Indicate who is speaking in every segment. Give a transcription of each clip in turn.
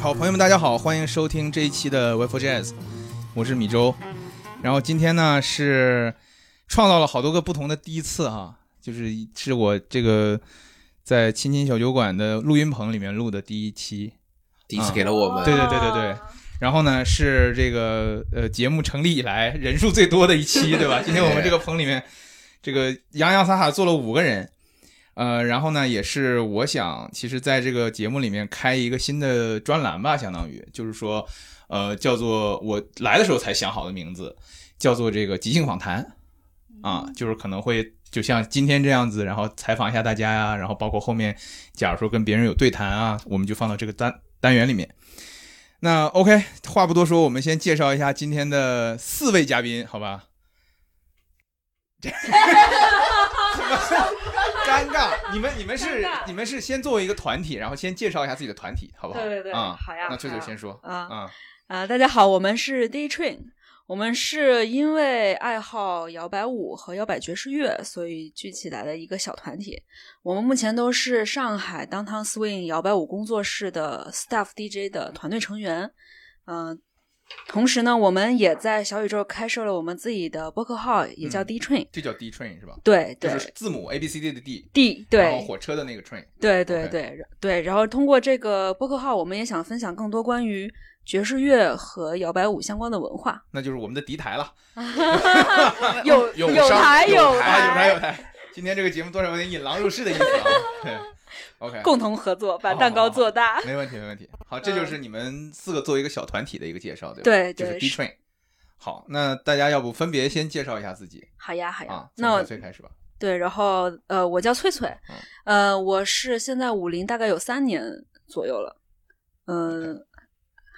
Speaker 1: 好朋友们，大家好，欢迎收听这一期的 w e f o Jazz，我是米粥。然后今天呢是创造了好多个不同的第一次哈、就是是我这个在亲亲小酒馆的录音棚里面录的第一期。
Speaker 2: 第一次给了我
Speaker 1: 嗯
Speaker 2: 们，
Speaker 1: 对对对对对。然后呢，是这个呃节目成立以来人数最多的一期，对吧？今天我们这个棚里面，这个洋洋洒洒坐了五个人，呃，然后呢，也是我想，其实在这个节目里面开一个新的专栏吧，相当于就是说，呃，叫做我来的时候才想好的名字，叫做这个即兴访谈，啊，就是可能会就像今天这样子，然后采访一下大家呀、然后包括后面，假如说跟别人有对谈啊，我们就放到这个单单元里面。那 OK，话不多说，我们先介绍一下今天的四位嘉宾，好吧？ 尴尬，你们你们是
Speaker 3: 尴尬
Speaker 1: 你们是先作为一个团体，然后先介绍一下自己的团体，好不好？
Speaker 3: 对对对
Speaker 1: 啊、
Speaker 3: 好呀
Speaker 1: 那翠
Speaker 3: 好
Speaker 1: 翠
Speaker 3: 呀
Speaker 1: 先说
Speaker 3: 啊
Speaker 1: 啊、
Speaker 3: 啊、大家好，我们是 D Train，我们是因为爱好摇摆舞和摇摆爵士乐，所以聚起来的一个小团体。我们目前都是上海 Downtown Swing 摇摆舞工作室的 Staff DJ 的团队成员。嗯、同时呢，我们也在小宇宙开设了我们自己的播客号，也叫
Speaker 1: 嗯
Speaker 3: D Train、
Speaker 1: 这叫 D train 是吧？
Speaker 3: 对
Speaker 1: 就
Speaker 3: 对、
Speaker 1: 是字母 A B C D 的 D，
Speaker 3: D
Speaker 1: 然后
Speaker 3: 对
Speaker 1: 火车的那个 train。
Speaker 3: 对对
Speaker 1: OK
Speaker 3: 对然对，然后通过这个播客号，我们也想分享更多关于爵士乐和摇摆舞相关的文化。
Speaker 1: 那就是我们的敌台了，
Speaker 3: 有
Speaker 1: 有
Speaker 3: 有
Speaker 1: 商
Speaker 3: 台
Speaker 1: 有啊有台
Speaker 3: 台，
Speaker 1: 有台。今天这个节目多少有点引狼入室的意思啊？对，OK，
Speaker 3: 共同合作把蛋糕做大。
Speaker 1: 没问题，没问题。好，这就是你们四个作为一个小团体的一个介绍，对吧？
Speaker 3: 嗯对
Speaker 1: 就是
Speaker 3: 对
Speaker 1: D
Speaker 3: 是
Speaker 1: Train。好，那大家要不分别先介绍一下自己
Speaker 3: 好呀好哎呀
Speaker 1: 啊，？
Speaker 3: 那
Speaker 1: 从
Speaker 3: 我
Speaker 1: 最开始吧。
Speaker 3: 对，然后呃，我叫翠翠，
Speaker 1: 嗯
Speaker 3: 呃，我是现在武林大概有三年左右了，嗯，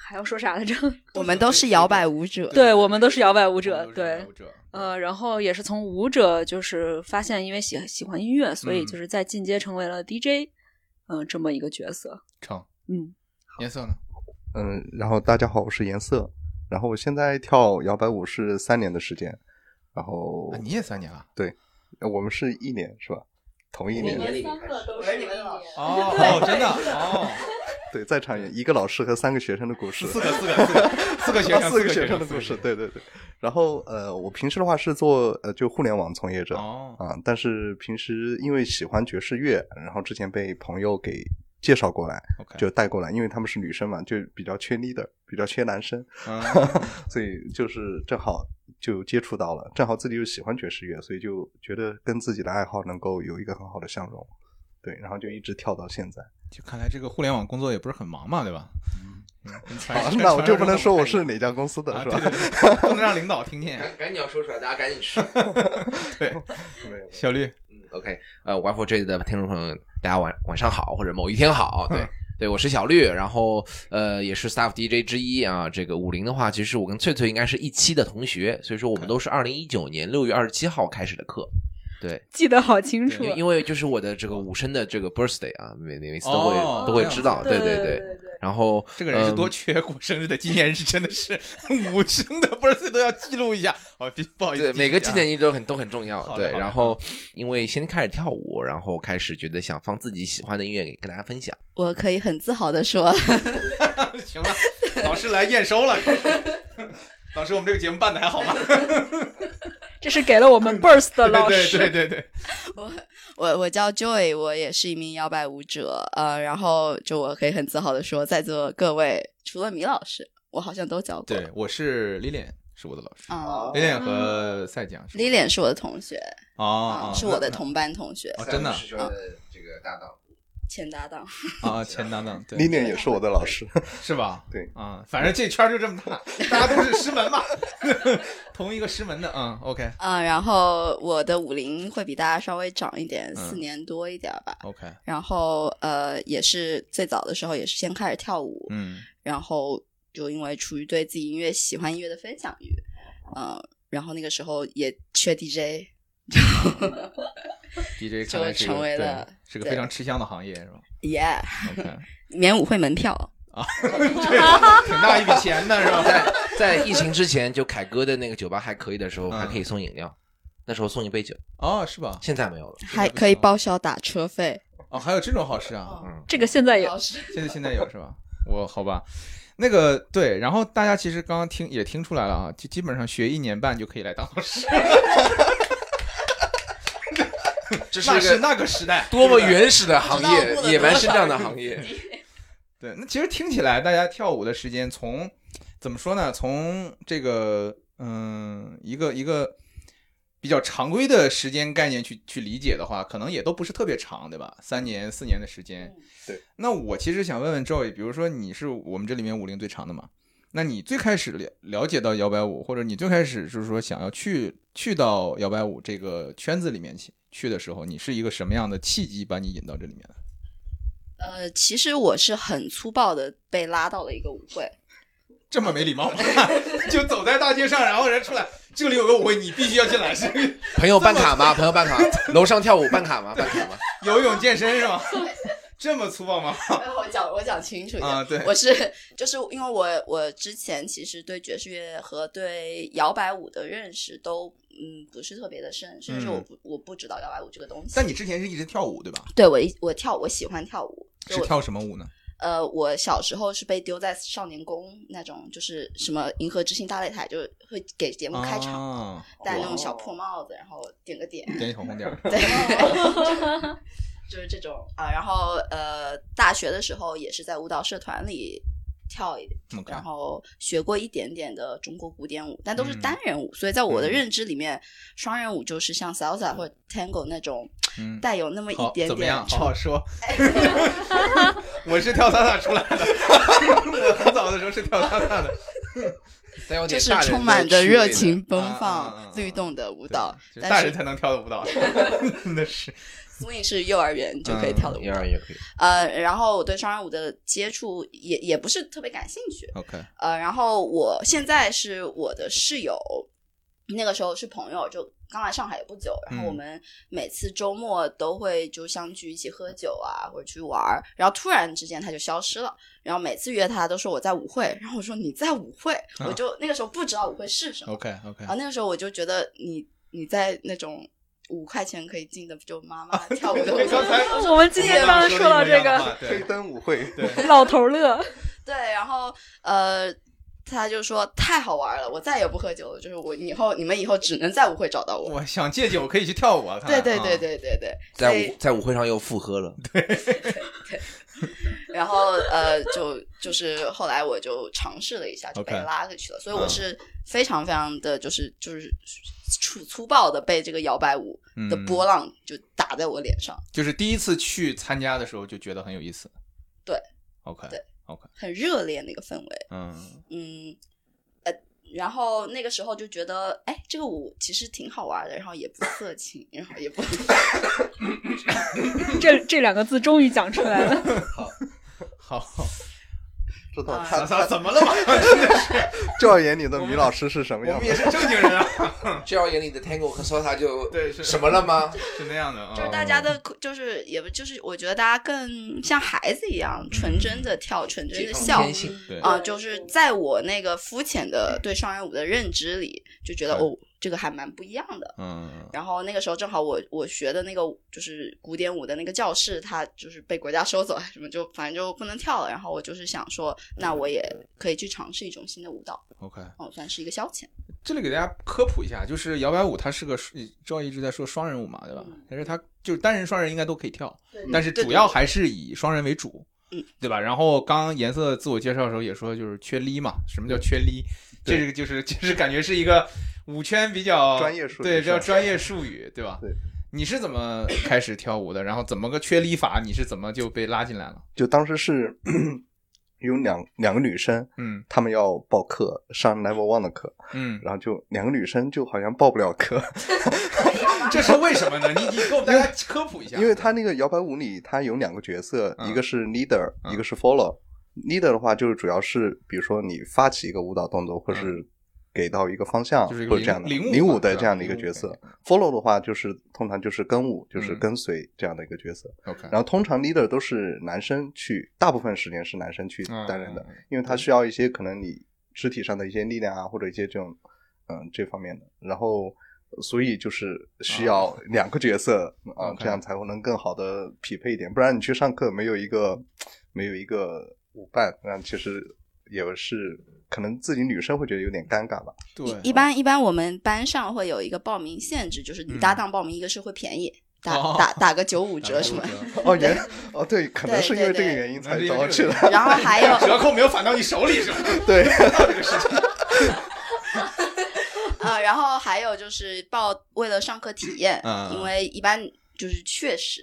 Speaker 3: 还要说啥来着？
Speaker 4: 我们都是摇摆舞者，
Speaker 3: 对我们都是摇摆舞
Speaker 1: 舞
Speaker 3: 者，
Speaker 1: 对
Speaker 3: 对，呃，然后也是从舞者就是发现，因为喜喜欢音乐，所以
Speaker 1: 嗯
Speaker 3: 就是在进阶成为了 DJ，嗯、这么一个角色，
Speaker 1: 成
Speaker 3: 嗯，
Speaker 1: 颜色呢？
Speaker 5: 嗯，然后大家好，我是颜色，然后我现在跳摇摆舞是三年的时间，然后、
Speaker 1: 啊你也三年了？
Speaker 5: 呃我们是一年是吧？同一
Speaker 2: 我
Speaker 5: 年，
Speaker 2: 们三
Speaker 6: 个都是你们老师。
Speaker 1: 哦哦，真的哦，
Speaker 5: 对，在场有一个老师和三个学生的故事，
Speaker 1: 四个四个四个哦四个学
Speaker 5: 啊
Speaker 1: 生
Speaker 5: 四个
Speaker 1: 学
Speaker 5: 学
Speaker 1: 生
Speaker 5: 生的故事，。对对对。然后呃，我平时的话是做呃就互联网从业者啊、
Speaker 1: 哦，
Speaker 5: 但是平时因为喜欢爵士乐，然后之前被朋友给介绍过来，
Speaker 1: OK，
Speaker 5: 就带过来，因为他们是女生嘛，就比较缺 leader，比较缺男生，
Speaker 1: 嗯
Speaker 5: 所以就是正好就接触到了，正好自己又喜欢爵士乐，所以就觉得跟自己的爱好能够有一个很好的相融，对，然后就一直跳到现在。
Speaker 1: 就看来这个互联网工作也不是很忙嘛，对吧？ 嗯传
Speaker 5: 啊
Speaker 1: 传，
Speaker 5: 那我就不能
Speaker 1: 传
Speaker 5: 说我是哪家公司的
Speaker 1: 啊
Speaker 5: 是
Speaker 1: 对
Speaker 5: 吧？
Speaker 1: 对对，不能让领导听见。
Speaker 2: 赶 赶紧要说出 来，大家赶紧吃。
Speaker 1: 对，
Speaker 5: 没有没有
Speaker 1: 小绿，
Speaker 2: 嗯 OK，呃，Y for J 的听众朋友，大家晚晚上好，或者某一天好，对。
Speaker 1: 嗯
Speaker 2: 对，我是小绿，然后呃也是 staff DJ 之一啊。这个武林的话，其实我跟翠翠应该是一期的同学，所以说我们都是二零一九年六月二十七号开始的课。对，
Speaker 3: 记得好清楚
Speaker 2: 因。为因为就是我的这个武生的这个 birthday 啊，每每每次都会、
Speaker 1: 哦
Speaker 2: 都会
Speaker 1: 这样
Speaker 2: 知道，
Speaker 1: 子
Speaker 2: 对
Speaker 3: 对
Speaker 2: 对。
Speaker 3: 对
Speaker 2: 然后
Speaker 1: 这个人是多
Speaker 2: 嗯
Speaker 1: 缺过生日的纪念日，真的是五生的不是岁都要记录一下。哦，对不好意思，
Speaker 2: 对，每个纪念
Speaker 1: 日
Speaker 2: 日都很都很重要
Speaker 1: 好。嘞好
Speaker 2: 对，
Speaker 1: 嘞
Speaker 2: 然后因为先开始跳舞，然后开始觉得想放自己喜欢的音乐给跟大家分享。
Speaker 4: 我可以很自豪的说，
Speaker 1: 啊 行了，老师来验收了。 老师，我们这个节目办的还好 吗？
Speaker 3: 这是给了我们 Burst 的老
Speaker 1: 对
Speaker 3: 师。
Speaker 1: 对对对对，
Speaker 4: 我我叫 Joy，我也是一名摇摆舞者，呃，然后就我可以很自豪的说，在座各位除了米老师，我好像都教过，
Speaker 1: 对，我是 Lilian，是我的老师。
Speaker 4: 哦
Speaker 1: Lilian 和赛酱是吧
Speaker 4: Lilian 是我的同学，
Speaker 1: 哦
Speaker 4: 啊，
Speaker 1: 哦
Speaker 4: 是我的同班同学，
Speaker 1: 哦真的
Speaker 2: 是说这个搭档，
Speaker 4: 前搭档，
Speaker 1: 啊，前搭档对，
Speaker 5: ，Lilian 也是我的老师，
Speaker 1: 是吧？
Speaker 5: 对
Speaker 1: 啊，反正这圈儿就这么大，大家都是师门嘛， 同一个师门的，嗯，OK
Speaker 4: 啊、然后我的舞龄会比大家稍微长一点，四
Speaker 1: 嗯
Speaker 4: 年多一点吧，
Speaker 1: OK，
Speaker 4: 然后呃，也是最早的时候也是先开始跳舞，
Speaker 1: 嗯，
Speaker 4: 然后就因为出于对自己音乐喜欢音乐的分享欲，呃，然后那个时候也缺 DJ，
Speaker 1: DJ
Speaker 4: 就
Speaker 1: 看来是一个
Speaker 4: 成为
Speaker 1: 对
Speaker 4: 了
Speaker 1: 是个
Speaker 4: 对
Speaker 1: 非常吃香的行业，是吧
Speaker 4: 耶、
Speaker 1: ？OK，
Speaker 4: 免舞会门票，
Speaker 1: 对，挺大一笔钱呢，是吧？
Speaker 2: 在在疫情之前，就凯哥的那个酒吧还可以的时候，
Speaker 1: 嗯
Speaker 2: 还可以送饮料，那时候送一杯酒，
Speaker 1: 哦，是吧？
Speaker 2: 现在没有了。
Speaker 4: 还可以报销打车费。
Speaker 1: 哦，还有这种好事啊！
Speaker 2: 嗯，
Speaker 3: 这个现在也
Speaker 4: 老师，
Speaker 1: 现在现在有是吧？我好吧，那个对，然后大家其实刚刚听也听出来了啊，就基本上学一年半就可以来当老师，
Speaker 2: 这是
Speaker 1: 那
Speaker 2: 一
Speaker 1: 是
Speaker 2: 个
Speaker 1: 那个时代。
Speaker 2: 多么原始的行
Speaker 4: 不知道不
Speaker 2: 业，
Speaker 4: 能
Speaker 2: 野蛮
Speaker 4: 多
Speaker 2: 生长的行业。
Speaker 1: 对，那其实听起来大家跳舞的时间从怎么说呢？从这个嗯、一个一个比较常规的时间概念去去理解的话，可能也都不是特别长，对吧？三年四年的时间。
Speaker 5: 对。
Speaker 1: 那我其实想问问 Joy，比如说你是我们这里面舞龄最长的嘛？那你最开始了了解到摇摆舞，或者你最开始就是说想要去去到摇摆舞这个圈子里面去去的时候，你是一个什么样的契机把你引到这里面的？
Speaker 4: 呃，其实我是很粗暴的被拉到了一个舞 会，
Speaker 1: 这么没礼貌吗？ 就走在大街上，然后人出来，这里有个舞会，你必须要进来，是
Speaker 2: 朋友办卡吗？朋友办卡，楼上跳舞办卡吗？办卡吗？
Speaker 1: 游泳健身是 吗？这么粗暴吗？
Speaker 4: 哎我讲我讲清楚一点。
Speaker 1: 啊，对，
Speaker 4: 我是就是因为我我之前其实对爵士乐和对摇摆舞的认识都嗯不是特别的深，甚至是我不、我不知道摇摆舞这个东西。
Speaker 1: 嗯但你之前是一直跳舞对吧？
Speaker 4: 对我一我跳我喜欢跳舞，就是我
Speaker 1: 跳什么舞呢？
Speaker 4: 呃，我小时候是被丢在少年宫那种，就是什么银河之星大擂台，就是会给节目开场，
Speaker 1: 啊，
Speaker 4: 戴那种小破帽子，然后点个点，
Speaker 1: 点小红点 儿。
Speaker 4: 对，就是这种啊。然后呃，大学的时候也是在舞蹈社团里跳一点，
Speaker 1: OK
Speaker 4: 然后学过一点点的中国古典舞，但都是
Speaker 1: 嗯
Speaker 4: 单人舞，所以在我的
Speaker 1: 嗯
Speaker 4: 认知里面，双人舞就是像 salsa 或者 tango 那种
Speaker 1: 嗯，
Speaker 4: 带有那么一
Speaker 1: 好，
Speaker 4: 点
Speaker 1: 怎么
Speaker 4: 点
Speaker 1: 样？好
Speaker 4: 冲
Speaker 1: 好 说。 我是跳萨萨出来的， 我很早的时候是跳萨萨的。
Speaker 2: 但有
Speaker 4: 就
Speaker 2: 点
Speaker 4: 是
Speaker 2: 大人的
Speaker 4: 充满着热
Speaker 2: 趣味的
Speaker 4: 情奔
Speaker 1: 啊啊啊啊
Speaker 4: 放
Speaker 1: 啊、
Speaker 4: 律动的舞蹈，
Speaker 1: 对就是大
Speaker 4: 但
Speaker 1: 人
Speaker 4: 是
Speaker 1: 才能跳的舞蹈， 真的 是。
Speaker 4: swing 是幼儿园就可
Speaker 1: 嗯
Speaker 4: 以跳的舞
Speaker 2: 一。二也可以。
Speaker 4: 呃，然后我对双人舞的接触也也不是特别感兴趣，
Speaker 1: OK，
Speaker 4: 呃，然后我现在是我的室友，那个时候是朋友，就刚来上海也不久，然后我
Speaker 1: 嗯
Speaker 4: 们每次周末都会就相聚一起喝酒啊，或者出去玩儿，然后突然之间他就消失了，然后每次约他都说我在舞会，然后我说你在舞会，
Speaker 1: 啊
Speaker 4: 我就那个时候不知道舞会是什么，
Speaker 1: OK OK，
Speaker 4: 啊然后那个时候我就觉得你你在那种五块钱可以进的就
Speaker 1: 啊
Speaker 4: 妈妈跳舞的舞
Speaker 1: 刚才
Speaker 3: 我们今天刚刚说到这个
Speaker 5: 黑
Speaker 1: 对
Speaker 5: 灯舞会，
Speaker 1: 对，
Speaker 3: 老头儿乐，
Speaker 4: 对，然后呃，他就说太好玩了，我再也不喝酒了，就是我以后你们以后只能在舞会找到我。
Speaker 1: 我想戒酒可以去跳舞啊。看来
Speaker 4: 对对
Speaker 1: 啊
Speaker 4: 对对对对，
Speaker 2: 在
Speaker 4: 所
Speaker 2: 舞
Speaker 4: 以
Speaker 2: 在舞会上又复喝了，
Speaker 4: 然后呃，就就是后来我就尝试了一下，就被
Speaker 1: OK
Speaker 4: 拉过去了，所以
Speaker 1: 嗯
Speaker 4: 我是非常非常的就是就是粗粗暴的被这个摇摆舞的
Speaker 1: 嗯
Speaker 4: 波浪就打在我脸上，
Speaker 1: 就是第一次去参加的时候就觉得很有意思。
Speaker 4: 对
Speaker 1: ，OK，
Speaker 4: 对
Speaker 1: OK，
Speaker 4: 很热烈那个氛围。
Speaker 1: 嗯
Speaker 4: 嗯，呃，然后那个时候就觉得，哎，这个舞其实挺好玩的，然后也不色情，然后 也不，
Speaker 3: 这这两个字终于讲出来了。
Speaker 1: 好，
Speaker 5: 知道
Speaker 4: 啊
Speaker 5: 他
Speaker 1: 咋怎么了嘛？ 真的是
Speaker 5: 教研里的米老师是什
Speaker 1: 我
Speaker 5: 么样
Speaker 1: 们
Speaker 5: 的
Speaker 1: 也？是正经人啊，
Speaker 2: 这样眼里的 Tango 和 Salsa 就
Speaker 1: 对是
Speaker 2: 什么了吗？
Speaker 1: 是那样的啊。
Speaker 4: 就是大家
Speaker 2: 哦
Speaker 4: 的，就是也不就是，我觉得大家更像孩子一样纯真的跳，纯真
Speaker 2: 解
Speaker 4: 的
Speaker 2: 放
Speaker 4: 笑
Speaker 2: 嗯天性
Speaker 1: 对
Speaker 4: 啊、就是在我那个肤浅的对双人舞的认知里，就觉得
Speaker 2: 嗯
Speaker 1: 对
Speaker 4: 哦，这个还蛮不一样的。
Speaker 1: 嗯，
Speaker 4: 然后那个时候正好我我学的那个就是古典舞的那个教室，它就是被国家收走，啊什么就反正就不能跳了。然后我就是想说，那我也可以去尝试一种新的舞蹈，
Speaker 1: OK，
Speaker 4: 哦，算是一个消遣。
Speaker 1: 这里给大家科普一下，就是摇摆舞它是个赵一直在说双人舞嘛，对吧
Speaker 4: 嗯？
Speaker 1: 但是它就是单人、双人应该都可以跳，
Speaker 4: 对
Speaker 1: 但是主要还是以双人为主
Speaker 4: 嗯，
Speaker 1: 对吧？然后刚刚颜色自我介绍的时候也说，就是缺力嘛，什么叫缺力？
Speaker 2: 对
Speaker 1: 这个就是就是感觉是一个舞圈比较
Speaker 5: 专业术语
Speaker 1: 对，
Speaker 5: 是吧
Speaker 1: 叫专业术语，对吧？
Speaker 5: 对。
Speaker 1: 你是怎么开始跳舞的？然后怎么个缺力法？你是怎么就被拉进来了？
Speaker 5: 就当时是 有两两个女生，
Speaker 1: 嗯
Speaker 5: 她们要报课上 Never One 的课，
Speaker 1: 嗯，
Speaker 5: 然后就两个女生就好像报不了课，
Speaker 1: 这是为什么呢？你你给我们大家科普一下。
Speaker 5: 因为他那个摇摆舞里，他有两个角色，
Speaker 1: 嗯
Speaker 5: 一个是 leader，、
Speaker 1: 嗯
Speaker 5: 一个是 follow。leader 的话，就是主要是比如说你发起一个舞蹈动作，或是给到一个方向，
Speaker 1: 嗯就是一个
Speaker 5: 或者
Speaker 1: 领
Speaker 5: 这样的
Speaker 1: 领舞
Speaker 5: 领
Speaker 1: 嘛
Speaker 5: 舞的
Speaker 1: 是吧
Speaker 5: 这样的一个
Speaker 1: 领舞概
Speaker 5: 角色。follow 的话，就是通常就是跟舞，就是
Speaker 1: 嗯
Speaker 5: 跟随这样的一个角色。
Speaker 1: OK，
Speaker 5: 然后通常 leader 都是男生去，大部分时间是男生去
Speaker 1: 嗯
Speaker 5: 担任的，
Speaker 1: 嗯嗯
Speaker 5: 因为他需要一些可能你肢体上的一些力量啊，或者一些这种嗯这方面的。然后所以就是需要两个角色啊、
Speaker 1: 啊 OK
Speaker 5: 这样才会能更好的匹配一点，不然你去上课没有一个没有一个舞伴，那其实也是可能自己女生会觉得有点尴尬吧。
Speaker 1: 对，
Speaker 4: 一般一般我们班上会有一个报名限制，就是你搭档报名，一个是会便宜，
Speaker 1: 嗯哦
Speaker 4: 打打打个九五
Speaker 1: 打
Speaker 4: 折
Speaker 1: 个
Speaker 4: 什么
Speaker 1: 五
Speaker 4: 的，
Speaker 5: 哦，原哦对，可能是因为这个原因才找我去的。
Speaker 4: 然后还 有
Speaker 1: 折扣没有返到你手里是吧？
Speaker 5: 对，
Speaker 4: 呃，然后还有就是报为了上课体验，
Speaker 1: 嗯
Speaker 4: 因为一般就是确实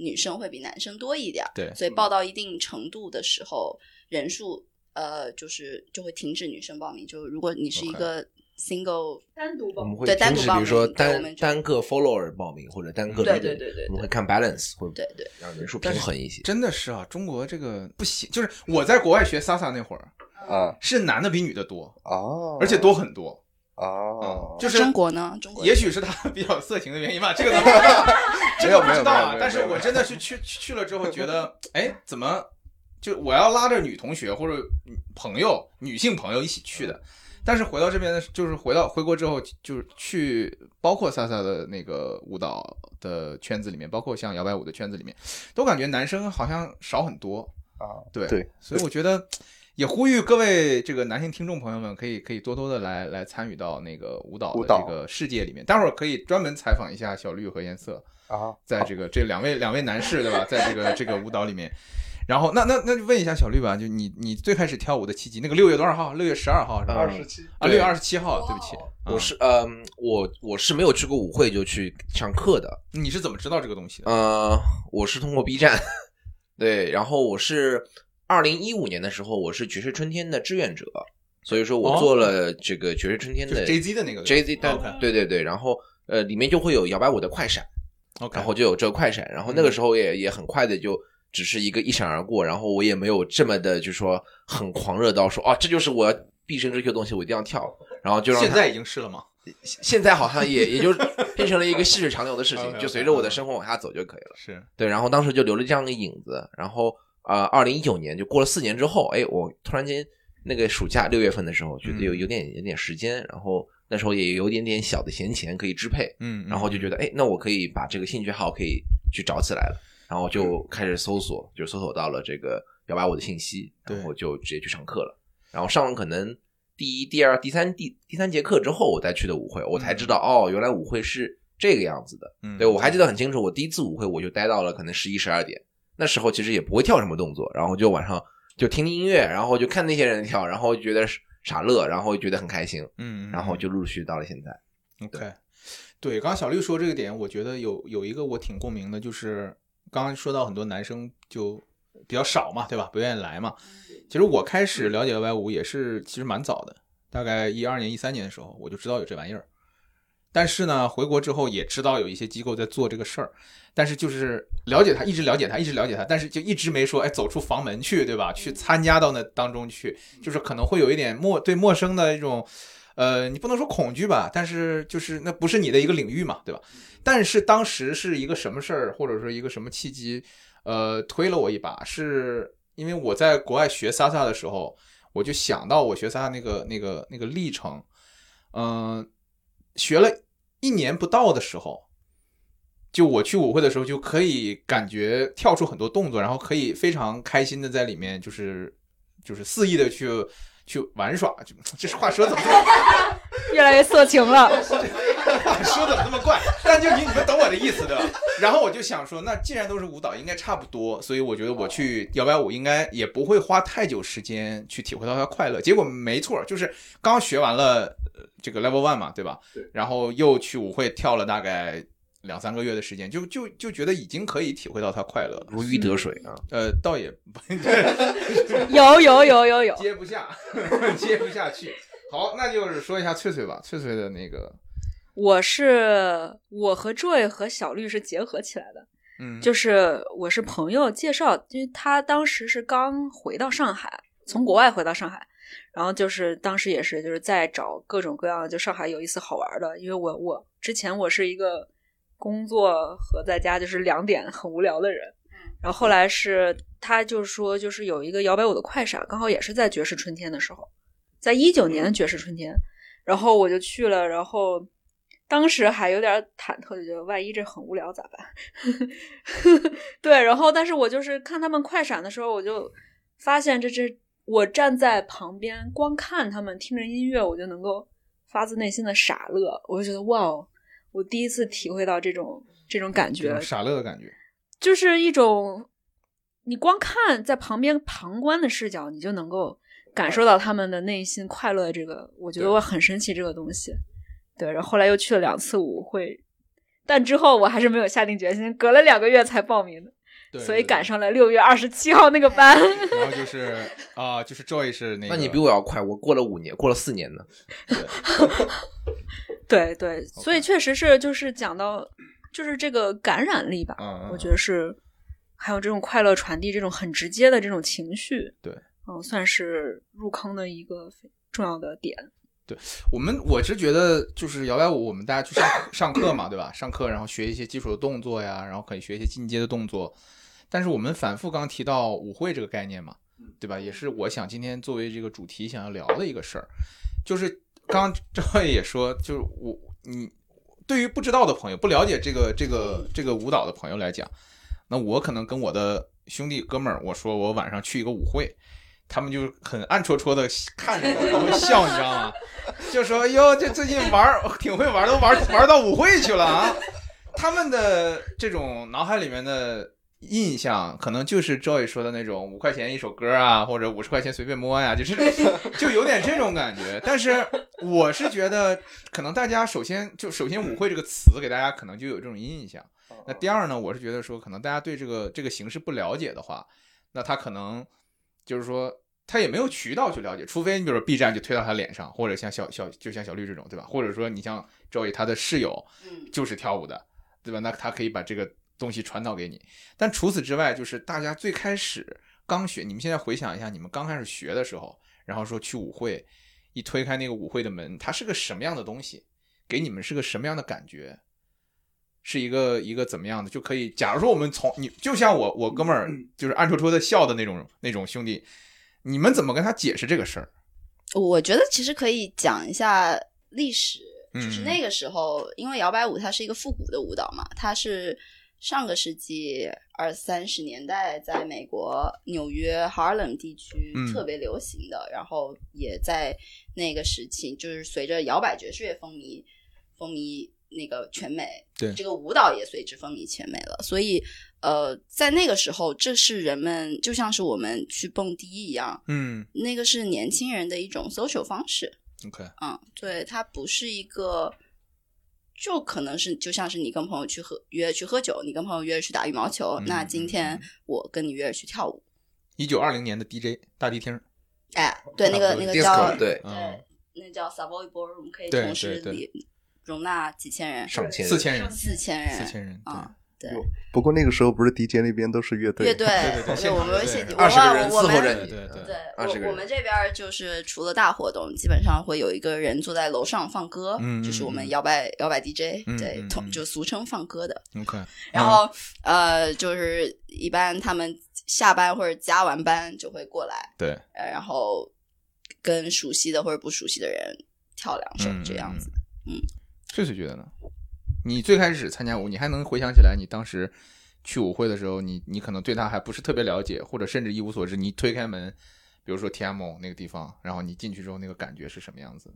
Speaker 4: 女生会比男生多一点儿，
Speaker 1: 对
Speaker 4: 所以报到一定程度的时候，人数呃就是就会停止女生报名，就如果你是一个 single，
Speaker 3: 单独
Speaker 2: 我
Speaker 3: 吧。
Speaker 2: 们会
Speaker 4: 对
Speaker 2: 停
Speaker 4: 单独
Speaker 2: 止，
Speaker 4: 报
Speaker 2: 比
Speaker 4: 名
Speaker 2: 如说
Speaker 4: 我
Speaker 2: 单
Speaker 4: 们就
Speaker 2: 单个 follower 报名或者单个
Speaker 4: 对
Speaker 2: leader，
Speaker 4: 对对对
Speaker 2: 我们会看 balance，会
Speaker 4: 对对
Speaker 2: 让人数平衡一些。
Speaker 1: 真的是啊，中国这个不行，就是我在国外学 Sasa 那会儿，
Speaker 5: 啊
Speaker 1: 是男的比女的多，
Speaker 5: 哦，
Speaker 1: 而且多很多。嗯，
Speaker 5: 哦
Speaker 1: 就是
Speaker 4: 中国呢，中国
Speaker 1: 也许是 他比较色情的原因吧，这个咱们 这个不知道
Speaker 5: 没有没有没有没
Speaker 1: 啊。
Speaker 5: 有
Speaker 1: 但是我真的是去去去了之后，觉得哎，怎么就我要拉着女同学或者朋友、女性朋友一起去
Speaker 4: 嗯
Speaker 1: 的，但是回到这边的，就是回到回国之后，就是去包括萨萨的那个舞蹈的圈子里面，包括像摇摆舞的圈子里面，都感觉男生好像少很多。
Speaker 5: 啊，
Speaker 1: 对
Speaker 5: 对
Speaker 1: 所以我觉得也呼吁各位这个男性听众朋友们，可以可以多多的来来参与到那个舞蹈
Speaker 5: 舞
Speaker 1: 的
Speaker 5: 蹈
Speaker 1: 这个世界里面。待会儿可以专门采访一下小绿和颜色，
Speaker 5: 啊，
Speaker 1: 在这个这两位两位男士对吧，在这个这个舞蹈里面。然后那那那就问一下小绿吧，就你你最开始跳舞的契机，那个六月多少号？六月十二号是吧？
Speaker 5: 二十七
Speaker 1: 啊，六月二十七号，对不起，啊
Speaker 2: 我是嗯，我我是没有去过舞会就去上课的，
Speaker 1: 你是怎么知道这个东西的？
Speaker 2: 呃，我是通过 B 站，对，然后我是二零一五年的时候，我是爵士春天的志愿者，所以说我
Speaker 1: 哦
Speaker 2: 做了这个爵士春天
Speaker 1: 就
Speaker 2: 的
Speaker 1: 是 J Z 的那个
Speaker 2: J Z
Speaker 1: 对
Speaker 4: 哦
Speaker 2: 对
Speaker 1: 吧
Speaker 2: 对对对，然后呃里面就会有摇摆舞的快闪，
Speaker 1: OK，嗯
Speaker 2: 然后就有这个快闪，然后那个时候也也很快的就只是一个一闪而过，然后我也没有这么的就说很狂热到说哦这就是我毕生追求的东西，我一定要跳，然后就让它
Speaker 1: 现在已经是了吗？
Speaker 2: 现在好像也也就变成了一个细水长流的事情，
Speaker 1: OK，OK，嗯
Speaker 2: 就随着我的生活往下走就可以了。
Speaker 1: 是
Speaker 2: 对，然后当时就留了这样一个影子，然后啊，二零一九年就过了四年之后，哎，我突然间那个暑假六月份的时候，觉得有
Speaker 1: 嗯
Speaker 2: 有点有点时间，然后那时候也有点点小的闲钱可以支配，
Speaker 1: 嗯，嗯
Speaker 2: 然后就觉得哎，那我可以把这个兴趣号可以去找起来了，然后就
Speaker 1: 嗯
Speaker 2: 开始搜索，就搜索到了这个摇摆舞的信息，
Speaker 1: 对
Speaker 2: 然后就直接去上课了，然后上了可能第一、第二、第三、第第三节课之后，我再去的舞会，我才知道哦，原来舞会是这个样子的。
Speaker 1: 嗯
Speaker 2: 对，我还记得很清楚，我第一次舞会我就待到了可能十一十二点，那时候其实也不会跳什么动作，然后就晚上就听听音乐，然后就看那些人跳，然后觉得傻乐，然后觉得很开心，
Speaker 1: 嗯，嗯嗯
Speaker 2: 然后就陆陆续续到了现在。
Speaker 1: OK，对，刚刚小绿说这个点，我觉得有有一个我挺共鸣的，就是刚刚说到很多男生就比较少嘛，对吧？不愿意来嘛。其实我开始了解 Y 五也是其实蛮早的，大概一二年、一三年的时候我就知道有这玩意儿。但是呢，回国之后也知道有一些机构在做这个事儿，但是就是了解他，一直了解他，一直了解他，但是就一直没说，哎，走出房门去，对吧？去参加到那当中去，就是可能会有一点陌对陌生的一种，呃，你不能说恐惧吧，但是就是那不是你的一个领域嘛，对吧？但是当时是一个什么事儿，或者说一个什么契机，呃，推了我一把，是因为我在国外学萨萨的时候，我就想到我学萨萨那个那个那个历程，嗯、学了一年不到的时候，就我去舞会的时候，就可以感觉跳出很多动作，然后可以非常开心的在里面，就是就是肆意的去去玩耍。就 这话说怎么
Speaker 3: 越来越色情了。
Speaker 1: 说怎么那么怪？ 但就你你们懂我的意思对吧？然后我就想说，那既然都是舞蹈，应该差不多，所以我觉得我去摇摆舞应该也不会花太久时间去体会到它的快乐。结果没错，就是刚学完了呃这个 level one 嘛，对吧？
Speaker 5: 对。
Speaker 1: 然后又去舞会跳了大概两三个月的时间，就就就觉得已经可以体会到它快乐了。
Speaker 2: 如鱼得水啊！
Speaker 1: 呃，倒也不
Speaker 3: 有有有有有，
Speaker 1: 接不下， 接不下去。好，那就是说一下翠翠吧，翠翠的那个，
Speaker 3: 我是我和 Joy 和小绿是结合起来的，
Speaker 1: 嗯，
Speaker 3: 就是我是朋友介绍，因为他当时是刚回到上海，从国外回到上海，然后就是当时也是就是在找各种各样的就上海有意思好玩的，因为我我之前我是一个工作和在家就是两点很无聊的人，然后后来是他就是说就是有一个摇摆舞的快闪，刚好也是在爵士春天的时候，在一九年的爵士春天，然后我就去了，然后当时还有点忐忑，就觉得万一这很无聊 咋办？对，然后但是我就是看他们快闪的时候，我就发现这支我站在旁边光看他们听着音乐，我就能够发自内心的傻乐，我就觉得哇哦，我第一次体会到这种这种感
Speaker 1: 这
Speaker 3: 觉
Speaker 1: 种，傻乐的感觉。
Speaker 3: 就是一种你光看在旁边旁观的视角，你就能够感受到他们的内心快乐。这个我觉得我很神奇这个东西。对，然后后来又去了两次舞会，但之后我还是没有下定决心，隔了两个月才报名的，
Speaker 1: 对
Speaker 3: 所以赶。上了六月二十七号那个班。
Speaker 4: 哎
Speaker 1: 对对然后就是啊、就是 Joy 是那个，
Speaker 2: 那你比我要快，我过了五年，过了四年呢。
Speaker 3: 对对，所以确实是就是讲到就是这个感染力吧，
Speaker 1: 嗯，嗯，
Speaker 3: 我觉得是，还有这种快乐传递，这种很直接的这种情绪，
Speaker 1: 对，
Speaker 3: 嗯，算是入坑的一个非重要的点。
Speaker 1: 我们我是觉得就是摇摆舞，我们大家去上上课嘛，对吧？上课然后学一些基础的动作呀，然后可以学一些进阶的动作。但是我们反复刚提到舞会这个概念嘛，对吧？也是我想今天作为这个主题想要聊的一个事儿，就是刚刚赵毅也说，就是我你对于不知道的朋友、不了解这个这个这个舞蹈的朋友来讲，那我可能跟我的兄弟哥们儿我说我晚上去一个舞会，他们就很暗戳戳的看着我，他会笑，你知道吗？就说哟，这最近玩儿挺会玩儿，都玩儿玩儿到舞会去了啊。他们的这种脑海里面的印象，可能就是 Joy 说的那种五块钱一首歌啊，或者五十块钱随便摸呀、就是 就有点这种感觉。但是我是觉得，可能大家首先就首先舞会这个词给大家可能就有这种印象。那第二呢，我是觉得说，可能大家对这个这个形式不了解的话，那他可能就是说他也没有渠道去了解，除非你比如说 B 站就推到他脸上，或者像小小就像小绿这种，对吧？或者说你像 Joey 他的室友
Speaker 4: 嗯，
Speaker 1: 就是跳舞的，对吧？那他可以把这个东西传导给你。但除此之外，就是大家最开始刚学，你们现在回想一下，你们刚开始学的时候，然后说去舞会，一推开那个舞会的门，它是个什么样的东西？给你们是个什么样的感觉？是一个一个怎么样的就可以？假如说我们从你就像我我哥们儿就是暗戳戳的笑的那种那种兄弟，你们怎么跟他解释这个事儿？
Speaker 4: 我觉得其实可以讲一下历史，
Speaker 1: 嗯
Speaker 4: 就是那个时候，因为摇摆舞它是一个复古的舞蹈嘛，它是上个世纪二三十年代在美国纽约 Harlem 地区
Speaker 1: 嗯
Speaker 4: 特别流行的，然后也在那个时期，就是随着摇摆爵士乐风靡，风靡那个全美，
Speaker 1: 对
Speaker 4: 这个舞蹈也随之风靡全美了。所以，呃，在那个时候，这是人们就像是我们去蹦迪一样，
Speaker 1: 嗯
Speaker 4: 那个是年轻人的一种 social 方式，
Speaker 1: ，OK，
Speaker 4: 嗯，对，它不是一个，就可能是就像是你跟朋友去喝约去喝酒，你跟朋友约去打羽毛球，
Speaker 1: 嗯
Speaker 4: 那今天
Speaker 1: 嗯
Speaker 4: 我跟你约去跳舞，
Speaker 1: 一九二零年的 DJ 大迪厅，
Speaker 4: 哎，对，那个那个叫
Speaker 2: Disco 对，
Speaker 1: 嗯，
Speaker 4: 那叫 Savoy Ballroom，可以
Speaker 1: 对
Speaker 4: 同时
Speaker 1: 对对
Speaker 4: 里容纳几千人，
Speaker 2: 上千
Speaker 1: 四千人，
Speaker 4: 四千人，
Speaker 1: 四千人，对。
Speaker 4: 啊，对。
Speaker 5: 不过那个时候不是 DJ 那边都是乐队，
Speaker 4: 乐队，
Speaker 1: 对对对现
Speaker 4: 我
Speaker 1: 场乐队
Speaker 4: 们现
Speaker 1: 是
Speaker 4: 我
Speaker 1: 吧
Speaker 2: 二十个人伺
Speaker 4: 我
Speaker 2: 候
Speaker 4: 们
Speaker 2: 着
Speaker 1: 对
Speaker 2: 你。
Speaker 1: 对
Speaker 3: 嗯
Speaker 1: 对
Speaker 4: 对，
Speaker 2: 20个人
Speaker 4: 我我们这边儿就是除了大活动，基本上会有一个人坐在楼上放歌，
Speaker 1: 嗯
Speaker 4: 就是我
Speaker 1: 嗯
Speaker 4: 们
Speaker 1: 嗯
Speaker 4: 摇摆摇摆 DJ，、
Speaker 1: 嗯
Speaker 4: 对
Speaker 1: 嗯，
Speaker 4: 统
Speaker 1: 嗯
Speaker 4: 就俗称放歌的。
Speaker 1: ，OK，嗯
Speaker 4: 然后、呃，就是一般他们下班或者加完班就会过来，
Speaker 1: 对，
Speaker 4: 呃然后跟熟悉的或者不熟悉的人跳两首、
Speaker 1: 嗯
Speaker 4: 这样子。。
Speaker 1: 嗯
Speaker 4: 嗯，
Speaker 1: 翠翠觉得呢？你最开始参加舞，你还能回想起来你当时去舞会的时候，你你可能对他还不是特别了解，或者甚至一无所知。你推开门，比如说 TMO 那个地方，然后你进去之后那个感觉是什么样子？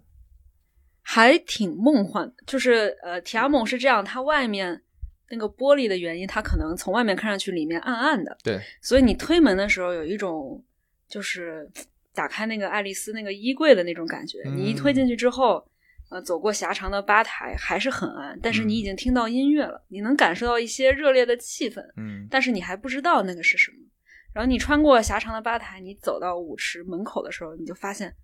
Speaker 3: 还挺梦幻的。就是呃，提亚蒙是这样，它外面那个玻璃的原因，它可能从外面看上去里面暗暗的，
Speaker 1: 对，
Speaker 3: 所以你推门的时候有一种就是打开那个爱丽丝那个衣柜的那种感觉。
Speaker 1: 嗯
Speaker 3: 你一推进去之后，呃，走过狭长的吧台还是很暗，但是你
Speaker 1: 嗯
Speaker 3: 已经听到音乐了，你能感受到一些热烈的气氛，
Speaker 1: 嗯，
Speaker 3: 但是你还不知道那个是什么。然后你穿过狭长的吧台，你走到舞池门口的时候，你就发现，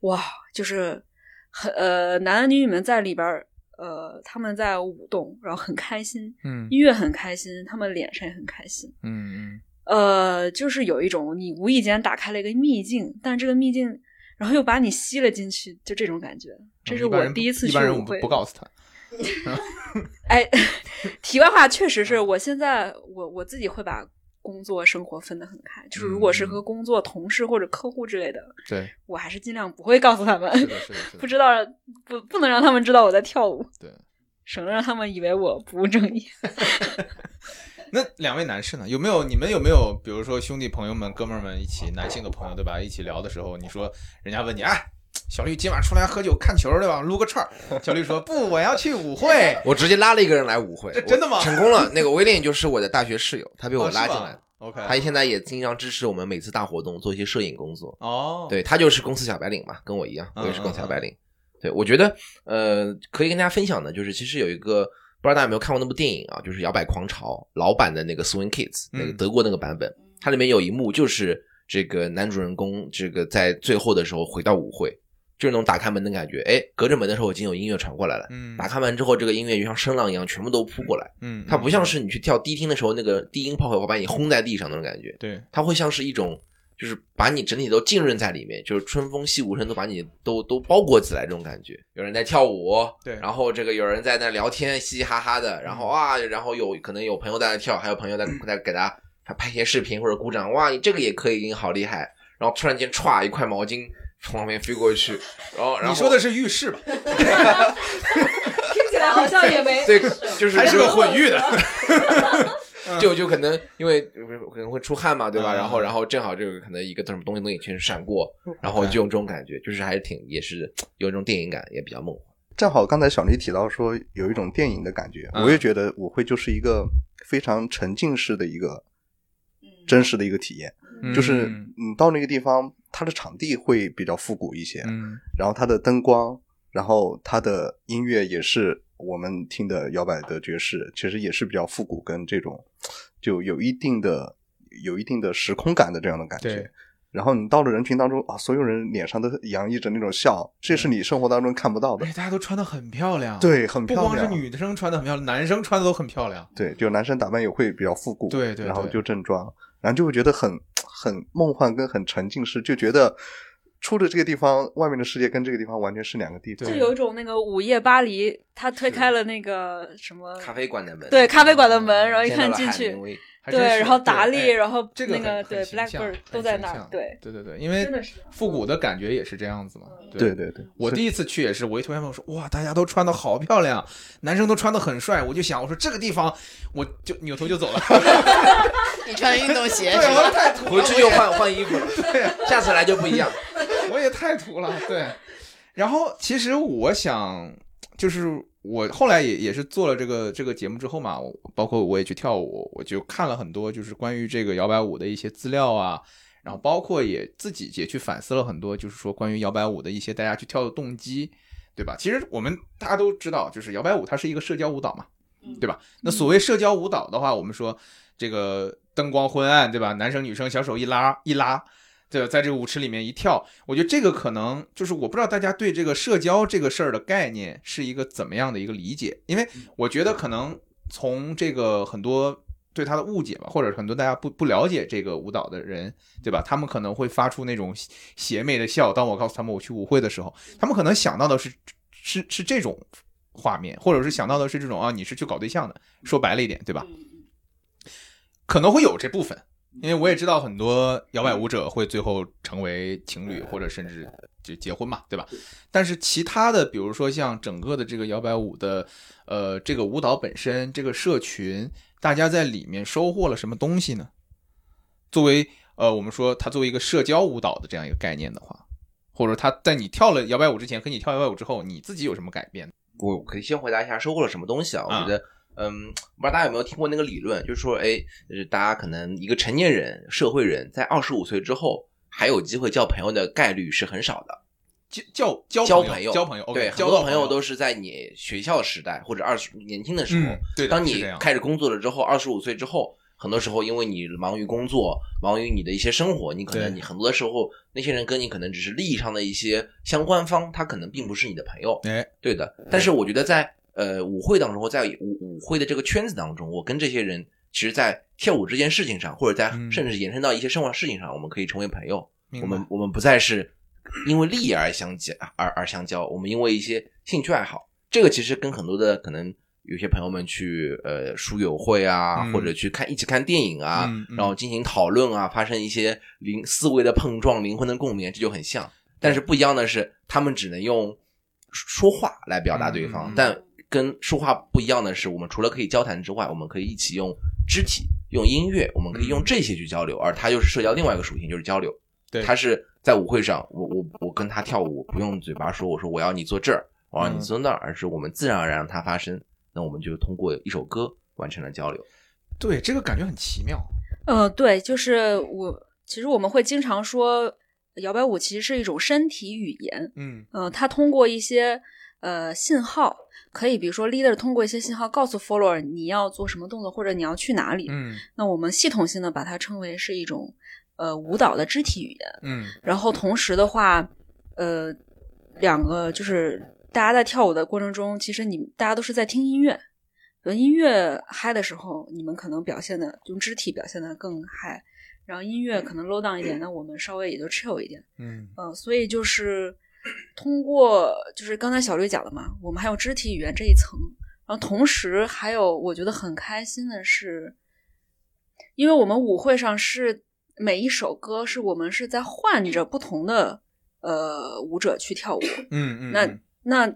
Speaker 3: 哇，就是很呃男男女女们在里边儿，呃他们在舞动，然后很开心，
Speaker 1: 嗯
Speaker 3: 音乐很开心，他们脸上也很开心，
Speaker 1: 嗯
Speaker 3: 呃，就是有一种你无意间打开了一个秘境，但这个秘境，然后又把你吸了进去，就这种感觉。这是我第次
Speaker 1: 嗯啊一
Speaker 3: 去
Speaker 1: 般人
Speaker 3: 舞
Speaker 1: 不
Speaker 3: 会，
Speaker 1: 不告诉他。
Speaker 3: 哎， 题外话，确实是我现在我我自己会把工作生活分得很开，就是如
Speaker 1: 嗯
Speaker 3: 果是和工作同事或者客户之类的，
Speaker 1: 对，
Speaker 3: 我还是尽量不会告诉他们，
Speaker 1: 是的，是的，是
Speaker 3: 不
Speaker 1: 的，
Speaker 3: 知道不不能让他们知道我在跳舞，
Speaker 1: 对。
Speaker 3: 省得让他们以为我不务正业。
Speaker 1: 那两位男士呢？有没有你们有没有，比如说兄弟朋友们、哥们儿们一起，男性的朋友对吧？一起聊的时候，你说人家问你，哎，小绿今晚出来喝酒看球对吧？撸个串儿。小绿说不，我要去舞会。
Speaker 2: 我直接拉了一个人来舞会，
Speaker 1: 这真的吗
Speaker 2: 我成功了。那个威廉就是我的大学室友， 他被我
Speaker 1: 哦是
Speaker 2: 拉进
Speaker 1: 吧
Speaker 2: 来的。他
Speaker 1: OK。
Speaker 2: 现在也经常支持我们每次大活动做一些摄影工作。
Speaker 1: 哦，，
Speaker 2: 对他就是公司小白领嘛，跟我一样，
Speaker 1: 嗯
Speaker 2: 我也是公司小白领。对，我觉得呃，可以跟大家分享的就是，其实有一个不知道大家有没有看过那部电影啊，就是《摇摆狂潮》老版的那个《Swing Kids》，那个
Speaker 1: 嗯
Speaker 2: 德国那个版本，它里面有一幕就是这个男主人公这个在最后的时候回到舞会，就是那种打开门的感觉，哎，隔着门的时候已经有音乐传过来了。
Speaker 1: 嗯，
Speaker 2: 打开门之后，这个音乐就像声浪一样，全部都扑过来。
Speaker 1: 嗯，
Speaker 2: 它不像
Speaker 1: 嗯
Speaker 2: 是你去跳低厅的时候，那个低音炮会把你轰在地上那种感觉。
Speaker 1: 对，
Speaker 2: 它会像是一种，就是把你整体都浸润在里面，就是春风细雨声都把你都都包裹起来这种感觉。有人在跳舞，
Speaker 1: 对
Speaker 2: 然后这个有人在那聊天，嘻嘻哈哈的，然后啊，然后有可能有朋友在那跳，还有朋 友在在给他拍拍一些视频或者鼓掌，哇，你这个也可以，你好厉害。然后突然间歘，一块毛巾从旁边飞过去，然后然后
Speaker 1: 你说的是浴室吧？
Speaker 6: 听起来好像也没
Speaker 2: 对，就是
Speaker 1: 还是个混 浴的？
Speaker 2: 就就可能因为呃可能会出汗嘛，对吧？
Speaker 1: 嗯
Speaker 2: 然后然后正好这个可能一个什么东西东西全闪过，然后就有这种感觉，就是还是挺也是有一种电影感，也比较梦幻。
Speaker 5: 正好刚才小黎提到说有一种电影的感觉，
Speaker 1: 嗯
Speaker 5: 我也觉得舞会就是一个非常沉浸式的一个
Speaker 4: 嗯
Speaker 5: 真实的一个体验，
Speaker 1: 嗯
Speaker 5: 就是你到那个地方，它的场地会比较复古一些，
Speaker 1: 嗯
Speaker 5: 然后它的灯光，然后它的音乐也是我们听的摇摆的爵士，其实也是比较复古跟这种就有一定的有一定的时空感的这样的感
Speaker 1: 对
Speaker 5: 觉。然后你到了人群当中啊，所有人脸上都洋溢着那种笑，这是你生活当中看不到
Speaker 1: 而
Speaker 5: 的
Speaker 1: 且。哎大家都穿的很漂亮，，
Speaker 5: 对，很
Speaker 1: 不
Speaker 5: 漂亮。
Speaker 1: 光是女生穿的很漂亮，男生穿的都很漂亮。
Speaker 5: 对，就男生打扮也会比较复古，
Speaker 1: 对对
Speaker 5: 然后
Speaker 1: 对
Speaker 5: 就正装，然后就会觉得很很梦幻跟很沉浸式，就觉得出了这个地方，外面的世界跟这个地方完全是两个地方。
Speaker 1: 对
Speaker 3: 就有一种那个午夜巴黎，他推开了那个什么
Speaker 2: 咖啡馆的门，
Speaker 3: 对咖啡馆的门，然后一看进
Speaker 2: 见
Speaker 3: 去
Speaker 2: 到了海明， 威
Speaker 1: 还真
Speaker 3: 对，
Speaker 1: 是
Speaker 3: 然后达
Speaker 1: 对
Speaker 3: 利，
Speaker 1: 哎
Speaker 3: 然后
Speaker 1: 这个
Speaker 3: 那
Speaker 1: 很
Speaker 3: 个对
Speaker 1: 很形象
Speaker 3: Blackbird 都
Speaker 1: 很
Speaker 3: 在
Speaker 1: 形
Speaker 3: 那儿
Speaker 1: 象，
Speaker 3: 对，
Speaker 1: 对对对，因为
Speaker 6: 真的是嗯这样
Speaker 1: 复古的感觉也是这样子嘛。
Speaker 5: 对对对，
Speaker 1: 我第一次去也是，我一同学朋友说，哇，大家都穿的好漂亮，男生都穿的很帅，我就想，我说这个地方，我就扭头就走了。
Speaker 4: 你穿着运动 鞋
Speaker 1: 对，
Speaker 4: 是
Speaker 1: 我说？
Speaker 4: 吧
Speaker 1: 太土
Speaker 2: 回
Speaker 1: 了，
Speaker 2: 去就换换衣服 了，下次来就不一样。
Speaker 1: 我也太土了，对。然后其实我想，就是我后来也也是做了这个这个节目之后嘛，我包括我也去跳舞，我就看了很多就是关于这个摇摆舞的一些资料啊，然后包括也自己也去反思了很多，就是说关于摇摆舞的一些大家去跳的动机，对吧？其实我们大家都知道，就是摇摆舞它是一个社交舞蹈嘛，对吧？那所谓社交舞蹈的话，我们说这个灯光昏暗，对吧？男生女生小手一拉一拉，对吧，在这个舞池里面一跳，我觉得这个可能就是我不知道大家对这个社交这个事儿的概念是一个怎么样的一个理解，因为我觉得可能从这个很多对他的误解吧，或者很多大家不不了解这个舞蹈的人，对吧？他们可能会发出那种邪邪魅的笑。当我告诉他们我去舞会的时候，他们可能想到的是是是这种画面，或者是想到的是这种啊，你是去搞对象的，说白了一点，对吧？可能会有这部分，因为我也知道很多摇
Speaker 2: 嗯
Speaker 1: 摆舞者会最后成为情
Speaker 2: 呃
Speaker 1: 侣，或者甚至就结婚嘛，对吧？但是其他的，比如说像整个的这个摇摆舞的，呃，这个舞蹈本身，这个社群，大家在里面收获了什么东西呢？作为呃，我们说它作为一个社交舞蹈的这样一个概念的话，或者它在你跳了摇摆舞之前和你跳摇摆舞之后，你自己有什么改变？
Speaker 2: 我可以先回答一下收获了什么东西啊？我
Speaker 1: 啊
Speaker 2: 觉得，嗯，不知道大家有没有听过那个理论，就是说，哎，就是大家可能一个成年人、社会人，在二十五岁之后还有机会交朋友的概率是很少的。
Speaker 1: 交交交
Speaker 2: 交
Speaker 1: 朋
Speaker 2: 朋友，
Speaker 1: 交朋友，OK，嗯
Speaker 2: 对，
Speaker 1: 交
Speaker 2: 很多
Speaker 1: 到
Speaker 2: 朋友都是在你学校时代或者二十年轻的时候
Speaker 1: 嗯，，对的，
Speaker 2: 当
Speaker 1: 是
Speaker 2: 你
Speaker 1: 这样
Speaker 2: 开始工作了之后，二十五岁之后，很多时候因为你忙于工作，忙于你的一些生活，你可能
Speaker 1: 对
Speaker 2: 你很多的时候，那些人跟你可能只是利益上的一些相关方，他可能并不是你的朋友。
Speaker 1: 哎，
Speaker 2: 对的。但是我觉得在呃舞会当中，或在舞舞会的这个圈子当中，我跟这些人，其实，在跳舞这件事情上，或者在
Speaker 1: 嗯
Speaker 2: 甚至延伸到一些生活事情上，我们可以成为朋友。
Speaker 1: 明
Speaker 2: 我
Speaker 1: 白
Speaker 2: 们我们不再是因为利益而相交而而相交，我们因为一些兴趣爱好，这个其实跟很多的可能有些朋友们去呃书友会啊，
Speaker 1: 嗯
Speaker 2: 或者去看一起看电影啊，
Speaker 1: 嗯嗯
Speaker 2: 然后进行讨论啊，发生一些灵思维的碰撞、灵魂的共鸣，这就很像。但是不一样的是，他们只能用说话来表达对
Speaker 1: 嗯
Speaker 2: 方，
Speaker 1: 嗯嗯
Speaker 2: 但跟说话不一样的是，我们除了可以交谈之外，我们可以一起用肢体、用音乐，我们可
Speaker 1: 嗯
Speaker 2: 以用这些去交流。而它又是社交另外一个属性，就是交流。
Speaker 1: 对
Speaker 2: 它是在舞会上，我我我跟他跳舞，不用嘴巴说，我说我要你坐这儿，我要你坐那儿，而是我们自然而然让它发生。那我们就通过一首歌完成了交流。
Speaker 1: 对，这个感觉很奇妙。
Speaker 3: 呃，对，就是我，其实我们会经常说，摇摆舞其实是一种身体语言。
Speaker 1: 嗯
Speaker 3: 呃，它通过一些呃信号，可以比如说 leader 通过一些信号告诉 follower 你要做什么动作，或者你要去哪里。
Speaker 1: 嗯
Speaker 3: 那我们系统性的把它称为是一种呃舞蹈的肢体语言。
Speaker 1: 嗯
Speaker 3: 然后同时的话，呃，两个就是大家在跳舞的过程中，其实你大家都是在听音乐，呃，音乐嗨的时候，你们可能表现的用肢体表现的更嗨，然后音乐可能 low down 一点，那我们稍微也就 chill 一点，
Speaker 1: 嗯
Speaker 3: 嗯、所以就是通过就是刚才小绿讲的嘛，我们还有肢体语言这一层，然后同时还有我觉得很开心的是，因为我们舞会上是每一首歌是我们是在换着不同的呃舞者去跳舞，
Speaker 1: 嗯嗯，
Speaker 3: 那那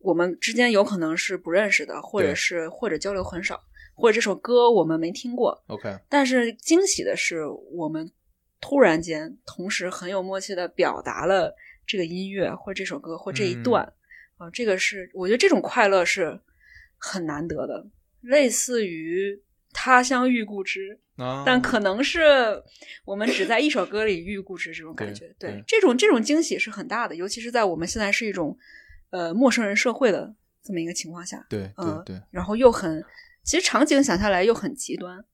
Speaker 3: 我们之间有可能是不认识的，或者
Speaker 1: 对
Speaker 3: 是或者交流很少，或者这首歌我们没听过。
Speaker 1: OK，
Speaker 3: 但是惊喜的是，我们突然间同时很有默契的表达了这个音乐或者这首歌或这一
Speaker 1: 嗯
Speaker 3: 段啊、这个是我觉得这种快乐是很难得的，类似于他乡遇故知。
Speaker 1: 啊
Speaker 3: 但可能是我们只在一首歌里遇故知这种感觉。
Speaker 1: 对
Speaker 3: 对，
Speaker 1: 对
Speaker 3: 这种这种惊喜是很大的，尤其是在我们现在是一种呃陌生人社会的这么一个情况下，
Speaker 1: 对对
Speaker 3: 嗯
Speaker 1: 对，
Speaker 3: 然后又很，其实场景想下来又很极端。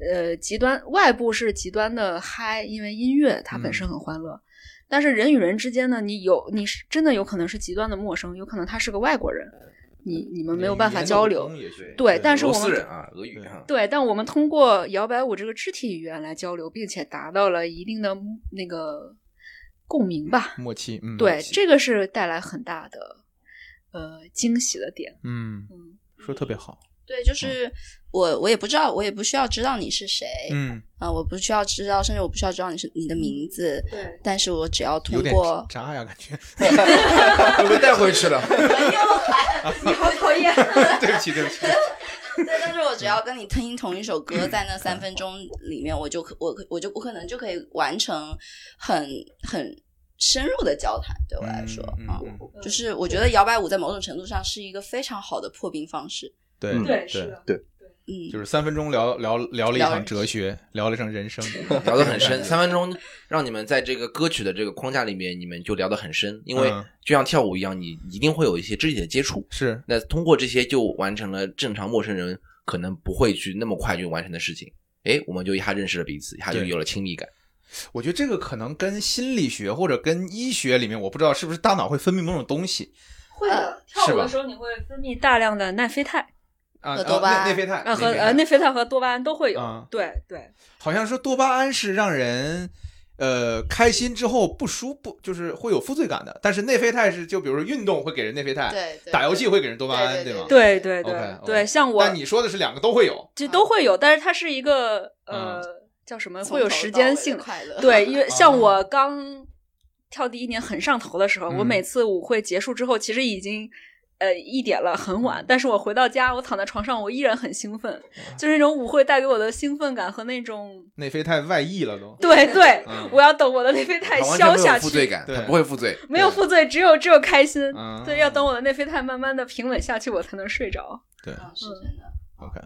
Speaker 3: 呃，极端外部是极端的嗨，因为音乐它本身很欢乐。但是人与人之间呢，你有你是真的有可能是极端的陌生，有可能他是个外国人，你你们没有办法交流。对但是
Speaker 2: 俄
Speaker 3: 我
Speaker 2: 罗斯
Speaker 3: 们
Speaker 2: 人啊，俄语啊，
Speaker 3: 对，但我们通过摇摆舞这个肢体语言来交流，并且达到了一定的那个共鸣吧。
Speaker 1: 默契，嗯，
Speaker 3: 对，这个是带来很大的呃惊喜的点。
Speaker 1: 嗯，
Speaker 3: 嗯，
Speaker 1: 说特别好，
Speaker 4: 对，就是我，我也不知道，我也不需要知道你是谁，
Speaker 3: 哎
Speaker 1: 嗯，
Speaker 4: 啊、我不需要知道，甚至我不需要知道你是你的名字，
Speaker 6: 对，
Speaker 4: 但是我只要通
Speaker 1: 有点
Speaker 4: 过，
Speaker 1: 渣呀，感觉。
Speaker 2: 我被带回去了。
Speaker 6: 你好讨厌。
Speaker 1: 对不起，对不起，
Speaker 4: 对，但是我只
Speaker 1: 嗯
Speaker 4: 要跟你听同一首歌，在那三分钟里面，我就可我可我就我可能就可以完成很很深入的交谈，对我来说
Speaker 1: 嗯
Speaker 4: 啊、
Speaker 1: 嗯
Speaker 6: 嗯
Speaker 4: 就是我觉得摇摆舞在某种程度上是一个非常好的破冰方式，
Speaker 1: 对
Speaker 5: 嗯
Speaker 6: 对，是的，
Speaker 4: 嗯，
Speaker 1: 就是三分钟聊聊聊了一
Speaker 4: 聊
Speaker 1: 场
Speaker 4: 人
Speaker 1: 哲学，聊了一场人生，
Speaker 2: 聊得很深，三分钟让你们在这个歌曲的这个框架里面，你们就聊得很深，因为
Speaker 1: 嗯
Speaker 2: 就像跳舞一样，你一定会有一些肢体的接触。
Speaker 1: 是
Speaker 2: 那通过这些就完成了正常陌生人可能不会去那么快就完成的事情。哎，我们就一下认识了彼此，一下就
Speaker 1: 对
Speaker 2: 有了亲密感。
Speaker 1: 我觉得这个可能跟心理学或者跟医学里面，我不知道是不是大脑会分泌某种东西
Speaker 6: 会的。
Speaker 1: 呃
Speaker 6: 跳
Speaker 1: 是吧
Speaker 6: 舞的时候你会分泌，
Speaker 3: 你大量的奈非肽
Speaker 1: 啊，
Speaker 4: 和
Speaker 1: 啊
Speaker 4: 多巴
Speaker 1: 内
Speaker 4: 胺
Speaker 1: 内啡肽
Speaker 3: 啊
Speaker 1: 内
Speaker 3: 和
Speaker 1: 啡
Speaker 3: 呃
Speaker 1: 肽
Speaker 3: 内啡肽和多巴胺都会有。
Speaker 1: 嗯
Speaker 3: 对对，
Speaker 1: 好像说多巴胺是让人呃开心之后不舒不就是会有负罪感的，但是内啡肽是就比如说运动会给人内啡肽，
Speaker 4: 对对
Speaker 1: 打游戏会给人多巴胺，
Speaker 4: 对对
Speaker 1: 吗？
Speaker 3: 对对对
Speaker 1: OK，OK
Speaker 3: 对，像我
Speaker 1: 但你说的是两个都会有，
Speaker 3: 就都会有，但是它是一个呃、
Speaker 1: 嗯
Speaker 3: 叫什么，
Speaker 4: 从
Speaker 3: 会有
Speaker 4: 头
Speaker 3: 时
Speaker 4: 到
Speaker 3: 间
Speaker 4: 尾
Speaker 3: 性的。
Speaker 4: 快乐，
Speaker 3: 对， 因为像
Speaker 1: 啊
Speaker 3: 我刚跳第一年很上头的时候，我
Speaker 1: 嗯
Speaker 3: 每次舞会结束之后，其实已经呃一点了，很
Speaker 1: 嗯
Speaker 3: 晚。但是我回到家，我躺在床上，我依然很兴奋，就是那种舞会带给我的兴奋感和 那种
Speaker 1: 内啡肽外溢了都。
Speaker 3: 对对，
Speaker 1: 嗯
Speaker 3: 我要等我的内啡肽
Speaker 2: 他完全
Speaker 3: 消
Speaker 2: 没有
Speaker 3: 下
Speaker 2: 负罪
Speaker 3: 去。
Speaker 2: 感，
Speaker 1: 对
Speaker 2: 他不会负罪。
Speaker 3: 没有负罪，只有只有开心。
Speaker 1: 嗯
Speaker 3: 对，要等我的内啡肽慢慢的平稳下去，我才能睡着。
Speaker 1: 对
Speaker 4: 嗯，是真的。
Speaker 1: ，OK，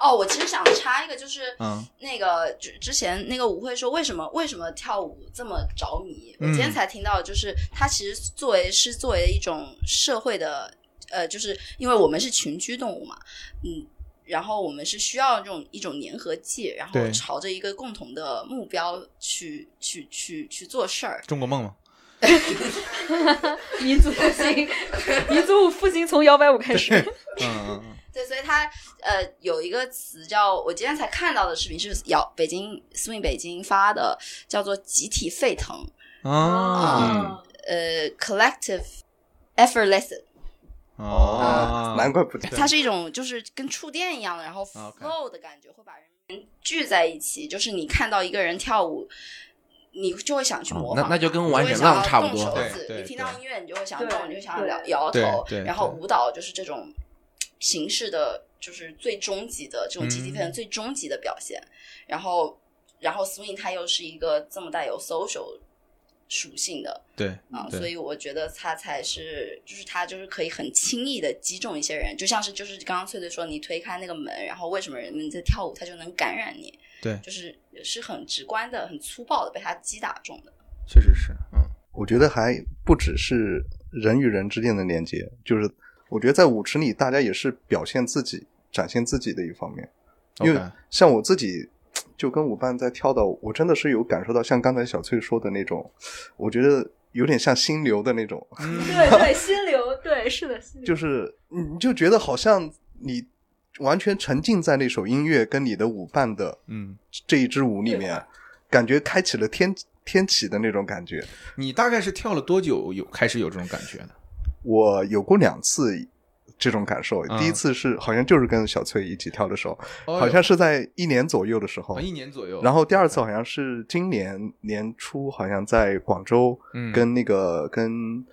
Speaker 4: 哦，我其实想插一个，就是
Speaker 1: 嗯
Speaker 4: 那个之、之前那个舞会说为什么为什么跳舞这么着迷？我今天
Speaker 1: 嗯
Speaker 4: 才听到，就是它其实作为是作为一种社会的，呃，就是因为我们是群居动物嘛，嗯。然后我们是需要这种一种粘合剂，然后
Speaker 1: 对
Speaker 4: 朝着一个共同的目标去去去去做事儿。
Speaker 1: 中国梦嘛，
Speaker 3: 民族复兴， 民族复兴从摇摆舞开始。
Speaker 1: 嗯嗯
Speaker 4: 对，所以它呃有一个词叫我今天才看到的视频是姚北京 swing 北京发的，叫做集体沸腾。
Speaker 1: 嗯啊
Speaker 2: 嗯
Speaker 4: 呃 collective effortless，
Speaker 1: 啊，
Speaker 5: 难怪不对
Speaker 4: 它是一种就是跟触电一样的，然后
Speaker 1: OK
Speaker 4: flow 的感觉，会把人聚在一起。就是你看到一个人跳舞，你就会想去模
Speaker 2: 哦那
Speaker 4: 仿。
Speaker 2: 那就跟玩
Speaker 4: 你
Speaker 2: 人
Speaker 4: 就会想
Speaker 2: 浪
Speaker 4: 要
Speaker 2: 差不
Speaker 4: 动手
Speaker 2: 多。
Speaker 1: 对
Speaker 4: 指
Speaker 1: 对
Speaker 4: 你听到
Speaker 1: 对
Speaker 4: 音乐，你就会想
Speaker 6: 对
Speaker 4: 动，你就想
Speaker 6: 对
Speaker 4: 摇摇
Speaker 1: 对
Speaker 4: 头
Speaker 1: 对。
Speaker 4: 然后
Speaker 1: 对
Speaker 4: 舞蹈就是这种形式的，就是最终极的这种集体
Speaker 1: 嗯
Speaker 4: 氛围最终极的表现。然后，然后 swing 它又是一个这么带有 social 属性的，
Speaker 1: 对
Speaker 4: 啊，
Speaker 1: 对
Speaker 4: 所以我觉得他才是，就是他就是可以很轻易的击中一些人，就像是就是刚刚翠翠说，你推开那个门，然后为什么人们在跳舞，他就能感染你，
Speaker 1: 对
Speaker 4: 就是是很直观的、很粗暴的被他击打中的。
Speaker 1: 确实是，嗯
Speaker 5: 我觉得还不只是人与人之间的连接，就是我觉得在舞池里，大家也是表现自己、展现自己的一方面。因为
Speaker 1: OK
Speaker 5: 像我自己，就跟舞伴在跳的，我真的是有感受到，像刚才小翠说的那种，我觉得有点像心流的那种，
Speaker 3: 嗯
Speaker 6: 对对，心流，对，是的，心流
Speaker 5: 就是你你就觉得好像你完全沉浸在那首音乐跟你的舞伴的
Speaker 1: 嗯，
Speaker 5: 这一支舞里面，感觉开启了天天启的那种感觉。
Speaker 1: 你大概是跳了多久有开始有这种感觉的？
Speaker 5: 我有过两次这种感受，
Speaker 1: 嗯
Speaker 5: 第一次是好像就是跟小翠一起跳的时候，
Speaker 1: 哦
Speaker 5: 好像
Speaker 1: 是、
Speaker 5: 是在一年左右的时候
Speaker 1: 啊。一年左右。
Speaker 5: 然后第二次好像是今年年初，好像在广州
Speaker 1: 嗯
Speaker 5: 跟那个、跟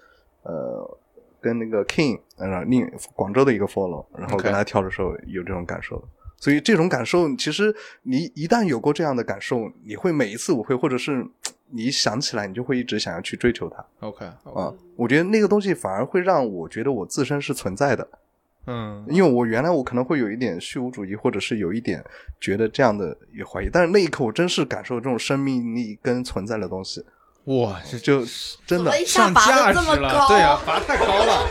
Speaker 5: 呃跟那个 King，然后另广州的一个 follow，然后
Speaker 1: OK
Speaker 5: 跟他跳的时候有这种感受。所以这种感受，其实你一旦有过这样的感受，你会每一次舞会，或者是你想起来，你就会一直想要去追求它。
Speaker 1: OK，
Speaker 5: 啊，我觉得那个东西反而会让我觉得我自身是存在的，
Speaker 1: 嗯
Speaker 5: 因为我原来我可能会有一点虚无主义，或者是有一点觉得这样的也怀疑，但是那一刻我真是感受这种生命力跟存在的东西，
Speaker 1: 哇，这
Speaker 5: 就真的
Speaker 4: 怎么一
Speaker 1: 上
Speaker 4: 下哎拔
Speaker 1: 价
Speaker 4: 得
Speaker 1: 值
Speaker 4: 这么
Speaker 1: 了，
Speaker 4: 高
Speaker 1: 对啊，拔太高了，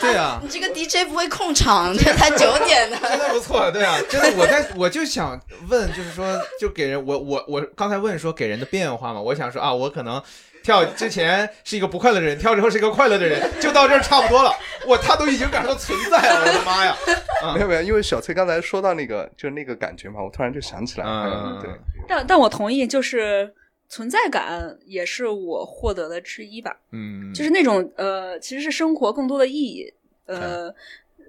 Speaker 1: 对啊，
Speaker 4: 你这个 DJ 不会控场， 这才九点呢。
Speaker 1: 真的不错，对啊，真的，我在我就想问，就是说，就给人我我我刚才问说给人的变化嘛，我想说啊，我可能跳之前是一个不快乐的人，跳之后是一个快乐的人，就到这儿差不多了。我他都已经感受到存在了，我的妈呀！
Speaker 5: 没有没有，因为小崔刚才说到那个就是那个感觉嘛，我突然就想起来，
Speaker 1: 嗯
Speaker 5: 嗯，对，
Speaker 3: 但但我同意，就是存在感也是我获得的之一吧，
Speaker 1: 嗯，
Speaker 3: 就是那种呃，其实是生活更多的意义，
Speaker 1: 啊
Speaker 3: 呃。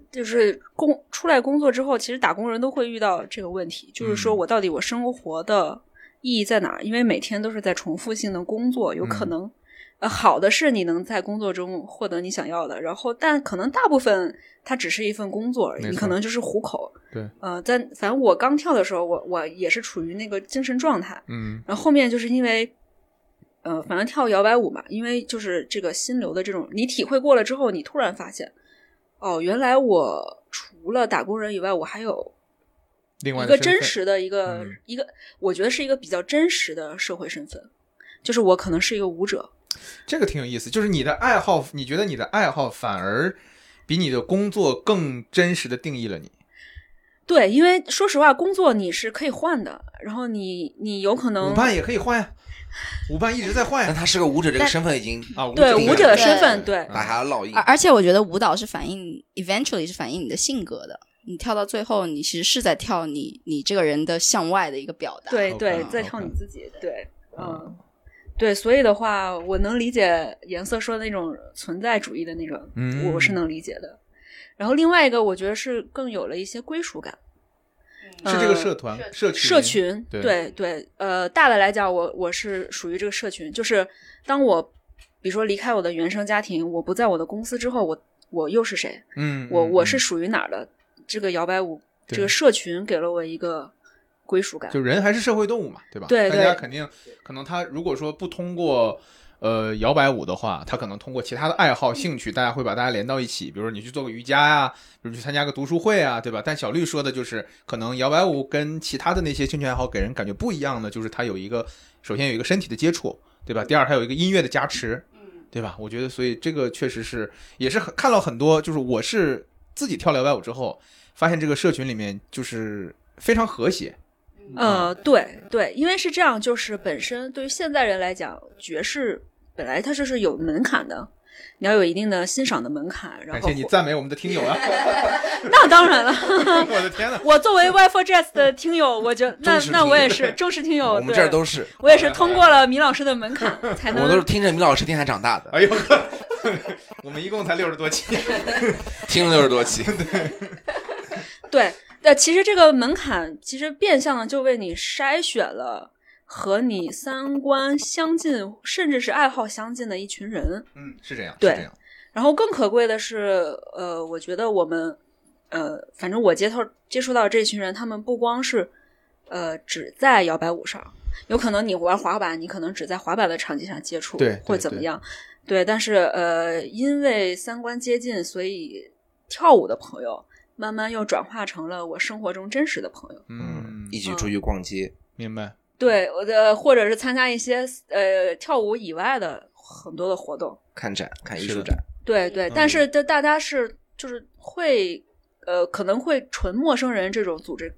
Speaker 3: 就是工出来工作之后，其实打工人都会遇到这个问题，就是说
Speaker 1: 嗯
Speaker 3: 我到底我生活的意义在哪儿？因为每天都是在重复性的工作，有可
Speaker 1: 嗯
Speaker 3: 能，呃，好的是你能在工作中获得你想要的，然后但可能大部分它只是一份工作而已，
Speaker 1: 没
Speaker 3: 你
Speaker 1: 错
Speaker 3: 可能就是糊口。
Speaker 1: 对，
Speaker 3: 呃，但反正我刚跳的时候，我我也是处于那个精神状态，
Speaker 1: 嗯
Speaker 3: 然后后面就是因为，呃，反正跳摇摆舞嘛，因为就是这个心流的这种，你体会过了之后，你突然发现，哦，原来我除了打工人以外，我还有
Speaker 1: 另外
Speaker 3: 一
Speaker 1: 的
Speaker 3: 个
Speaker 1: 身
Speaker 3: 真
Speaker 1: 份
Speaker 3: 实的一个、
Speaker 1: 嗯
Speaker 3: 一个，我觉得是一个比较真实的社会身份，就是我可能是一个舞者，
Speaker 1: 这个挺有意思，就是你的爱好，你觉得你的爱好反而比你的工作更真实的定义了你。
Speaker 3: 对，因为说实话，工作你是可以换的，然后你你有可能
Speaker 1: 舞伴也可以换呀，舞伴一直在换
Speaker 2: 但
Speaker 1: 呀。
Speaker 2: 他是个舞者，这个身份已经
Speaker 1: 啊，舞
Speaker 3: 对
Speaker 1: 者
Speaker 3: 舞者的身
Speaker 4: 对啊
Speaker 3: 份，对，
Speaker 2: 打下了烙印
Speaker 4: 而。而且我觉得舞蹈是反映，eventually 是反映你的性格的。你跳到最后，你其实是在跳你你这个人的向外的一个表达。
Speaker 3: 对
Speaker 1: OK，
Speaker 3: 对，在
Speaker 1: OK
Speaker 3: 跳你自己，对，嗯，对，所以的话，我能理解颜色说的那种存在主义的那种，
Speaker 1: 嗯
Speaker 3: 我是能理解的。然后另外一个，我觉得是更有了一些归属感，
Speaker 4: 嗯
Speaker 1: 是这个社团、
Speaker 4: 嗯
Speaker 1: 社群、
Speaker 3: 呃社群，
Speaker 1: 对
Speaker 3: 对对，呃，大的来讲，我我是属于这个社群，就是当我比如说离开我的原生家庭，我不在我的公司之后，我我又是谁？
Speaker 1: 嗯，
Speaker 3: 我
Speaker 1: 嗯
Speaker 3: 我是属于哪儿的？这个摇摆舞，这
Speaker 1: 对
Speaker 3: 个社群给了我一个归属感
Speaker 1: 就。人还是社会动物嘛，对吧？
Speaker 3: 对
Speaker 1: 大家
Speaker 3: 对
Speaker 1: 肯定可能他如果说不通过呃摇摆舞的话，他可能通过其他的爱好、兴趣，大家会把大家连到一起。比如说你去做个瑜伽呀、比如去参加个读书会啊，对吧？但小绿说的就是，可能摇摆舞跟其他的那些兴趣爱好给人感觉不一样的，就是它有一个首先有一个身体的接触，对吧？第二，它有一个音乐的加持，对吧？我觉得，所以这个确实是也是很看到很多，就是我是自己跳了摇摆舞之后，发现这个社群里面就是非常和谐，
Speaker 2: 嗯
Speaker 3: 呃，对对，因为是这样，就是本身对于现代人来讲，爵士本来它就是有门槛的，你要有一定的欣赏的门槛。然
Speaker 1: 感
Speaker 3: 后
Speaker 1: 谢你赞美我们的听友 啊！
Speaker 3: 那当然了，
Speaker 1: 我的天呐，
Speaker 3: 我作为 Y for Jazz 的听友，我觉得那
Speaker 2: 忠实
Speaker 3: 那
Speaker 2: 听
Speaker 3: 我
Speaker 2: 友
Speaker 3: 也是忠实听友，
Speaker 2: 我们
Speaker 3: 对
Speaker 2: 这儿都是，
Speaker 3: 我也是通过了米老师的门槛 才
Speaker 2: 我们都是
Speaker 3: 能。
Speaker 2: 听着米老师电台长大的，
Speaker 1: 哎呦，我们一共才六十多期。
Speaker 2: 听了六十多 期。
Speaker 3: 对，但其实这个门槛其实变相的就为你筛选了和你三观相近，甚至是爱好相近的一群人。
Speaker 1: 嗯，是这样，
Speaker 3: 对
Speaker 1: 是这样。
Speaker 3: 然后更可贵的是，呃，我觉得我们呃，反正我接头接触到这群人，他们不光是呃只在摇摆舞上，有可能你玩滑板，你可能只在滑板的场景上接触，
Speaker 1: 对对
Speaker 3: 或怎么
Speaker 1: 对
Speaker 3: 样，对。但是呃，因为三观接近，所以跳舞的朋友慢慢又转化成了我生活中真实的朋友。
Speaker 1: 嗯，
Speaker 2: 一起出去逛街，
Speaker 1: 明白。
Speaker 3: 对，我的或者是参加一些呃跳舞以外的很多的活动，
Speaker 2: 看展，看艺
Speaker 1: 是
Speaker 2: 术
Speaker 1: 的
Speaker 2: 展，
Speaker 3: 对对，
Speaker 1: 嗯
Speaker 3: 但是这大家是就是会呃，可能会纯陌生人这种组织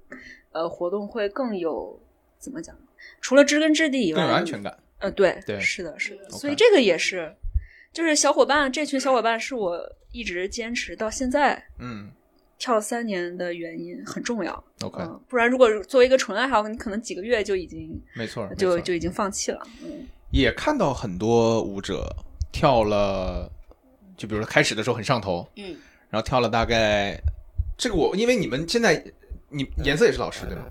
Speaker 3: 呃活动会更有怎么讲呢？除了知根知底以外，
Speaker 1: 更有安全。感。
Speaker 3: 呃，对
Speaker 1: 对
Speaker 3: 是的，是的。
Speaker 1: OK
Speaker 3: 所以这个也是，就是小伙伴这群小伙伴是我一直坚持到现在
Speaker 1: 嗯
Speaker 3: 跳三年的原因很重要。
Speaker 1: ，OK，
Speaker 3: 嗯、不然如果作为一个纯爱好，你可能几个月就已经
Speaker 1: 没错，没
Speaker 3: 就
Speaker 1: 错
Speaker 3: 就已经放弃了。嗯，
Speaker 1: 也看到很多舞者跳了，就比如说开始的时候很上头，
Speaker 4: 嗯，
Speaker 1: 然后跳了大概这个我因为你们现在你颜色也是老师对吗？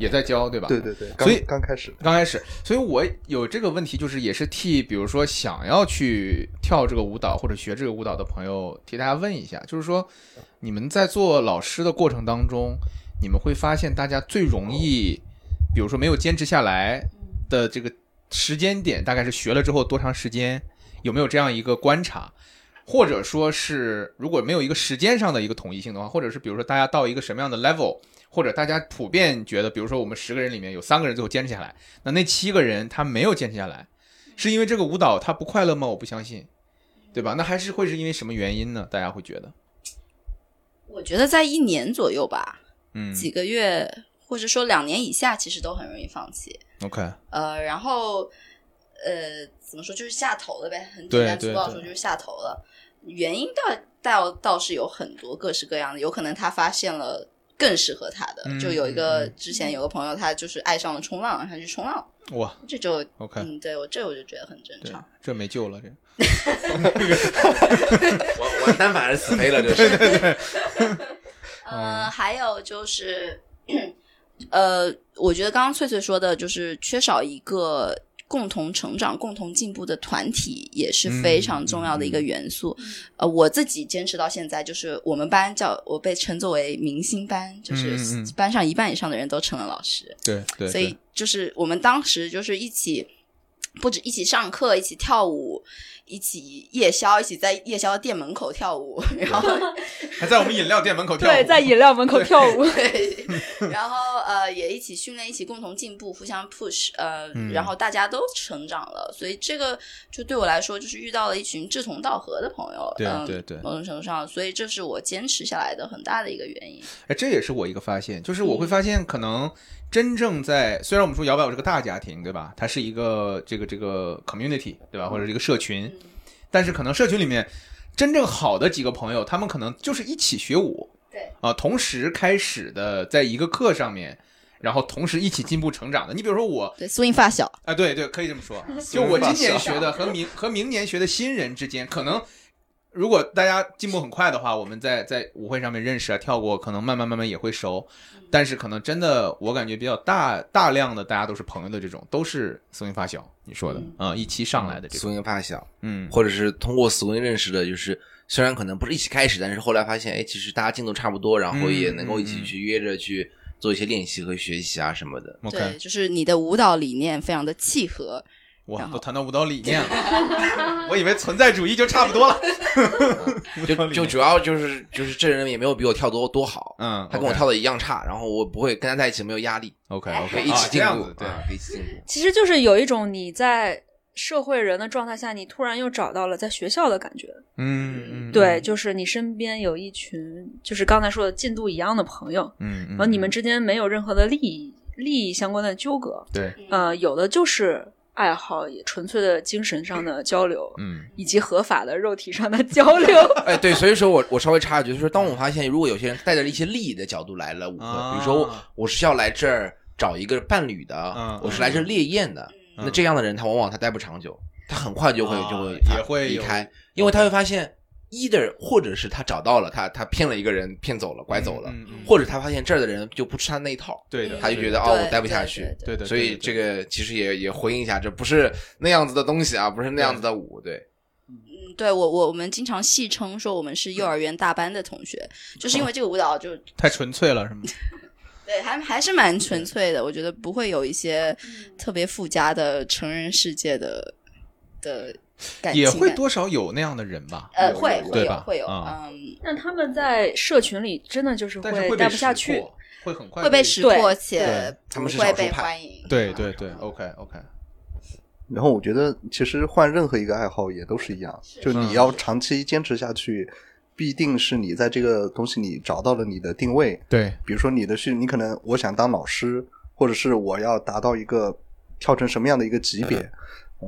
Speaker 1: 也在教对吧？
Speaker 5: 对对对，
Speaker 1: 所以
Speaker 5: 刚刚开始，
Speaker 1: 刚开始，所以我有这个问题，就是也是替比如说想要去跳这个舞蹈或者学这个舞蹈的朋友替大家问一下，就是说你们在做老师的过程当中，你们会发现大家最容易，比如说没有坚持下来的这个时间点，大概是学了之后多长时间，有没有这样一个观察？或者说是，如果没有一个时间上的一个统一性的话，或者是比如说大家到一个什么样的 level，或者大家普遍觉得，比如说我们十个人里面有三个人最后坚持下来，那那七个人他没有坚持下来，是因为这个舞蹈他不快乐吗？我不相信，对吧？那还是会是因为什么原因呢？大家会觉得，
Speaker 4: 我觉得在一年左右吧，
Speaker 1: 嗯
Speaker 4: 几个月或者说两年以下，其实都很容易放弃。
Speaker 1: ，OK，
Speaker 4: 呃，然后呃，怎么说就是下头了呗，很
Speaker 1: 对
Speaker 4: 简单粗
Speaker 1: 对
Speaker 4: 暴
Speaker 1: 对
Speaker 4: 说就是下头了。原因倒倒倒是有很多各式各样的，有可能他发现了更适合他的，
Speaker 1: 嗯
Speaker 4: 就有一个
Speaker 1: 嗯嗯
Speaker 4: 之前有个朋友，他就是爱上了冲浪，然后他去冲浪，
Speaker 1: 哇
Speaker 4: 这就
Speaker 1: ，OK，
Speaker 4: 嗯，对我这我就觉得很正
Speaker 1: 对
Speaker 4: 常。，
Speaker 1: 这没救了，这
Speaker 2: 我我单反是死飞了，这是。
Speaker 1: 嗯
Speaker 4: 呃，还有就是，呃，我觉得刚刚翠翠说的，就是缺少一个共同成长、共同进步的团体，也是
Speaker 1: 嗯
Speaker 4: 非常重要的一个元素。呃，我自己坚持到现在，就是我们班叫我被称作为明星班，就
Speaker 1: 嗯嗯
Speaker 4: 是
Speaker 1: 嗯
Speaker 4: 班上一半以上的人都成了老师。
Speaker 1: 对对，
Speaker 4: 所以就是我们当时就是一起，不止一起上课，一起跳舞，一起夜宵，一起在夜宵店门口跳舞，然后
Speaker 1: 对还在我们饮料店门口跳舞，
Speaker 3: 对，在饮料门口跳舞，
Speaker 4: 对， 然后呃也一起训练，一起共同进步，互相 push，呃，
Speaker 1: 嗯
Speaker 4: 然后大家都成长了，所以这个就对我来说就是遇到了一群志同道合的朋友，
Speaker 1: 对
Speaker 4: 嗯
Speaker 1: 对对
Speaker 4: 某种程度上，所以这是我坚持下来的很大的一个原因。
Speaker 1: 哎，这也是我一个发现，就是我会发现，可能真正在虽然我们说摇摆舞是个大家庭，对吧？它是一个这个这个 community，对吧？或者是一个社群，但是可能社群里面真正好的几个朋友，他们可能就是一起学舞，
Speaker 4: 对
Speaker 1: 啊、同时开始的在一个课上面，然后同时一起进步成长的。你比如说我，
Speaker 4: 对，swing 发小，
Speaker 1: 啊，对对，可以这么 说。就我今年学的和明和明年学的新人之间，可能如果大家进步很快的话，我们在在舞会上面认识啊，跳过，可能慢慢慢慢也会熟。
Speaker 3: 嗯
Speaker 1: 但是可能真的，我感觉比较大大量的大家都是朋友的这种，都是私音发小，你说的
Speaker 3: 嗯
Speaker 1: 啊、一期上来的这种，
Speaker 2: 怂人发小，
Speaker 1: 嗯，
Speaker 2: 或者是通过怂人认识的，就是虽然可能不是一起开始，但是后来发现，哎，其实大家进度差不多，然后也能够
Speaker 1: 嗯
Speaker 2: 一
Speaker 1: 嗯
Speaker 2: 起
Speaker 1: 嗯
Speaker 2: 去约着去做一些练习和学习啊什么的。
Speaker 4: 对，
Speaker 1: ，OK，
Speaker 4: 就是你的舞蹈理念非常的契合，
Speaker 1: 哇，
Speaker 4: 然后
Speaker 1: 都谈到舞蹈理念了， 我以为存在主义就差不多了，
Speaker 2: 就就主要就是就是这人也没有比我跳多多好，
Speaker 1: 嗯，
Speaker 2: 他跟我跳的一样差，然后我不会跟他在一起没有压力，
Speaker 1: OK
Speaker 2: 可
Speaker 1: OK，哦
Speaker 2: 以一起
Speaker 1: 这
Speaker 2: 进
Speaker 1: 样
Speaker 2: 步
Speaker 1: 子，对，
Speaker 2: 啊可以一起进步。
Speaker 3: 其实就是有一种你在社会人的状态下，你突然又找到了在学校的感觉。
Speaker 1: 嗯嗯，
Speaker 3: 对，就是你身边有一群，就是刚才说的进度一样的朋友，
Speaker 1: 嗯，嗯，
Speaker 3: 然后你们之间没有任何的利益利益相关的纠葛，
Speaker 1: 对，
Speaker 3: 呃，有的就是爱好，也纯粹的精神上的交流，
Speaker 1: 嗯
Speaker 3: 以及合法的肉体上的交流。
Speaker 2: 哎，对，所以说我我稍微插一句，就是当我发现如果有些人带着一些利益的角度来了舞会，
Speaker 1: 啊
Speaker 2: 比如说我我是要来这儿找一个伴侣的，
Speaker 1: 嗯
Speaker 2: 我是来这儿烈焰的，
Speaker 1: 嗯
Speaker 2: 那这样的人他往往他待不长久，他很快就会
Speaker 1: 啊
Speaker 2: 就会
Speaker 1: 也会
Speaker 2: 离
Speaker 1: 有
Speaker 2: 开，因为他会发现 either 或者是他找到了他他骗了一个人骗走了拐走了，
Speaker 1: 嗯嗯嗯
Speaker 2: 或者他发现这儿的人就不吃他那一套，
Speaker 1: 嗯对的，
Speaker 2: 他就觉得
Speaker 4: 嗯对
Speaker 2: 哦我待不下
Speaker 4: 对
Speaker 2: 去
Speaker 4: 对，
Speaker 1: 对
Speaker 4: 对
Speaker 1: 的，
Speaker 2: 所以这个其实也也回应一下，这不是那样子的东西啊，不是那样子的舞，对，
Speaker 4: 嗯，对我我我们经常戏称说我们是幼儿园大班的同学，就是因为这个舞蹈就
Speaker 1: 太纯粹了，是吗？
Speaker 4: 对，还还是蛮纯粹的，我觉得不会有一些特别附加的成人世界的的感情
Speaker 1: 也
Speaker 4: 感。
Speaker 1: 会多少有那样的人吧，
Speaker 4: 呃
Speaker 1: 有
Speaker 4: 会
Speaker 1: 有
Speaker 4: 会
Speaker 1: 对
Speaker 4: 有
Speaker 1: 吧？
Speaker 4: 会有
Speaker 1: 啊，
Speaker 4: 嗯
Speaker 3: 但他们在社群里真的就是
Speaker 1: 但是
Speaker 3: 会
Speaker 1: 会
Speaker 3: 待
Speaker 1: 被
Speaker 3: 不下
Speaker 1: 识
Speaker 3: 去，
Speaker 1: 破，会很快
Speaker 4: 会被识
Speaker 3: 对
Speaker 4: 破
Speaker 1: 对
Speaker 4: 且
Speaker 2: 他们是
Speaker 4: 不会
Speaker 2: 少数
Speaker 4: 被
Speaker 2: 派
Speaker 4: 欢迎。
Speaker 1: 对
Speaker 4: 嗯
Speaker 1: 对对，OK 哦 OK，
Speaker 5: 然后我觉得，其实换任何一个爱好也都是一样，就你要长期坚持下去，必定是你在这个东西里找到了你的定位。
Speaker 1: 对，
Speaker 5: 比如说你的是，你可能我想当老师，或者是我要达到一个跳成什么样的一个级别，嗯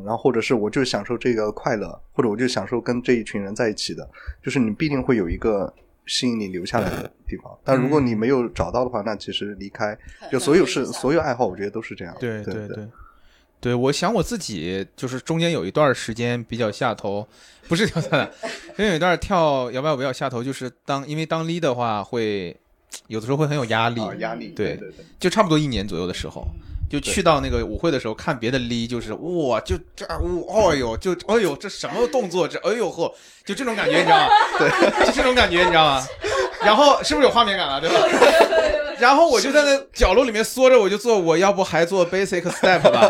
Speaker 5: 然后或者是我就享受这个快乐，或者我就享受跟这一群人在一起的，就是你必定会有一个吸引你留下来的地方。
Speaker 1: 嗯
Speaker 5: 但如果你没有找到的话，那其实离开
Speaker 4: 很
Speaker 5: 就
Speaker 4: 很
Speaker 5: 所有
Speaker 4: 会
Speaker 5: 事
Speaker 4: 影响
Speaker 5: 所有爱好，我觉得都是这样。
Speaker 1: 对
Speaker 5: 对
Speaker 1: 对。对，我想我自己就是中间有一段时间比较下头，不是 跳伞，中间有一段跳摇摆舞比较下头，就是当因为当 lead 的话会有的时候会很有哦压力，
Speaker 5: 啊，压力，
Speaker 1: 对
Speaker 5: 对对，
Speaker 1: 就差不多一年左右的时候，就去到那个舞会的时候，看别的哩，就是哇，就这哇，哎呦，就哎呦，这什么动作？这哎呦嚯，就这种感觉，你知 道吗？对，就这种感觉，你知道吗？然后是不是有画面感了，对吧？然后我就在那角落里面缩着，我就做，我要不还做 basic step 吧，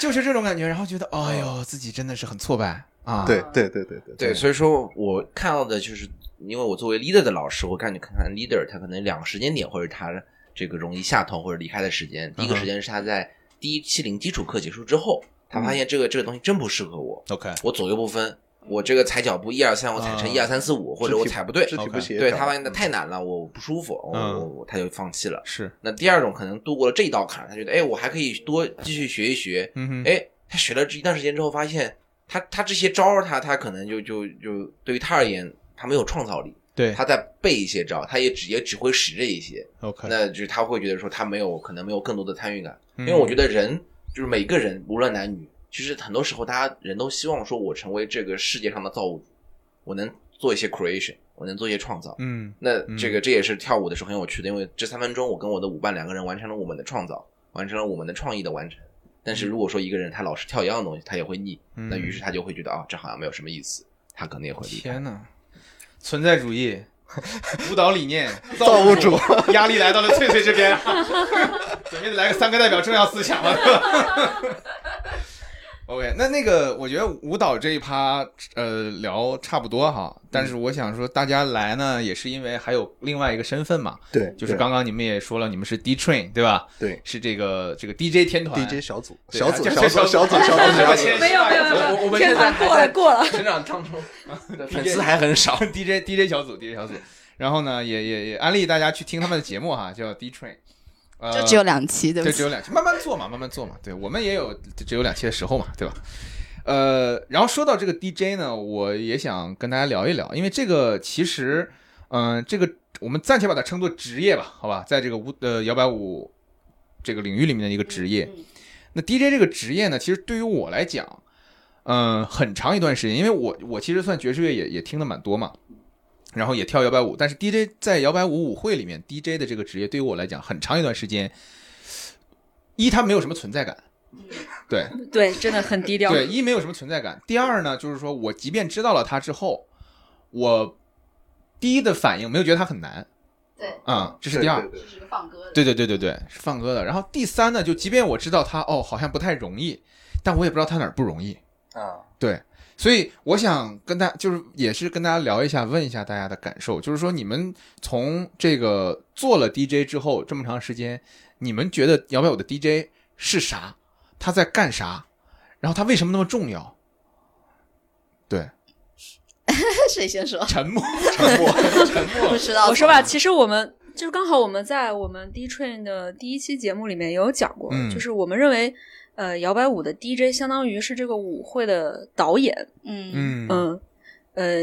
Speaker 1: 就是这种感觉。然后觉得，哎呦，自己真的是很挫败啊。
Speaker 5: 对对对对对
Speaker 2: 对，所以说我看到的就是，因为我作为 leader 的老师，我感觉看看 leader 他可能两个时间点，或者他这个容易下头或者离开的时间。第一个时间是他在第一期零基础课结束之后，他发现这个这个东西真不适合我，
Speaker 1: ，OK，
Speaker 2: 我左右不分，我这个踩脚步一二三，我踩成
Speaker 1: 啊
Speaker 2: 一二三四五，或者我踩不对
Speaker 5: 肢，体不嗯
Speaker 1: OK
Speaker 5: 协调。
Speaker 2: 对他发现的太难了，我不舒服，我
Speaker 1: 嗯
Speaker 2: 我我他就放弃了。
Speaker 1: 是，
Speaker 2: 那第二种可能度过了这一道坎儿，他觉得哎，我还可以多继续学一学，
Speaker 1: 嗯哼，
Speaker 2: 哎，他学了这一段时间之后，发现他他这些招儿，他他可能就就就对于他而言，他没有创造力，
Speaker 1: 对
Speaker 2: 他在背一些招，他也只也只会使这一些，
Speaker 1: ，OK，嗯
Speaker 2: 那就是他会觉得说他没有可能没有更多的参与感，因为我觉得人就是每个人无论男女，其实很多时候大家人都希望说我成为这个世界上的造物主，我能做一些 creation，我能做一些创造。
Speaker 1: 嗯，
Speaker 2: 那这个这也是跳舞的时候很有趣的，因为这三分钟我跟我的舞伴两个人完成了我们的创造，完成了我们的创意的完成。但是如果说一个人他老是跳一样的东西，他也会腻，
Speaker 1: 嗯
Speaker 2: 那于是他就会觉得啊，这好像没有什么意思，他可能也会离开
Speaker 1: 天。哪，存在主 义、舞蹈理念、
Speaker 5: 造物主，
Speaker 1: 压力来到了翠翠这边， 准备来个三个代表重要思想 了。OK，那那个我觉得舞蹈这一趴呃聊差不多哈，但是我想说大家来呢也是因为还有另外一个身份嘛，
Speaker 5: 对，
Speaker 1: 就是刚刚你们也说了，你们是 D Train 对吧？
Speaker 5: 对啊
Speaker 1: 是这个这个 DJ 天团
Speaker 5: DJ 小组
Speaker 1: 对啊
Speaker 5: 小组
Speaker 1: 这
Speaker 5: 小组
Speaker 1: 小组
Speaker 5: 小组小组小组，
Speaker 6: 没有没有没
Speaker 2: 我我
Speaker 6: 有，
Speaker 2: 们
Speaker 6: 天
Speaker 2: 现在
Speaker 6: 团
Speaker 2: 还
Speaker 6: 过了
Speaker 2: 在
Speaker 6: 过了，
Speaker 2: 成长当 中，粉丝还 很少。
Speaker 1: DJ DJ 小组 DJ 小组，然后呢也也也安利大家去听他们的节目哈，叫 D Train，呃，
Speaker 4: 就只有两期，对不
Speaker 1: 就
Speaker 4: 起
Speaker 1: 只。有两期，慢慢做嘛，慢慢做嘛。对我们也有只有两期的时候嘛，对吧？呃，然后说到这个 DJ 呢，我也想跟大家聊一聊，因为这个其实，嗯、这个我们暂且把它称作职业吧，好吧，在这个舞呃摇摆舞这个领域里面的一个职业。那 DJ 这个职业呢，其实对于我来讲，嗯、很长一段时间，因为我我其实算爵士乐也也听的蛮多嘛，然后也跳摇摆舞，但是 DJ 在摇摆舞舞会里面 DJ 的这个职业对于我来讲，很长一段时间，一它没有什么存在感，对
Speaker 3: 对，真的很低调。
Speaker 1: 对，一没有什么存在感。第二呢，就是说我即便知道了它之后，我第一的反应没有觉得它很难，
Speaker 4: 对，
Speaker 1: 嗯，这是第二。
Speaker 5: 对对
Speaker 4: 就是个放歌的。
Speaker 1: 对对对对对，是放歌的。然后第三呢，就即便我知道它哦好像不太容易，但我也不知道它哪儿不容易。
Speaker 5: 对啊，
Speaker 1: 对，所以我想跟大就是也是跟大家聊一下，问一下大家的感受，就是说你们从这个做了 DJ 之后这么长时间，你们觉得摇摆舞的 DJ 是啥？他在干啥？然后他为什么那么重要？对，
Speaker 4: 谁先说？
Speaker 1: 沉 默，沉默，沉
Speaker 4: 不
Speaker 1: 默。
Speaker 4: 知 道。
Speaker 3: 我说吧，其实我们就是刚好我们在我们 D Train 的第一期节目里面也有讲过，
Speaker 1: 嗯
Speaker 3: 就是我们认为，呃，摇摆舞的 DJ 相当于是这个舞会的导演，
Speaker 4: 嗯，
Speaker 1: 嗯
Speaker 3: 嗯，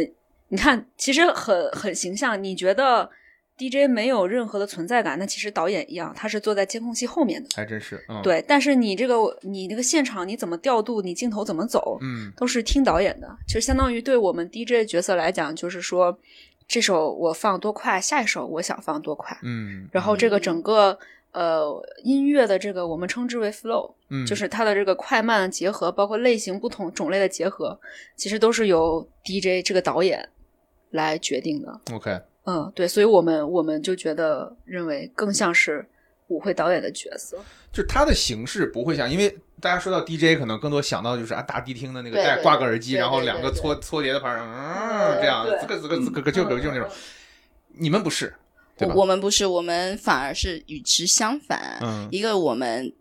Speaker 3: 呃，你看，其实很很形象，你觉得 DJ 没有任何的存在感，那其实导演一样，他是坐在监控器后面的，
Speaker 1: 还真是，嗯，，
Speaker 3: 对，但是你这个你这个现场你怎么调度，你镜头怎么走，
Speaker 1: 嗯
Speaker 3: 都是听导演的，就相当于对我们 DJ 角色来讲，就是说这首我放多快，下一首我想放多快，
Speaker 1: 嗯，
Speaker 3: 然后这个整个呃音乐的这个我们称之为 flow，
Speaker 1: 嗯，
Speaker 3: 就是它的这个快慢结合，包括类型不同种类的结合，其实都是由 DJ 这个导演来决定的。
Speaker 1: OK，
Speaker 3: 嗯，对，所以我们我们就觉得认为更像是舞会导演的角色。
Speaker 1: 就是它的形式不会像，因为大家说到 DJ，可能更多想到就是啊，大迪厅的那个
Speaker 4: 对
Speaker 1: 戴
Speaker 4: 对
Speaker 1: 挂个耳机，
Speaker 4: 对
Speaker 1: 然后
Speaker 4: 对
Speaker 1: 两个
Speaker 4: 对
Speaker 1: 搓搓碟的盘儿，嗯，这样
Speaker 6: 对
Speaker 1: 滋咯滋咯滋咯咯，就就是那种。你们不是，对吧
Speaker 4: 嗯我我们不是，我们反而是与之相反。
Speaker 1: 嗯
Speaker 4: 一个我们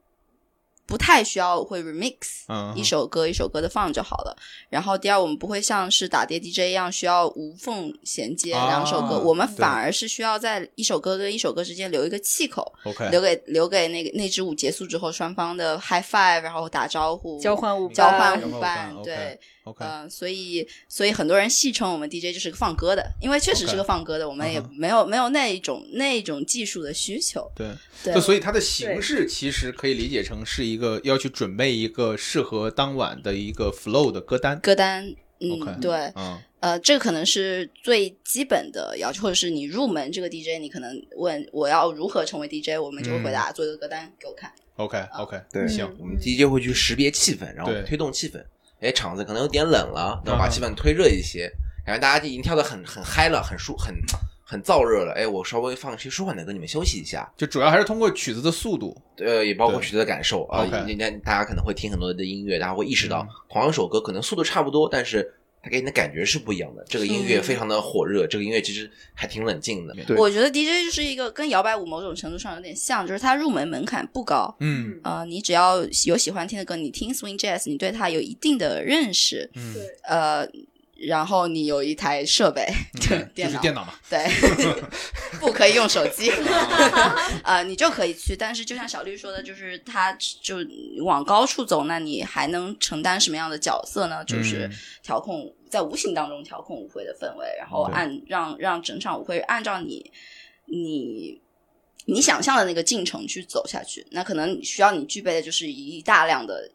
Speaker 4: 不太需要会 remix，、
Speaker 1: 嗯
Speaker 4: 一首歌一首歌的放就好了。然后第二，我们不会像是打碟 DJ 一样需要无缝衔接
Speaker 1: 啊
Speaker 4: 两首歌，我们
Speaker 1: 对
Speaker 4: 反而是需要在一首歌跟一首歌之间留一个气口，
Speaker 1: OK，
Speaker 4: 留给留给那个那支舞结束之后双方的 high five，然后打招呼，
Speaker 3: 交换舞
Speaker 4: 交
Speaker 3: 伴
Speaker 4: 换
Speaker 1: 交换舞伴
Speaker 4: 舞伴，
Speaker 1: ，OK
Speaker 4: 对。
Speaker 1: OK，
Speaker 4: 嗯、所以所以很多人戏称我们 DJ 就是个放歌的，因为确实
Speaker 1: OK
Speaker 4: 是个放歌的，我们也
Speaker 1: 嗯哼
Speaker 4: 没有、没有那一种那一种技术的需求。
Speaker 1: 对，
Speaker 4: 呃对
Speaker 1: 就，所以它的形式其实可以理解成是一个要去准备一个适合当晚的一个 flow 的歌单。
Speaker 4: 歌单，嗯
Speaker 1: OK
Speaker 4: 对，
Speaker 1: 嗯
Speaker 4: 呃，这可能是最基本的要求，或者是你入门这个 DJ，你可能问我要如何成为 DJ，我们就会回
Speaker 1: 嗯
Speaker 4: 答、做一个歌单给我看。
Speaker 1: ，OK
Speaker 4: 啊
Speaker 1: OK，
Speaker 5: 对
Speaker 3: 嗯
Speaker 1: 行，
Speaker 2: 我们 DJ 会去识别气氛，然后
Speaker 1: 对嗯
Speaker 2: 推动气氛。哎，场子可能有点冷了，然后把气氛推热一些，然后大家就已经跳得很很嗨了，很舒很很燥热了。哎，我稍微放一些舒缓的歌，你们休息一下。
Speaker 1: 就主要还是通过曲子的速度。
Speaker 2: 呃，也包括
Speaker 1: 对
Speaker 2: 曲子的感受啊，
Speaker 1: OK
Speaker 2: 人家大家可能会听很多的音乐，大家会意识到，同样一首歌可能速度差不多，但是它给你的感觉是不一样的。这个音乐
Speaker 4: 嗯
Speaker 2: 非常的火热，这个音乐其实还挺冷静的。
Speaker 5: 对
Speaker 4: 我觉得 DJ 就是一个跟摇摆舞某种程度上有点像，就是它入门门槛不高，
Speaker 1: 嗯
Speaker 3: 啊
Speaker 4: 呃，你只要有喜欢听的歌，你听 swing jazz，你对它有一定的认识，
Speaker 1: 嗯，
Speaker 6: 对
Speaker 4: 呃，然后你有一台设备， 对，
Speaker 1: 嗯就
Speaker 4: 电
Speaker 1: 是
Speaker 4: 脑，
Speaker 1: 电脑嘛。
Speaker 4: 对， 不可以用手机， 啊，你就可以去。但是就像小绿说的，就是他就往高处走，那你还能承担什么样的角色呢？就是
Speaker 1: 嗯
Speaker 4: 调控，在无形当中调控舞会的氛围，然后
Speaker 1: 对
Speaker 4: 按让让整场舞会按照你你。你想象的那个进程去走下去，那可能需要你具备的就是一大量的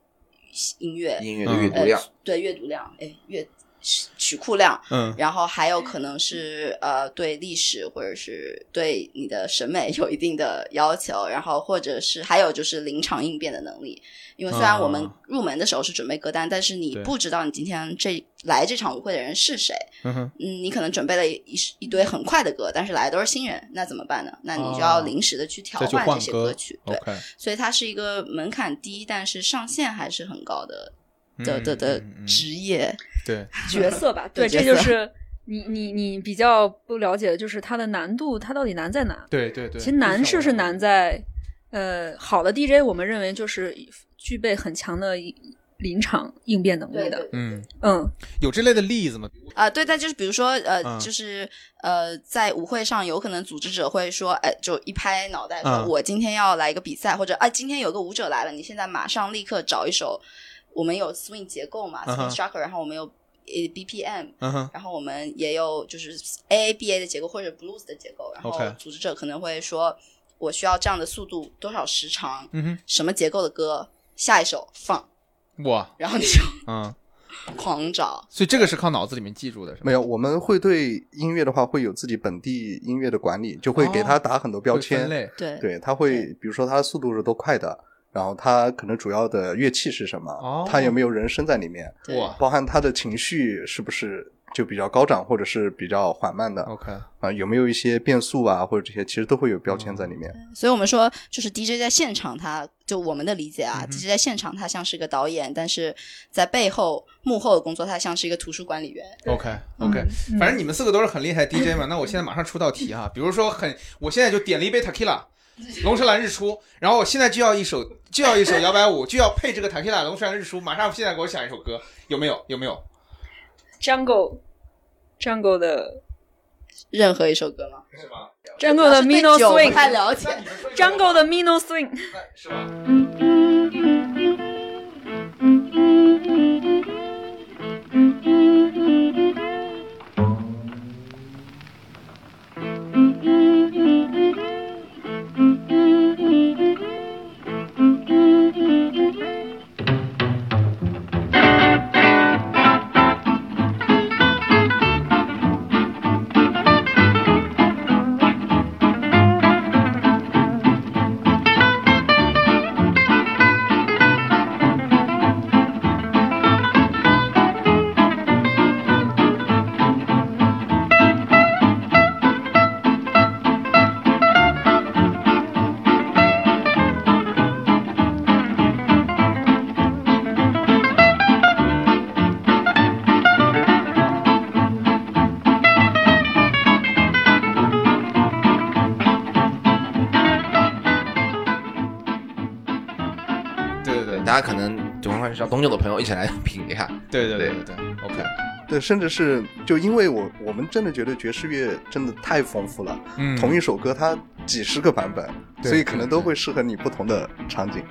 Speaker 4: 音乐，
Speaker 2: 音乐的阅读量，
Speaker 4: 对阅读量，哎，阅曲曲库量，
Speaker 1: 嗯
Speaker 4: 然后还有可能是呃对历史或者是对你的审美有一定的要求，然后或者是还有就是临场应变的能力，因为虽然我们
Speaker 1: 啊
Speaker 4: 入门的时候是准备歌单，但是你
Speaker 1: 对
Speaker 4: 不知道你今天这来这场舞会的人是谁，
Speaker 1: 嗯哼
Speaker 4: 嗯，你可能准备了一一一堆很快的歌，但是来的都是新人，那怎么办呢？那你就要
Speaker 1: 哦
Speaker 4: 临时的去调
Speaker 1: 再去
Speaker 4: 换
Speaker 1: 换
Speaker 4: 这些
Speaker 1: 歌
Speaker 4: 曲，对，
Speaker 1: ，OK
Speaker 4: 所以它是一个门槛低，但是上限还是很高的的的
Speaker 1: 嗯
Speaker 4: 的
Speaker 1: 嗯嗯嗯
Speaker 4: 职业，
Speaker 1: 对，
Speaker 3: 角 色吧，对，这
Speaker 4: 对
Speaker 3: 就
Speaker 4: 角色
Speaker 3: 是你你你比较不了解，就是它的难度，它到底难在哪？
Speaker 1: 对对对。
Speaker 3: 其实难是不是难在，呃，好的 DJ 我们认为就是具备很强的临场应变能力的，
Speaker 1: 嗯，
Speaker 3: 嗯，
Speaker 1: 有这类的例子吗？
Speaker 4: 啊、对，但就是比如说，呃，
Speaker 1: 嗯
Speaker 4: 就是呃，在舞会上，有可能组织者会说，哎、就一拍脑袋说，
Speaker 1: 嗯
Speaker 4: 我今天要来一个比赛，或者哎、今天有个舞者来了，你现在马上立刻找一首，我们有 swing 结构嘛、
Speaker 1: 嗯哼
Speaker 4: s w i n g structure，然后我们有呃 BPM，
Speaker 1: 嗯哼，
Speaker 4: 然后我们也有就是 AABA 的结构或者 blues 的结构，然后
Speaker 1: OK
Speaker 4: 组织者可能会说，我需要这样的速度，多少时长，
Speaker 1: 嗯哼
Speaker 4: 什么结构的歌，下一首放，
Speaker 1: 哇，
Speaker 4: 然后你就
Speaker 1: 嗯，
Speaker 4: 狂找。
Speaker 1: 所以这个是靠脑子里面记住的，是吗？
Speaker 5: 没有，我们会对音乐的话会有自己本地音乐的管理，就会给它打很多标
Speaker 1: 哦会分
Speaker 5: 签。
Speaker 1: 类，
Speaker 4: 对
Speaker 5: 对，它会比如说它的速度是多快的，然后它可能主要的乐器是什么，
Speaker 1: 哦
Speaker 5: 它有没有人声在里面，
Speaker 4: 对
Speaker 1: 哇
Speaker 5: 包含它的情绪是不是就比较高涨或者是比较缓慢的啊、
Speaker 1: ，OK，
Speaker 5: 有没有一些变速啊或者这些，其实都会有标签在里面。
Speaker 1: 嗯
Speaker 4: 所以我们说，就是 DJ 在现场他，就我们的理解啊、
Speaker 1: 嗯哼
Speaker 4: d j 在现场他像是个导演，但是在背后幕后的工作，他像是一个图书管理员。
Speaker 1: OK OK，、
Speaker 3: 嗯
Speaker 1: 反正你们四个都是很厉害的 DJ 嘛。那我现在马上出道题哈，比如说很，我现在就点了一杯 Tequila，龙舌兰日出，然后我现在就要一首就要一首摇摆舞，就要配这个 Tequila 龙舌兰日出，马上现在给我想一首歌，有没有？有没有？
Speaker 3: Jungle Jungle 的
Speaker 4: 任何一首歌吗？
Speaker 1: 是吗？
Speaker 3: Jungle 的 Mino
Speaker 4: 主要是对酒不太
Speaker 3: Swing。
Speaker 4: 了
Speaker 1: 那
Speaker 4: 解。
Speaker 1: 你们说一首
Speaker 3: Jungle 的 Mino Swing，
Speaker 1: 那是吗？
Speaker 7: Thank
Speaker 2: 家可能就欢迎找东九的朋友一起来 品一下。
Speaker 1: 对对对对对，OK，
Speaker 5: 对，甚至是就因为我我们真的觉得爵士乐真的太丰富了，
Speaker 1: 嗯，
Speaker 5: 同一首歌它几十个版本，
Speaker 1: 对
Speaker 5: 所以可能都会适合你不同的场景。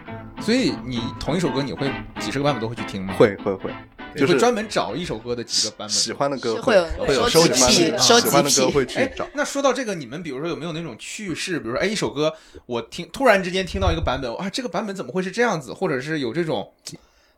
Speaker 1: 所以你同一首歌，你会几十个版本都会去听吗？，
Speaker 5: 会会会，就
Speaker 1: 会
Speaker 5: 是
Speaker 1: 专门找一首歌的几个版
Speaker 5: 喜
Speaker 1: 本。
Speaker 5: 欢的歌
Speaker 4: 是会有
Speaker 5: 会有
Speaker 1: 收集
Speaker 5: 集
Speaker 1: 癖
Speaker 5: 癖，
Speaker 1: 收集哎
Speaker 5: 喜欢的歌
Speaker 4: 癖
Speaker 5: 会去找。
Speaker 1: 那说到这个，你们比如说有没有那种趣事？比如说，哎，一首歌我听突然之间听到一个版本，啊，这个版本怎么会是这样子？或者是有这种，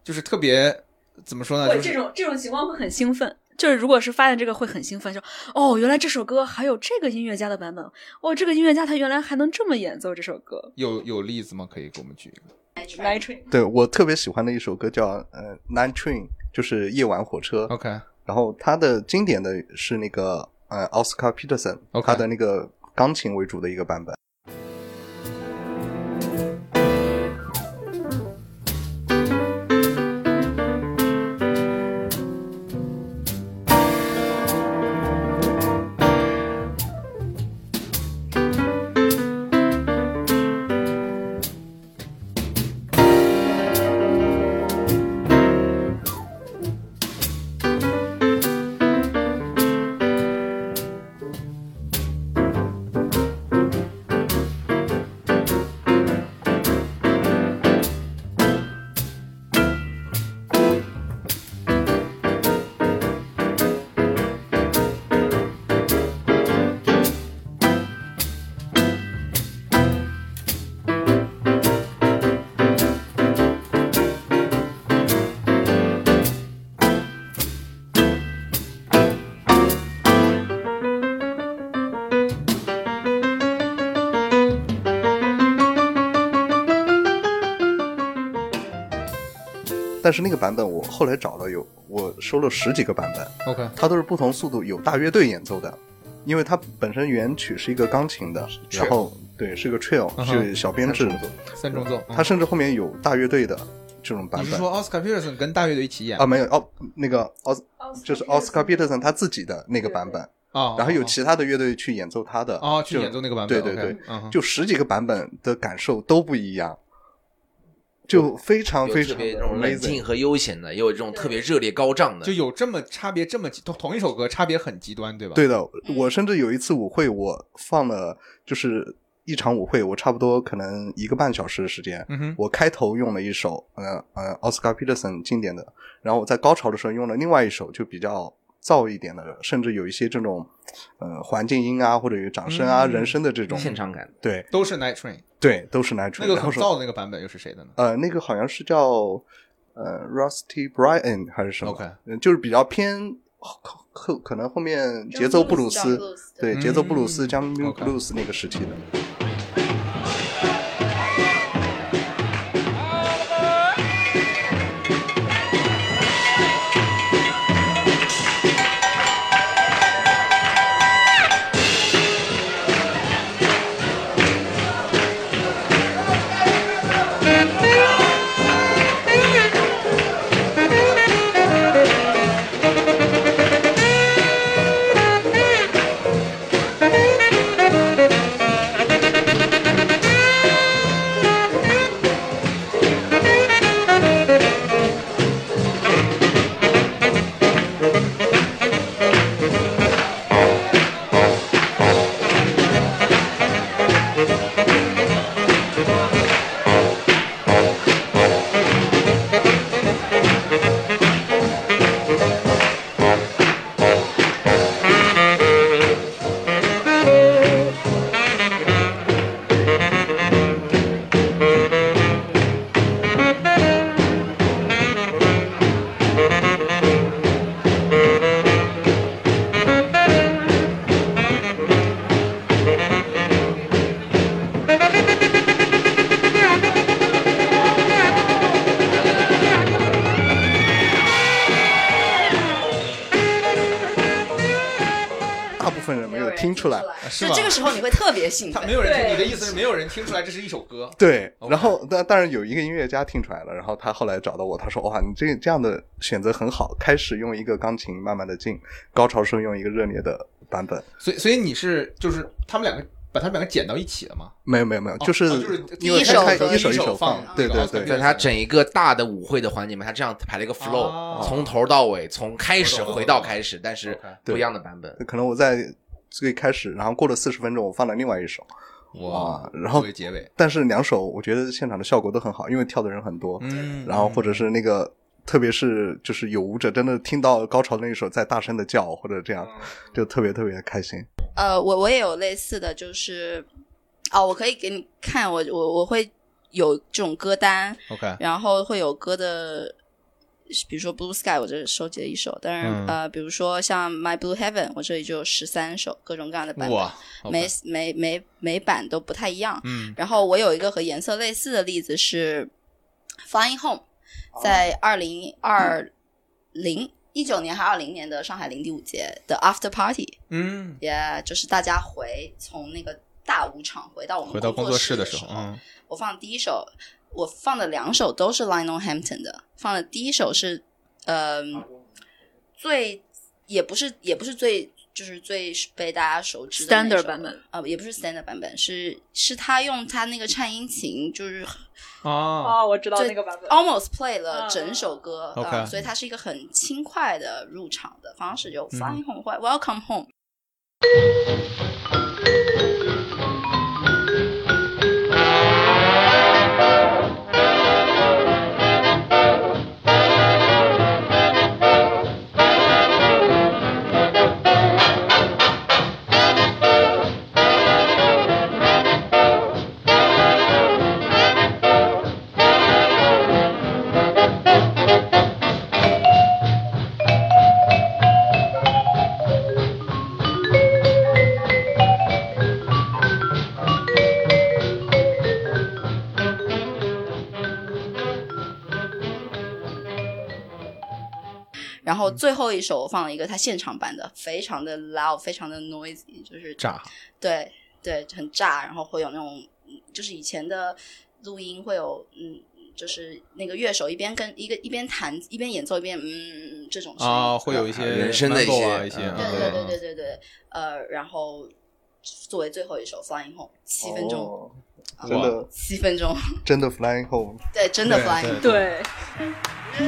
Speaker 1: 就是特别怎么说呢？
Speaker 3: 会
Speaker 1: 啊就
Speaker 3: 这
Speaker 1: 是
Speaker 3: 种这种情况会很兴奋，就是如果是发现这个会很兴奋，就哦，原来这首歌还有这个音乐家的版本，哦，这个音乐家他原来还能这么演奏这首歌。
Speaker 1: 有有例子吗？可以给我们举一个？
Speaker 3: 来吹，
Speaker 5: 对我特别喜欢的一首歌叫呃《Nine Train》，就是夜晚火车。
Speaker 1: OK，
Speaker 5: 然后它的经典的是那个呃奥斯卡·皮特森
Speaker 1: OK
Speaker 5: 他的那个钢琴为主的一个版本。但是那个版本我后来找了有，我收了十几个版本，
Speaker 1: OK，
Speaker 5: 它都是不同速度有大乐队演奏的，因为它本身原曲是一个钢琴的，
Speaker 1: Trill
Speaker 5: 然后对是个 trill，、
Speaker 1: 嗯哼
Speaker 5: 是小编制，
Speaker 1: 三重奏。嗯
Speaker 5: 它甚至后面有大乐队的这种版
Speaker 1: 你是
Speaker 5: 本
Speaker 1: 说奥斯卡·皮特森跟大乐队一起演
Speaker 5: 啊，？没有哦，那个奥斯就是奥斯卡·皮特森他自己的那个版本，
Speaker 1: 啊，
Speaker 5: 然后有
Speaker 1: 哦
Speaker 5: 其他的乐队去演奏他的，
Speaker 1: 哦，去
Speaker 5: 就
Speaker 1: 演奏那个版本。
Speaker 5: 对对
Speaker 1: OK，
Speaker 5: 对
Speaker 1: 嗯哼，
Speaker 5: 就十几个版本的感受都不一样，就非常
Speaker 2: 有
Speaker 5: 嗯非
Speaker 2: 特
Speaker 5: 常
Speaker 2: 别
Speaker 5: 的
Speaker 2: 这种冷
Speaker 5: amazing
Speaker 2: 静。和悠闲的，也有这种特别热烈高涨的
Speaker 1: 就。有这么差别这么极同同一首歌差别很极端，对吧？
Speaker 5: 对的，我甚至有一次舞会，我放了就是一场舞会，我差不多可能一个半小时的时间，
Speaker 1: 嗯哼，
Speaker 5: 我开头用了一首，呃呃，奥斯卡·皮特森经典的，然后我在高潮的时候用了另外一首，就比较燥一点的，甚至有一些这种，呃，环境音啊，或者有掌声啊、
Speaker 1: 嗯
Speaker 5: 人声的这种，
Speaker 2: 现场感，
Speaker 5: 对
Speaker 1: 都是 Night Train，
Speaker 5: 对，都是 natural。
Speaker 1: 那个
Speaker 5: 然后
Speaker 1: 很
Speaker 5: 说
Speaker 1: 燥的那个版本又是谁的呢？
Speaker 5: 呃，那个好像是叫呃 Rusty Bryan 还是什么
Speaker 1: OK
Speaker 5: 嗯就是比较偏后后可能后面节奏布鲁斯，对
Speaker 1: 嗯
Speaker 5: 节奏布鲁斯加 New
Speaker 1: OK
Speaker 5: Blues 那个时期的。大部分人没有听出来，
Speaker 1: 啊是
Speaker 4: 就
Speaker 1: 吧？
Speaker 4: 这个时候你会特别兴
Speaker 1: 他
Speaker 4: 奋
Speaker 1: 没。有人听，
Speaker 6: 对
Speaker 1: 你的意思是没有人听出来这是一首歌？
Speaker 5: 对。
Speaker 1: OK
Speaker 5: 然后但但是有一个音乐家听出来了，然后他后来找到我，他说：“哇，你这这样的选择很好，开始用一个钢琴慢慢的进，高潮时候用一个热烈的版本。
Speaker 1: 所以所以你是就是他们两个把它们两个剪到一起了吗？
Speaker 5: 没有没有没有，就
Speaker 1: 哦就是
Speaker 5: 是因为
Speaker 4: 一
Speaker 5: 它
Speaker 4: 首
Speaker 5: 它
Speaker 4: 和
Speaker 5: 一首
Speaker 1: 一首
Speaker 5: 首
Speaker 1: 放啊
Speaker 5: 对对
Speaker 1: 然后
Speaker 5: 对
Speaker 1: 再
Speaker 2: 对，它整一个大的舞会的环节嘛，它这样排了一个 flow，、
Speaker 1: 哦
Speaker 2: 从头到尾，从开始
Speaker 1: 我懂
Speaker 2: 回到开始，但是
Speaker 1: OK
Speaker 2: 不一样的版本。
Speaker 5: 可能我在最开始，然后过了四十分钟，我放了另外一首，哇然后
Speaker 1: 作为结尾，
Speaker 5: 但是两首我觉得现场的效果都很好，因为跳的人很多，
Speaker 1: 嗯，
Speaker 5: 然后或者是那个，特别是就是有舞者真的听到高潮的那一首在大声的叫或者这样，
Speaker 1: 嗯
Speaker 5: 就特别特别开心。
Speaker 4: 呃，我我也有类似的，就是哦，我可以给你看，我我我会有这种歌单，
Speaker 1: OK，
Speaker 4: 然后会有歌的，比如说 Blue Sky，我这收集了一首，但是、
Speaker 1: 嗯
Speaker 4: 呃，比如说像 My Blue Heaven，我这里就有十三首各种各样的版
Speaker 1: 哇
Speaker 4: 本，，每
Speaker 1: OK，
Speaker 4: 每每每版都不太一样。
Speaker 1: 嗯
Speaker 4: 然后我有一个和颜色类似的例子是 Flying Home，在
Speaker 1: 哦
Speaker 4: 二零二零一九年还二零年的上海零第五节的 After Party，
Speaker 1: 嗯，
Speaker 4: 也就是大家回从那个大舞场回到我们
Speaker 1: 回到工作
Speaker 4: 作
Speaker 1: 室
Speaker 4: 的
Speaker 1: 的时候，
Speaker 4: 候
Speaker 1: 嗯
Speaker 4: 我放第一首，我放的两首都是 Lionel Hampton 的，放的第一首是，嗯、最也不是也不是最就是最被大家熟知的那
Speaker 3: standard
Speaker 4: 首
Speaker 3: 版本，
Speaker 4: 呃，也不是 standard 版本，是是他用他那个颤音琴，就是
Speaker 1: 啊，
Speaker 6: 哦，我知道
Speaker 4: 就
Speaker 6: 那个版本。
Speaker 4: almost play 了整首歌，
Speaker 1: 嗯
Speaker 4: 呃
Speaker 1: OK
Speaker 4: 所以它是一个很轻快的入场的方式，就
Speaker 1: 嗯
Speaker 4: flying home 或者 welcome home。然
Speaker 1: 嗯
Speaker 4: 后最后一首我放了一个他现场版的，非常的 loud，非常的 noisy，就是
Speaker 1: 炸，
Speaker 4: 对对，很炸，然后会有那种，嗯就是以前的录音会有，嗯，就是那个乐手一边跟一个一边弹一边演奏一边嗯嗯嗯这种声音
Speaker 1: 啊，会有一些
Speaker 2: 人声的一
Speaker 1: mambo
Speaker 2: 些
Speaker 1: 啊一些，
Speaker 2: 嗯
Speaker 4: 对对对对
Speaker 1: 对，
Speaker 4: 对对，呃，然后作为最后一首《Flying Home》，七分钟，
Speaker 5: 哦真的
Speaker 4: 七分钟，
Speaker 5: 真的 flying home，
Speaker 4: 对，真的
Speaker 1: 对
Speaker 4: Flying
Speaker 1: 对
Speaker 4: Home。
Speaker 6: 对，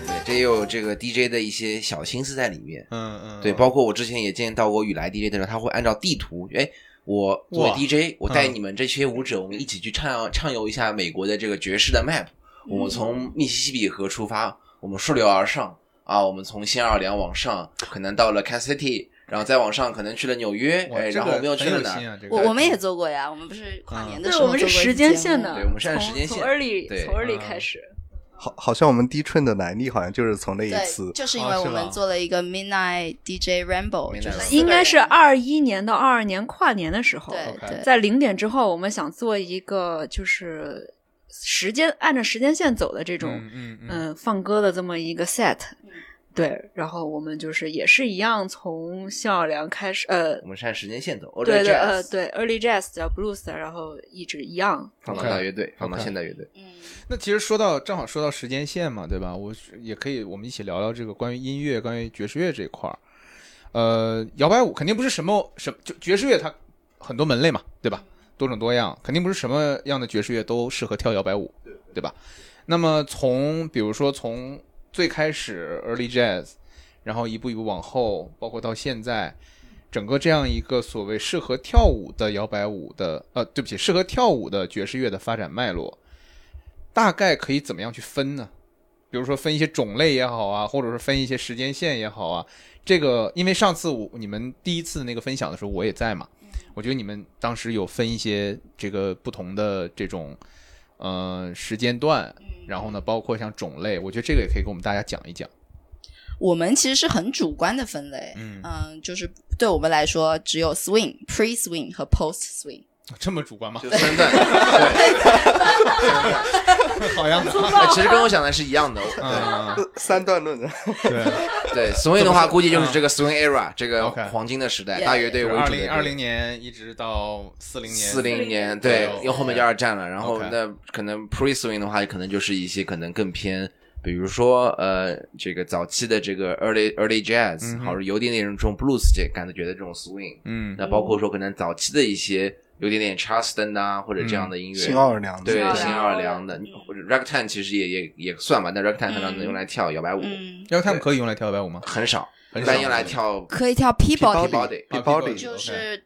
Speaker 2: 对，这也有这个 DJ 的一些小心思在里面。
Speaker 1: 嗯嗯，
Speaker 2: 对，
Speaker 1: 嗯
Speaker 2: 包括我之前也见到过雨来 DJ 的时候，他会按照地图，哎，我作为
Speaker 1: 哇
Speaker 2: DJ，我带
Speaker 1: 嗯
Speaker 2: 你们这些舞者，我们一起去畅畅游一下美国的这个爵士的 map。我们从密西西比河出发，我们顺流而上啊，我们从新奥尔良往上，可能到了 Kansas City，然后再往上，可能去了纽约，
Speaker 1: 哇
Speaker 2: 哎，
Speaker 1: 这
Speaker 2: 然后
Speaker 1: 个
Speaker 2: 我们又
Speaker 1: 很
Speaker 2: 去了
Speaker 1: 有
Speaker 2: 哪
Speaker 1: 心
Speaker 2: 儿？
Speaker 1: 啊这个
Speaker 4: 我我们也做过呀，我们不是跨年
Speaker 1: 嗯
Speaker 4: 的
Speaker 3: 对
Speaker 4: 时，候
Speaker 3: 我
Speaker 4: 做
Speaker 3: 们
Speaker 4: 过一
Speaker 3: 是
Speaker 4: 期
Speaker 3: 时间
Speaker 4: 节
Speaker 3: 线
Speaker 4: 目
Speaker 3: 的，
Speaker 2: 对我们是按
Speaker 3: 从
Speaker 2: 时间线
Speaker 3: 从 early
Speaker 2: 对
Speaker 3: 从
Speaker 4: 啊
Speaker 3: early
Speaker 1: 嗯
Speaker 3: 开始，
Speaker 5: 好，好像我们 D 寸的来历好像就是从那一次
Speaker 4: 对，，就是因
Speaker 1: 哦
Speaker 4: 为
Speaker 1: 是
Speaker 4: 我们
Speaker 1: 吗
Speaker 4: 做了一个 Midnight DJ Ramble，
Speaker 2: Midnight
Speaker 4: 就是
Speaker 2: Ramble
Speaker 4: 四
Speaker 3: 应
Speaker 4: 个
Speaker 3: 该是
Speaker 4: 人
Speaker 3: 二一年到二二年跨年的时候，
Speaker 4: 对
Speaker 1: OK
Speaker 4: 对
Speaker 3: 在零点之后，我们想做一个就是时间按照时间线走的这种，
Speaker 1: 嗯嗯嗯
Speaker 3: 嗯，放歌的这么一个 set，、
Speaker 4: 嗯
Speaker 3: 对，然后我们就是也是一样从新奥尔良开始，呃，
Speaker 2: 我们是按时间线走，哦欧洲
Speaker 3: 对对呃
Speaker 2: jazz，
Speaker 3: 对，early jazz 加 blues，然后一直一样，
Speaker 2: 放到
Speaker 1: OK
Speaker 2: 大乐队，放到
Speaker 1: OK
Speaker 2: 现代乐队。
Speaker 4: 嗯，
Speaker 1: 那其实说到正好说到时间线嘛，对吧？我是也可以，我们一起聊聊这个关于音乐、关于爵士乐这一块儿。呃，摇摆舞肯定不是什么什么就爵士乐，它很多门类嘛，对吧？多种多样，肯定不是什么样的爵士乐都适合跳摇摆舞，对吧？那么从比如说从最开始 early jazz，然后一步一步往后，包括到现在，整个这样一个所谓适合跳舞的摇摆舞的，呃，对不起，适合跳舞的爵士乐的发展脉络，大概可以怎么样去分呢？比如说分一些种类也好啊，或者是分一些时间线也好啊。这个因为上次我你们第一次那个分享的时候我也在嘛，我觉得你们当时有分一些这个不同的这种呃时间段，
Speaker 4: 嗯
Speaker 1: 然后呢，包括像种类，我觉得这个也可以给我们大家讲一讲。
Speaker 4: 我们其实是很主观的分类，
Speaker 1: 嗯
Speaker 4: 嗯，就是对我们来说，只有 swing、pre swing 和 post swing。
Speaker 1: 这么主观吗？
Speaker 2: 就三 段，哎 对，
Speaker 1: 好 样的啊，
Speaker 2: 哎其实跟我想的是一样的。
Speaker 1: 嗯，
Speaker 5: 呃三段 论的，
Speaker 1: 对，
Speaker 2: 对，swing 的话，估计就是这个 swing era 这个
Speaker 1: 嗯 OK
Speaker 2: 黄金的时代，
Speaker 4: Yeah
Speaker 2: 大乐队为
Speaker 1: 二
Speaker 2: 主
Speaker 1: 零
Speaker 2: 的
Speaker 1: 二零年一直到四零年，
Speaker 2: 四零年，对
Speaker 1: 左右，
Speaker 2: 又后面就二战了。然后
Speaker 1: OK
Speaker 2: 那可能 pre swing 的话，可能就是一些可能更偏，比如说呃，这个早期的这个 early early
Speaker 1: 嗯
Speaker 2: jazz，
Speaker 1: 哼
Speaker 2: 好像有点点这种 blues 这感觉的这种 swing。
Speaker 1: 嗯
Speaker 2: 那包括说可能早期的一些有点点 Charleston 啊，或者这样
Speaker 1: 嗯
Speaker 2: 的音乐。
Speaker 5: 新奥尔良的
Speaker 2: 对
Speaker 4: 新奥尔良
Speaker 2: 新奥尔良的
Speaker 4: 嗯
Speaker 2: 或者 ragtime 其实也也也算吧，但 ragtime 很少能用来跳摇摆舞，
Speaker 4: 嗯，
Speaker 1: 要他们可以用来跳摇摆舞吗？
Speaker 2: 很少，
Speaker 1: 很
Speaker 2: 一
Speaker 1: 少
Speaker 2: 般用来跳
Speaker 4: 可以跳 p e
Speaker 2: body
Speaker 4: body，
Speaker 5: Peabody
Speaker 4: 就
Speaker 1: 嗯 OK
Speaker 4: 是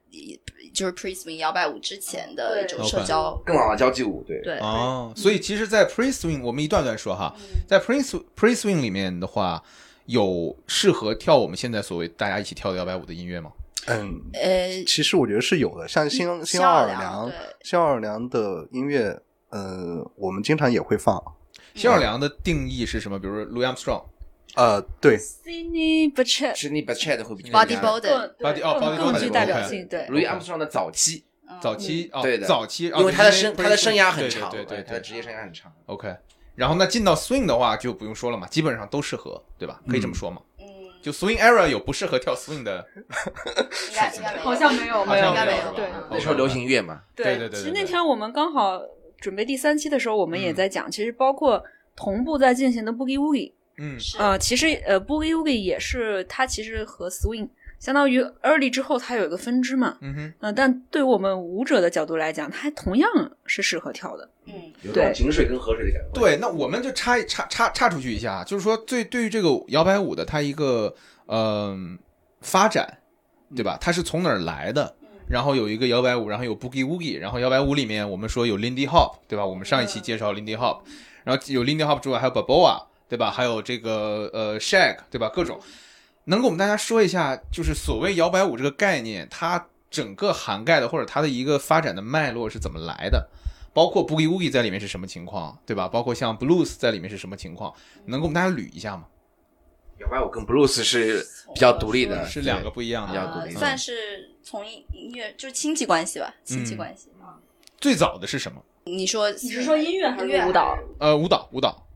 Speaker 4: 就是 pre swing 摇摆舞之前的一种
Speaker 1: 对
Speaker 4: 社交，
Speaker 2: 更老的交际舞，对，
Speaker 4: 对，
Speaker 1: 哦，所以其实，在 pre swing 我们一段段说
Speaker 4: 嗯
Speaker 1: 哈，在 pre sw- pre swing 里面的话，有适合跳我们现在所谓大家一起跳的摇摆舞的音乐吗？
Speaker 5: 嗯，
Speaker 4: 呃，
Speaker 5: 其实我觉得是有的，像新嗯新奥尔良
Speaker 4: 对，
Speaker 5: 新奥尔良的音乐，呃，我们经常也会放，
Speaker 1: 新奥尔良的定义是什么？比如说 Louis Armstrong，
Speaker 5: 呃，对，
Speaker 3: Sydney b u c h e t
Speaker 2: 是你 b a c h e t 会比较
Speaker 4: 嗯 body
Speaker 2: 难
Speaker 4: body，
Speaker 1: Body- 哦，Body
Speaker 3: 更
Speaker 1: Body
Speaker 3: 具代表性，对。
Speaker 2: Louis Armstrong 的早期，
Speaker 4: 嗯
Speaker 1: 早期哦，
Speaker 2: 嗯对的
Speaker 1: 早期，哦
Speaker 2: 因为他的
Speaker 1: 因
Speaker 2: 生
Speaker 1: 为
Speaker 2: 他的生涯很
Speaker 1: Prince-
Speaker 2: 长，
Speaker 1: 对对哦对
Speaker 2: 哎他的
Speaker 1: 对
Speaker 2: 职业生涯很长。
Speaker 1: ，OK。然后那进到 swing 的话就不用说了嘛，基本上都适合，对吧？可以这么说嘛。
Speaker 4: 嗯，
Speaker 1: 就 swing era 有不适合跳 swing 的，
Speaker 4: 应该应该没有，
Speaker 6: 好像没有，
Speaker 1: 好像
Speaker 4: 应该没有
Speaker 1: 是吧
Speaker 6: 对，
Speaker 1: 嗯
Speaker 2: 那时候流行乐嘛，
Speaker 1: 对对对
Speaker 3: 其实
Speaker 1: 对
Speaker 3: 那
Speaker 1: 对
Speaker 3: 天我们刚好准备第三期的时候，我们也在讲，其实包括同步在进行的 boogie woogie，
Speaker 1: 嗯
Speaker 4: 是
Speaker 3: 呃，其实呃 boogie woogie 也是它其实和 swing 相当于 early 之后它有一个分支嘛，
Speaker 1: 嗯哼，
Speaker 3: 呃，但对我们舞者的角度来讲，它同样是适合跳的。
Speaker 4: 嗯，
Speaker 2: 有
Speaker 3: 对
Speaker 2: 井水跟河水的感觉。
Speaker 1: 对。那我们就插插插插出去一下，啊就是说对对于这个摇摆舞的它一个嗯、发展，对吧？它是从哪儿来的？然后有一个摇摆舞，然后有 boogie woogie，然后摇摆舞里面我们说有 Lindy Hop，对吧？我们上一期介绍 Lindy Hop，然后有 Lindy Hop 之外还有 Baboa，对吧？还有这个呃 Shag，对吧？各种，能给我们大家说一下，就是所谓摇摆舞这个概念，它整个涵盖的或者它的一个发展的脉络是怎么来的？包括 boogie woogie 在里面是什么情况，对吧？包括像 blues 在里面是什么情况，能给我们大家捋一下吗？
Speaker 2: 摇摆舞跟 blues 是比较独立的，
Speaker 1: 是两个不一样
Speaker 2: 比较
Speaker 1: 的。
Speaker 2: 独
Speaker 4: 呃
Speaker 2: 立，
Speaker 4: 算是从音音乐就是亲戚关系吧，亲戚
Speaker 1: 嗯
Speaker 4: 关系。
Speaker 1: 最早的是什么？
Speaker 4: 你说你
Speaker 6: 你是说音乐还是舞蹈？
Speaker 1: 呃，舞蹈，舞蹈。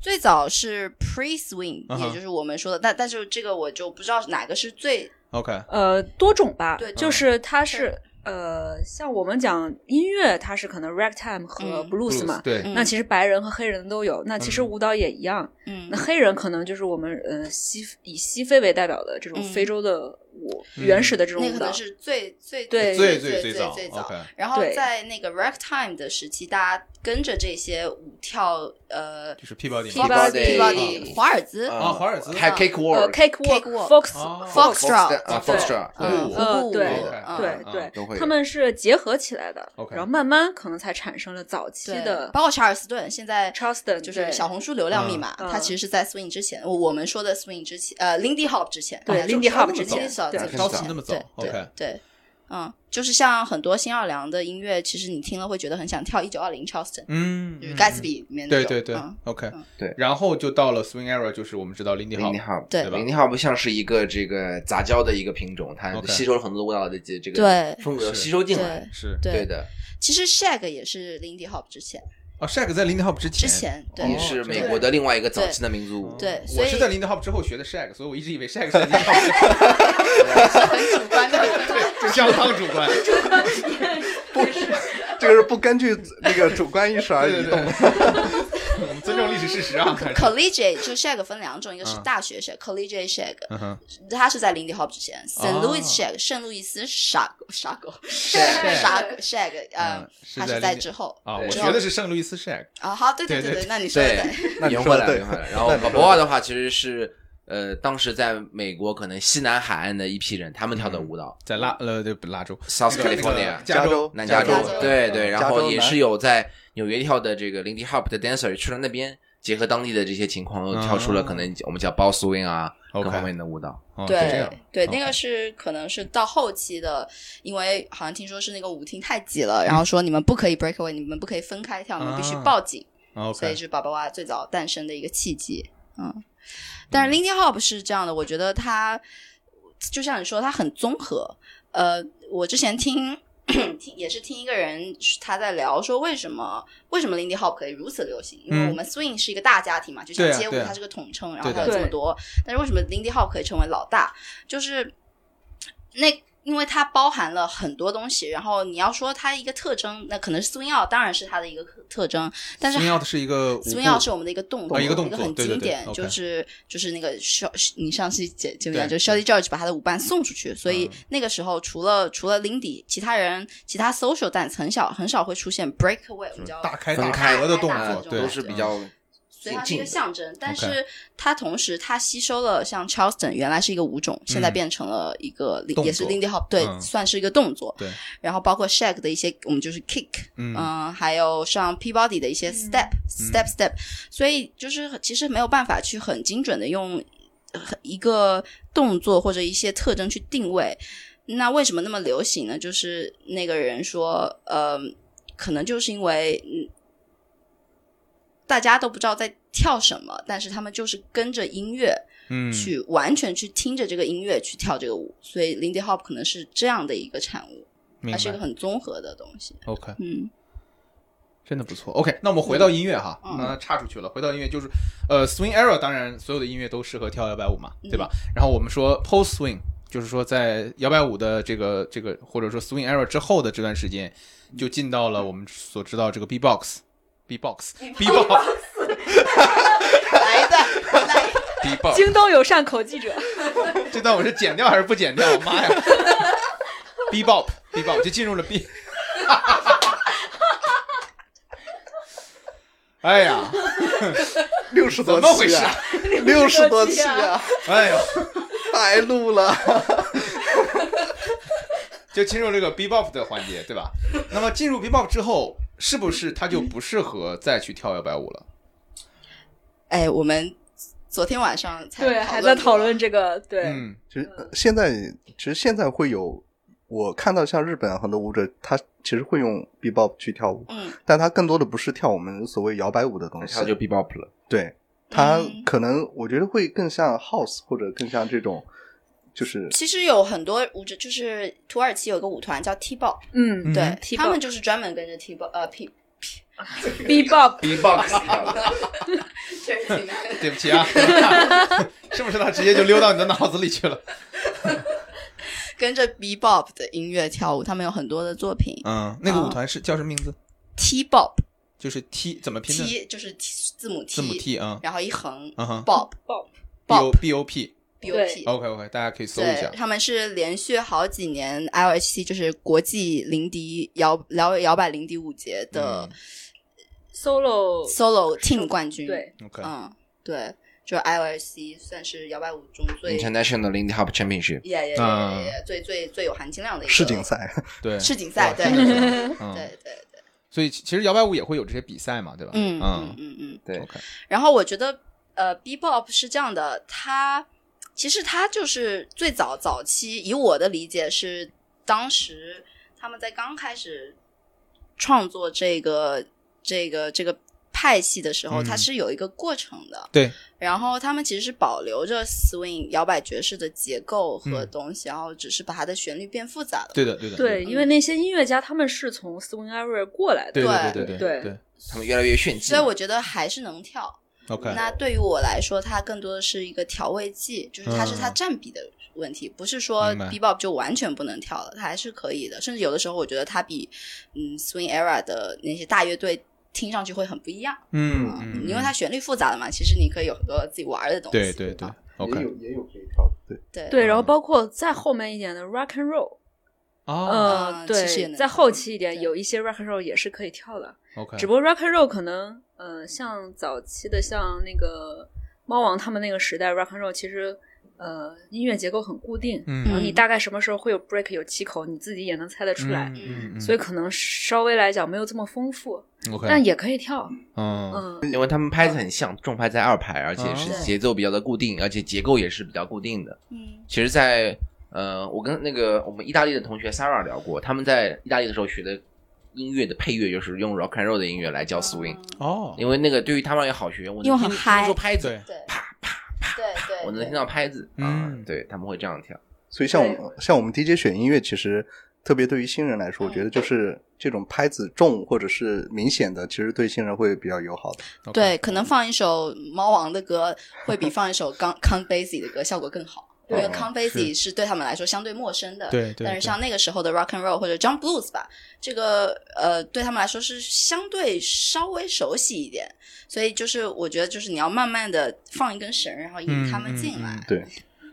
Speaker 4: 最早是 pre swing，、
Speaker 1: 嗯哼
Speaker 4: 也就是我们说的，但但是这个我就不知道哪个是最
Speaker 1: OK，
Speaker 3: 呃，多种吧，
Speaker 4: 对嗯
Speaker 3: 就是它是呃，像我们讲音乐，它是可能 ragtime 和
Speaker 4: 嗯
Speaker 3: blues 嘛。
Speaker 1: 对，
Speaker 4: 嗯
Speaker 3: 那其实白人和黑人都有，那其实
Speaker 1: 嗯
Speaker 3: 舞蹈也一样。
Speaker 4: 嗯
Speaker 3: 那黑人可能就是我们呃西以西非为代表的这种
Speaker 4: 嗯
Speaker 3: 非洲的舞，
Speaker 1: 嗯
Speaker 3: 原始的这种
Speaker 4: 那
Speaker 3: 舞
Speaker 4: 可
Speaker 3: 蹈
Speaker 4: 能。是最最
Speaker 3: 对
Speaker 1: 最
Speaker 4: 最
Speaker 1: 最
Speaker 4: 早
Speaker 1: 早。OK，
Speaker 4: 然后
Speaker 3: 对
Speaker 4: 在那个 ragtime 的时期，大家跟着这些舞跳呃
Speaker 1: 就是 Peabody
Speaker 3: Peabody
Speaker 4: Peabody
Speaker 2: 啊
Speaker 4: 华尔兹、
Speaker 1: 啊华尔兹
Speaker 2: 还 cake
Speaker 3: 呃
Speaker 2: walk，
Speaker 3: ，cake
Speaker 4: 哦 Cake
Speaker 3: walk、
Speaker 4: walk
Speaker 3: fox、
Speaker 1: 哦
Speaker 4: Foxtrot
Speaker 2: 啊
Speaker 4: 对
Speaker 2: foxtrot，
Speaker 4: 嗯
Speaker 1: 嗯
Speaker 6: 哦
Speaker 4: 舞步
Speaker 3: 对
Speaker 1: 嗯
Speaker 3: 对
Speaker 1: 嗯
Speaker 3: 对
Speaker 2: 都会有
Speaker 3: 他们是结合起来的
Speaker 1: OK
Speaker 3: 然后慢慢可能才产生了早期
Speaker 4: 对
Speaker 3: 的
Speaker 4: 包括查尔斯顿，现在
Speaker 3: Charleston，
Speaker 4: 就是
Speaker 3: 对
Speaker 4: 小红书流量密码，
Speaker 3: 嗯
Speaker 4: 它其实是在 swing 之前，我我们说的 swing 之前，呃，Lindy Hop 之前，
Speaker 3: 对
Speaker 4: 它就是
Speaker 3: Lindy Hop
Speaker 4: 那么
Speaker 3: 之前
Speaker 4: 早
Speaker 3: 对
Speaker 2: 早
Speaker 4: 早
Speaker 2: 期
Speaker 1: 那么早
Speaker 4: 对对
Speaker 1: OK
Speaker 4: 对，嗯，就是像很多新奥尔良的音乐，其实你听了会觉得很想跳一九二零 Charleston，
Speaker 1: 嗯，
Speaker 4: 就
Speaker 1: 嗯
Speaker 4: 是盖茨。比里面那
Speaker 1: 对
Speaker 4: 种
Speaker 1: 对对
Speaker 4: 嗯
Speaker 1: ，OK，
Speaker 2: 对
Speaker 1: 然后就到了 swing era，就是我们知道 Lindy
Speaker 2: 零
Speaker 1: Hop，
Speaker 2: 零号，
Speaker 4: 对
Speaker 2: 零零号不像是一个这个杂交的一个品种，它
Speaker 1: OK
Speaker 2: 吸收了很多味道的这这个
Speaker 4: 对
Speaker 2: 风格
Speaker 1: 是
Speaker 2: 吸收进来，
Speaker 1: 是
Speaker 4: 对
Speaker 2: 对的，
Speaker 4: 其实 Shag 也是 Lindy Hop 之前，
Speaker 1: 啊，Shag 在 Lindy Hop 之前，
Speaker 4: 之前对
Speaker 1: 哦
Speaker 2: 也是美国的另外一个早期的民族舞，
Speaker 4: 对
Speaker 1: 我
Speaker 4: 所以
Speaker 1: 是在 Lindy Hop 之后学的 Shag，所以我一直以为 Shag 是在 Lindy Hop 之前。
Speaker 4: 很主观的。
Speaker 1: 就相当主观，
Speaker 5: 这个是不根据那个主观意识而移动的。
Speaker 1: 我们尊种历史事实啊。还是
Speaker 4: collegiate 就 shag 分两种，一个是
Speaker 1: 嗯
Speaker 4: 大学 shag，collegiate shag，
Speaker 1: 嗯哼
Speaker 4: 它是在 Lindy Hop 之前
Speaker 1: 哦
Speaker 4: ，St. Louis shag 圣路易斯傻傻狗
Speaker 1: ，shag
Speaker 4: 傻 shag，嗯
Speaker 1: 嗯，是
Speaker 4: 它
Speaker 1: 在
Speaker 4: 是在
Speaker 1: Lindy-
Speaker 4: 之后
Speaker 1: 啊，我
Speaker 4: 之
Speaker 1: 学
Speaker 4: 后
Speaker 1: 的是圣路易斯 shag，
Speaker 4: 啊，好，对对
Speaker 1: 对对哦
Speaker 4: 对，那你说的
Speaker 2: 对
Speaker 4: 对，，
Speaker 5: 那你
Speaker 2: 圆
Speaker 5: 说
Speaker 2: 回
Speaker 5: 的
Speaker 2: 来，
Speaker 5: 对
Speaker 2: 圆回来。然后
Speaker 5: 那你说
Speaker 2: b
Speaker 5: 的
Speaker 2: b o 的话，其实是呃，当时在美国可能西南海岸的一批人，他们跳的舞蹈
Speaker 1: 在拉呃对不拉州
Speaker 2: ，South
Speaker 1: 那个
Speaker 2: California，
Speaker 1: 加州
Speaker 5: 州
Speaker 2: 南
Speaker 5: 加
Speaker 2: 州
Speaker 4: 加，州
Speaker 2: 对对，然后
Speaker 5: 加州
Speaker 2: 也
Speaker 5: 南
Speaker 2: 是有在纽约跳的这个 Lindy Hop 的 dancer 去了那边，结合当地的这些情况，又跳出了可能我们叫 ball swing 啊，各
Speaker 1: OK
Speaker 2: 方面的舞蹈。
Speaker 1: 哦是这
Speaker 4: 对
Speaker 1: 样
Speaker 4: 对，
Speaker 1: OK
Speaker 4: 那个是可能是到后期的，因为好像听说是那个舞厅太挤了，然后说你们不可以 break away，你们不可以分开跳，你们必须
Speaker 1: 啊
Speaker 4: 报警，所以
Speaker 1: OK
Speaker 4: 是巴巴娃最早诞生的一个契机。嗯，但是 Lindy Hop 是这样的，我觉得它就像你说，它很综合。呃，我之前听 听也是听一个人他在聊说为什么为什么 Lindy Hop 可以如此流行，因为
Speaker 1: 嗯
Speaker 4: 我们 swing 是一个大家庭嘛，就像
Speaker 1: 对啊
Speaker 4: 街舞
Speaker 1: 对啊
Speaker 4: 它是个统称，然
Speaker 1: 对
Speaker 4: 后
Speaker 1: 的
Speaker 4: 它有这么
Speaker 6: 对
Speaker 4: 多，但是为什么 Lindy Hop 可以成为老大？就是那。因为它包含了很多东西，然后你要说它一个特征，那可能是 swing out 当然是它的一个特征，但是
Speaker 1: swing out 是一个舞
Speaker 4: swing
Speaker 1: 步
Speaker 4: out 是我们的一个动作，
Speaker 1: 啊一个动作
Speaker 4: 很
Speaker 1: 对
Speaker 4: 经
Speaker 1: 对对
Speaker 4: 典，
Speaker 1: ，OK
Speaker 4: 就是就是那个 s h 你上期节节目讲，
Speaker 1: 对
Speaker 4: 就是 Shorty George 把他的舞伴送出去，所以
Speaker 1: 嗯
Speaker 4: 那个时候除了除了 Lindy，其他人其他 social dance 很少很少会出现 breakaway，我们叫
Speaker 1: 大开
Speaker 2: 分
Speaker 1: 大
Speaker 2: 开
Speaker 1: 合的动
Speaker 4: 大
Speaker 1: 作
Speaker 2: 呃，
Speaker 4: 开大合
Speaker 1: 对，
Speaker 2: 都是比较
Speaker 4: 所以它是一个
Speaker 2: 近
Speaker 4: 象征，但
Speaker 1: OK
Speaker 4: 是它同时它吸收了像 Charleston 原来是一个舞种，现在
Speaker 1: 嗯
Speaker 4: 变成了一个
Speaker 1: 动
Speaker 4: 也是
Speaker 1: 作
Speaker 4: Lindy Hop 对
Speaker 1: 嗯，
Speaker 4: 算是一个动作，
Speaker 1: 对，
Speaker 4: 然后包括 Shag 的一些我们就是 kick，
Speaker 1: 嗯
Speaker 4: 嗯，还有像 Peabody 的一些 step、step step，所以就是其实没有办法去很精准的用呃一个动作或者一些特征去定位。那为什么那么流行呢？就是那个人说，呃，可能就是因为嗯，大家都不知道在跳什么，但是他们就是跟着音乐
Speaker 1: 嗯
Speaker 4: 去、完全去听着这个音乐去跳这个舞，所以 Lindy Hop 可能是这样的一个产物，
Speaker 1: 明
Speaker 4: 它是一个
Speaker 1: 白
Speaker 4: 很综合的东西。
Speaker 1: OK。
Speaker 4: 嗯。
Speaker 1: 真的不错。OK，那我们回到音乐哈，
Speaker 4: 嗯
Speaker 1: 刚才岔出去了。回到音乐就是，呃，swing era 当然所有的音乐都适合跳摇摆舞嘛，对吧？然后我们说 post swing，就是说在摇摆舞的这个这个或者说 swing era 之后的这段时间，就进到了我们所知道这个 b box。B-box，B-box，
Speaker 4: 来的， 来
Speaker 2: 低爆。
Speaker 6: 京东友善口记者，
Speaker 1: 这段我是剪掉还是不剪掉？妈呀！B-bop，B-bop 就进入了 B。哎呀，
Speaker 5: 六十多
Speaker 1: 怎么回
Speaker 5: 期啊，六十多期 啊，
Speaker 1: 哎呀！
Speaker 5: 白录了。
Speaker 1: 就进入这个 bebop 的环节，对 吧？那么进入 bebop 之后，是不是它就不适合再去跳摇摆舞了？
Speaker 4: 哎，我们昨天晚上才
Speaker 6: 对，还在讨论这个，对，
Speaker 1: 嗯，
Speaker 5: 其实呃现在，其实现在会有，我看到像日本啊很多舞者，他其实会用 B-bop 去跳舞，
Speaker 4: 嗯，
Speaker 5: 但他更多的不是跳我们所谓摇摆舞的东西
Speaker 2: 他，就 bebop 了，
Speaker 5: 对他
Speaker 4: 嗯
Speaker 5: 可能我觉得会更像 house 或者更像这种，就是
Speaker 4: 其实有很多舞者，就是土耳其有个舞团叫 T Bop，
Speaker 6: 嗯
Speaker 4: 对
Speaker 6: ，T-bop
Speaker 4: 他们就是专门跟着 T Bop，呃，P，
Speaker 6: ，B-bop，
Speaker 1: 对不起啊， 是不是它直接就溜到你的脑子里去了？
Speaker 4: 跟着 B Bop 的音乐跳舞，他们有很多的作品。
Speaker 1: 嗯，那个舞团是叫什么名字？
Speaker 4: T Bop，T
Speaker 1: 就是 T 怎么拼的？
Speaker 4: 就是 T 字母 T，
Speaker 1: 字母 T 啊
Speaker 4: 然后一横
Speaker 1: 啊哈
Speaker 4: Bop
Speaker 1: ，B O B O P
Speaker 4: B O P。
Speaker 1: OK OK，大家可以搜一
Speaker 4: 对
Speaker 1: 下，。
Speaker 4: 他们是连续好几年 LHC 就是国际零迪摇摇摇摆零迪舞节的
Speaker 1: 嗯
Speaker 6: solo，
Speaker 4: solo team 冠军。
Speaker 6: 对，
Speaker 1: OK，
Speaker 4: 嗯，对，就 IOSC 算是摇摆舞中最也
Speaker 2: International Lindy Hop Championship，
Speaker 4: 也也
Speaker 1: 嗯
Speaker 4: 也最最最有含金量的一个
Speaker 5: 世锦，赛。
Speaker 1: 对，
Speaker 4: 世锦赛，对
Speaker 1: 哇
Speaker 4: 对
Speaker 1: 世锦
Speaker 4: 对
Speaker 1: 赛嗯
Speaker 4: 对对，
Speaker 1: 所以其其实摇摆舞也会有这些比赛嘛，对吧？
Speaker 4: 嗯嗯
Speaker 1: 嗯
Speaker 4: 嗯嗯。
Speaker 2: 对
Speaker 1: OK
Speaker 4: 然后我觉得呃，B-Bop 是这样的，它其实它就是最早早期，以我的理解是，当时他们在刚开始创作这个这个这个派系的时候，
Speaker 1: 嗯
Speaker 4: 它是有一个过程的，
Speaker 1: 对。
Speaker 4: 然后他们其实是保留着 swing 摇摆爵士的结构和
Speaker 1: 嗯
Speaker 4: 东西，然后只是把它的旋律变复杂了。
Speaker 1: 对的对的
Speaker 6: 对，因为
Speaker 4: 嗯
Speaker 6: 那些音乐家他们是从 swing era 过来
Speaker 1: 对
Speaker 6: 的，
Speaker 1: 的对
Speaker 4: 对
Speaker 1: 对
Speaker 6: 对
Speaker 1: 对
Speaker 2: 他们越来越炫技。
Speaker 4: 所以我觉得还是能跳。
Speaker 1: OK
Speaker 4: 那对于我来说，它更多的是一个调味剂，就是它是它
Speaker 1: 嗯
Speaker 4: 占比的问题，不是说
Speaker 1: 明白
Speaker 4: b-bop 就完全不能跳了，它还是可以的。甚至有的时候，我觉得它比嗯 swing era 的那些大乐队听上去会很不一样。
Speaker 1: 嗯
Speaker 4: 啊
Speaker 1: 嗯，
Speaker 4: 因为它旋律复杂了嘛，其实你可以有很多自己玩儿的东西。
Speaker 1: 对对对
Speaker 4: 吧
Speaker 5: 也
Speaker 1: ，OK
Speaker 5: 有也有可以跳的，对，
Speaker 4: 对
Speaker 3: 对，然后包括再后面一点的 rock and roll，
Speaker 1: 哦
Speaker 3: 呃，
Speaker 4: 嗯其实也
Speaker 3: 对，
Speaker 4: 能
Speaker 3: 在
Speaker 4: 跳
Speaker 3: 后期一点
Speaker 4: 对
Speaker 3: 有一些 rock and roll 也是可以跳的，
Speaker 1: ，OK，
Speaker 3: 只不过 rock and roll 可能，呃，像早期的像那个猫王他们那个时代 rock and roll 其实。呃，音乐结构很固定，
Speaker 1: 嗯
Speaker 3: 然后你大概什么时候会有 break 有气口，你自己也能猜得出来，
Speaker 1: 嗯嗯嗯
Speaker 3: 所以可能稍微来讲没有这么丰富，
Speaker 1: OK，
Speaker 3: 但也可以跳。
Speaker 5: 哦
Speaker 1: 嗯
Speaker 3: 嗯，
Speaker 2: 因为他们拍子很像，重拍在二拍，而且是
Speaker 1: 哦
Speaker 2: 节奏比较的固定，而且结构也是比较固定的。
Speaker 4: 嗯
Speaker 2: 其实在，呃，我跟那个我们意大利的同学 Sarah 聊过，他们在意大利的时候学的音乐的配乐就是用 rock and roll 的音乐来
Speaker 6: 啊
Speaker 2: 教 swing，、
Speaker 1: 哦，
Speaker 2: 因为那个对于他们也好学，我
Speaker 4: 因
Speaker 2: 能
Speaker 4: 为
Speaker 2: 听
Speaker 4: 很
Speaker 2: 听出
Speaker 4: 嗨
Speaker 2: 拍子，
Speaker 1: 对，
Speaker 4: 对，啪啪啪，对对，
Speaker 2: 我能听到拍子，
Speaker 1: 嗯
Speaker 2: 啊，对他们会这样跳，
Speaker 5: 所以像我们像我们 DJ 选音乐，其实特别对于新人来说，我
Speaker 4: 嗯
Speaker 5: 觉得就是这种拍子重或者是明显的，其实对新人会比较友好的。
Speaker 1: OK
Speaker 4: 对，可能放一首猫王的歌会比放一首 Con Con Basie 的歌效果更好，因为
Speaker 5: 哦
Speaker 4: Con Basie 是对他们来说相对陌生的。
Speaker 1: 对对
Speaker 4: 但
Speaker 1: 对
Speaker 4: 是像那个时候的 Rock and Roll 或者 John Blues 吧，这个呃对他们来说是相对稍微熟悉一点，所以就是我觉得就是你要慢慢的放一根绳，然后引他们进来。
Speaker 1: 嗯嗯嗯
Speaker 5: 对，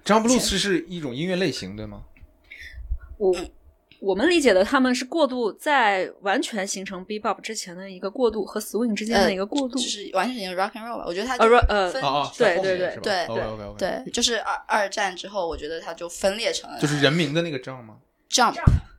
Speaker 1: 张 blues 是一种音乐类型，对吗？
Speaker 3: 我我们理解的他们是过渡，在完全形成 bebop 之前的一个过渡和 swing 之间的一个过渡
Speaker 4: 就。是完全型 rock and roll 吧，我觉得它
Speaker 3: 呃
Speaker 4: 就
Speaker 3: ，rock- 呃
Speaker 4: 分
Speaker 1: 哦哦，
Speaker 3: 对
Speaker 1: 在后面
Speaker 3: 对
Speaker 1: 是吧
Speaker 4: 对
Speaker 1: ，OK OK OK，，
Speaker 4: 对，就是二二战之后，我觉得它就分裂成了
Speaker 1: 就是人名的那个 jump 吗？
Speaker 4: jump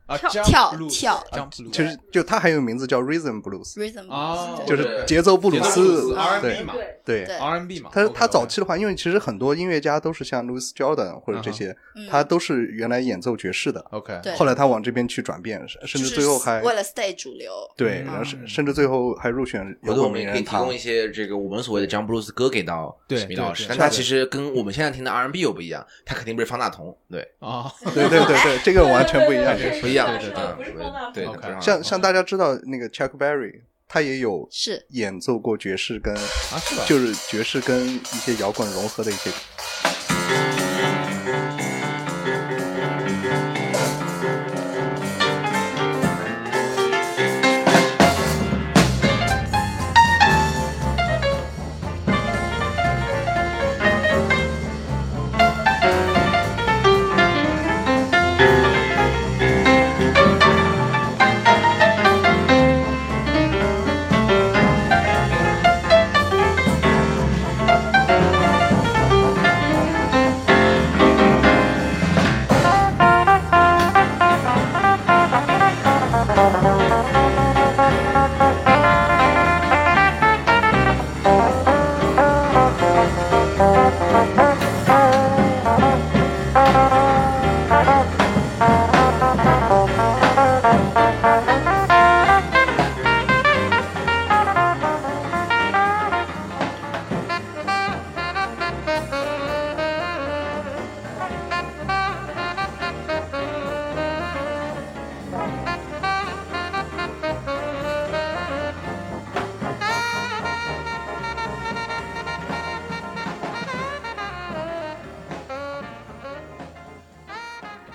Speaker 1: 啊
Speaker 3: 跳
Speaker 4: 跳跳
Speaker 1: ，jump blues，
Speaker 5: 其实就它还有名字叫 Rhythm Blues，
Speaker 4: rhythm，
Speaker 1: 哦
Speaker 4: 对
Speaker 5: 就是节奏布鲁斯。
Speaker 1: R&B
Speaker 5: 对
Speaker 1: 嘛
Speaker 3: 对，
Speaker 5: 对，
Speaker 4: 对
Speaker 1: R&B 嘛，
Speaker 5: 他
Speaker 1: OK，OK
Speaker 5: 他早期的话，因为其实很多音乐家都是像 Louis Jordan 或者这些
Speaker 4: 嗯，
Speaker 5: 他都是原来演奏爵士的，
Speaker 1: OK，
Speaker 4: 对
Speaker 5: 后来他往这边去转变，甚甚
Speaker 4: 就
Speaker 5: 至
Speaker 4: 是
Speaker 5: 最后还
Speaker 4: 为了 stay 主流，
Speaker 5: 对，
Speaker 1: 嗯
Speaker 5: 然后甚
Speaker 1: 嗯
Speaker 5: 甚至最后还入选
Speaker 2: 回
Speaker 5: 摇
Speaker 2: 头我
Speaker 5: 滚
Speaker 2: 们
Speaker 5: 名
Speaker 2: 也可以
Speaker 5: 人
Speaker 2: 提
Speaker 5: 堂
Speaker 2: 供一。些这个我们所谓的 John Blues 歌给到
Speaker 1: 对
Speaker 2: 史密老师，
Speaker 1: 对对
Speaker 2: 但他其实跟我们现在听的 R&B 又不一样，他肯定不是方大同，对，
Speaker 1: 啊，
Speaker 5: 对对对对，这个完全不一样。
Speaker 1: 对对对
Speaker 2: 不一样，
Speaker 1: 对对
Speaker 2: 啊
Speaker 6: 不是方大同
Speaker 2: 对，对
Speaker 1: OK
Speaker 2: 不是方大同
Speaker 5: 像像大家知道那个 Chuck Berry，他也有
Speaker 4: 是
Speaker 5: 演奏过爵士 跟
Speaker 1: 啊是吧
Speaker 5: 就是爵士跟一些摇滚融合的一些。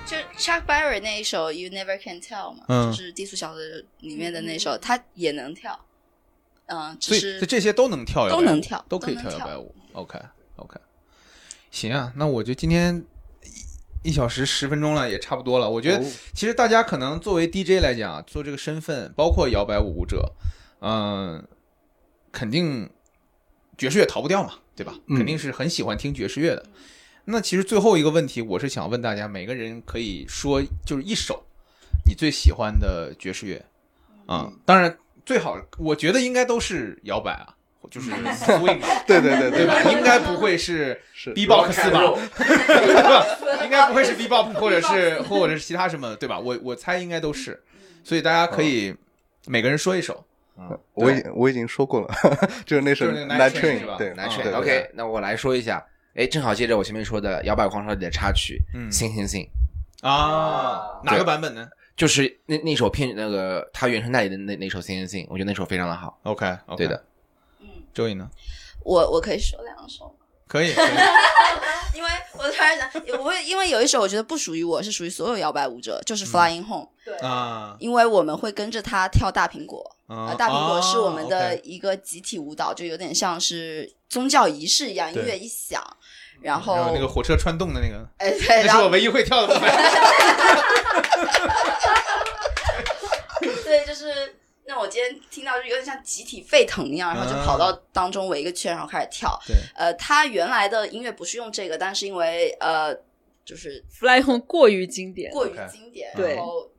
Speaker 4: 就 Chuck Berry 那一首 You Never Can Tell 嘛，
Speaker 1: 嗯
Speaker 4: 就是低俗小子里面的那首，他也能跳，嗯，
Speaker 1: 所
Speaker 4: 只
Speaker 1: 以
Speaker 4: 是
Speaker 1: 所以这些都能跳摇摆舞，
Speaker 4: 都能跳
Speaker 1: 都可以
Speaker 4: 都能
Speaker 1: 摇
Speaker 4: 跳
Speaker 1: 摆舞。OK OK，行啊，那我就今天一一小时十分钟了，也差不多了。我觉得
Speaker 5: 哦
Speaker 1: 其实大家可能作为 DJ 来讲，啊做这个身份，包括摇摆舞舞者，嗯、肯定爵士乐逃不掉嘛，对吧？
Speaker 5: 嗯
Speaker 1: 肯定是很喜欢听爵士乐的。那其实最后一个问题，我是想问大家，每个人可以说就是一首你最喜欢的爵士乐啊、
Speaker 5: 嗯
Speaker 1: 当然最好我觉得应该都是摇摆啊，就是 swing 吧
Speaker 5: 对对对
Speaker 1: 对
Speaker 5: 对
Speaker 1: 吧？应该不会是
Speaker 5: 是
Speaker 1: B-box 吧？应该不会是 bebop 或者是或者是其他什么，对吧？我我猜应该都是，
Speaker 4: 嗯
Speaker 1: 所以大家可以每个人说一首。
Speaker 5: 我已我已经说过了，就是那首
Speaker 1: 就是那
Speaker 5: Night
Speaker 1: Night Train 是吧
Speaker 5: Train，对啊
Speaker 1: 嗯
Speaker 2: 来选、
Speaker 5: 对对
Speaker 2: OK，那我来说一下。哎，正好接着我前面说的摇摆狂潮里的插曲，
Speaker 1: 嗯
Speaker 2: 行行行，
Speaker 1: 啊，哪个版本呢
Speaker 2: 就是那那首片那个他原声带里的那那首行行行，我觉得那首非常的好。
Speaker 1: ？OK，
Speaker 2: 对的，
Speaker 1: 周颖呢？
Speaker 4: 我我可以说两首吗，
Speaker 1: 可以，可 以
Speaker 4: 因为我突然想，我会因为有一首我觉得不属于我，是
Speaker 1: 嗯
Speaker 4: 属于所有摇摆舞者，就是 Flying Home，
Speaker 1: 啊
Speaker 4: 因为我们会跟着他跳大苹果，
Speaker 1: 啊
Speaker 4: 呃，大苹果是我们
Speaker 1: 啊
Speaker 4: 的
Speaker 1: ，OK
Speaker 4: 一个集体舞蹈，就有点像是宗教仪式一样，音
Speaker 1: 对
Speaker 4: 乐一响，然后
Speaker 1: 然后那个火车穿洞的那个，
Speaker 4: 哎对，
Speaker 1: 那
Speaker 4: 然
Speaker 1: 是我
Speaker 4: 后
Speaker 1: 唯一会跳的部分。
Speaker 4: 对，就是那我今天听到就有点像集体沸腾一样，然后就跑到当中围一个圈，然后开始跳。
Speaker 1: 对，
Speaker 4: 呃，他原来的音乐不是用这个，但是因为呃，就是
Speaker 3: ，Fly Home 过于经典，
Speaker 4: 过于
Speaker 1: OK
Speaker 4: 经典，
Speaker 3: 对
Speaker 4: 然后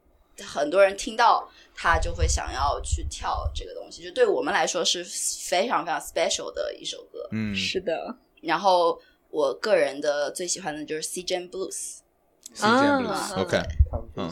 Speaker 4: 很多人听到他就会想要去跳这个东西，就对我们来说是非常非常 special 的一首歌。
Speaker 1: 嗯
Speaker 3: 是的，
Speaker 4: 然后我个人的最喜欢的就是 C J Blues，
Speaker 1: ，C J
Speaker 3: 啊
Speaker 1: Blues，OK，嗯，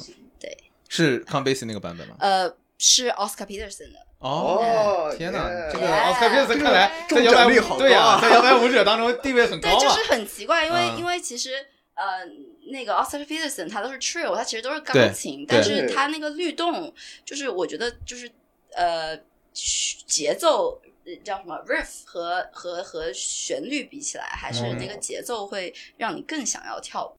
Speaker 1: 是康贝斯那个版本吗？
Speaker 4: 呃，是 Oscar Peterson 的，
Speaker 1: 哦
Speaker 5: 哦，
Speaker 1: 天哪，
Speaker 5: 耶
Speaker 1: 这个
Speaker 4: 耶
Speaker 1: 奥斯卡片斯看来在
Speaker 5: 中
Speaker 1: 摇摆
Speaker 5: 奖率
Speaker 1: 舞
Speaker 5: 好
Speaker 1: 对
Speaker 5: 高
Speaker 1: 呀，
Speaker 5: 啊
Speaker 1: 在摇摆舞者当中地位很
Speaker 4: 对
Speaker 1: 高，
Speaker 4: 就
Speaker 1: 啊。
Speaker 4: 是很奇怪，因为、
Speaker 1: 嗯
Speaker 4: 因为其实呃，那个 Oscar Peterson 他都是 trio，他其实都是
Speaker 1: 对
Speaker 4: 钢琴，
Speaker 5: 对
Speaker 4: 但是他那个律动，就是我觉得就是呃节奏。呃叫什么 riff 和和和旋律比起来，还
Speaker 1: 嗯
Speaker 4: 是那个节奏会让你更想要跳舞。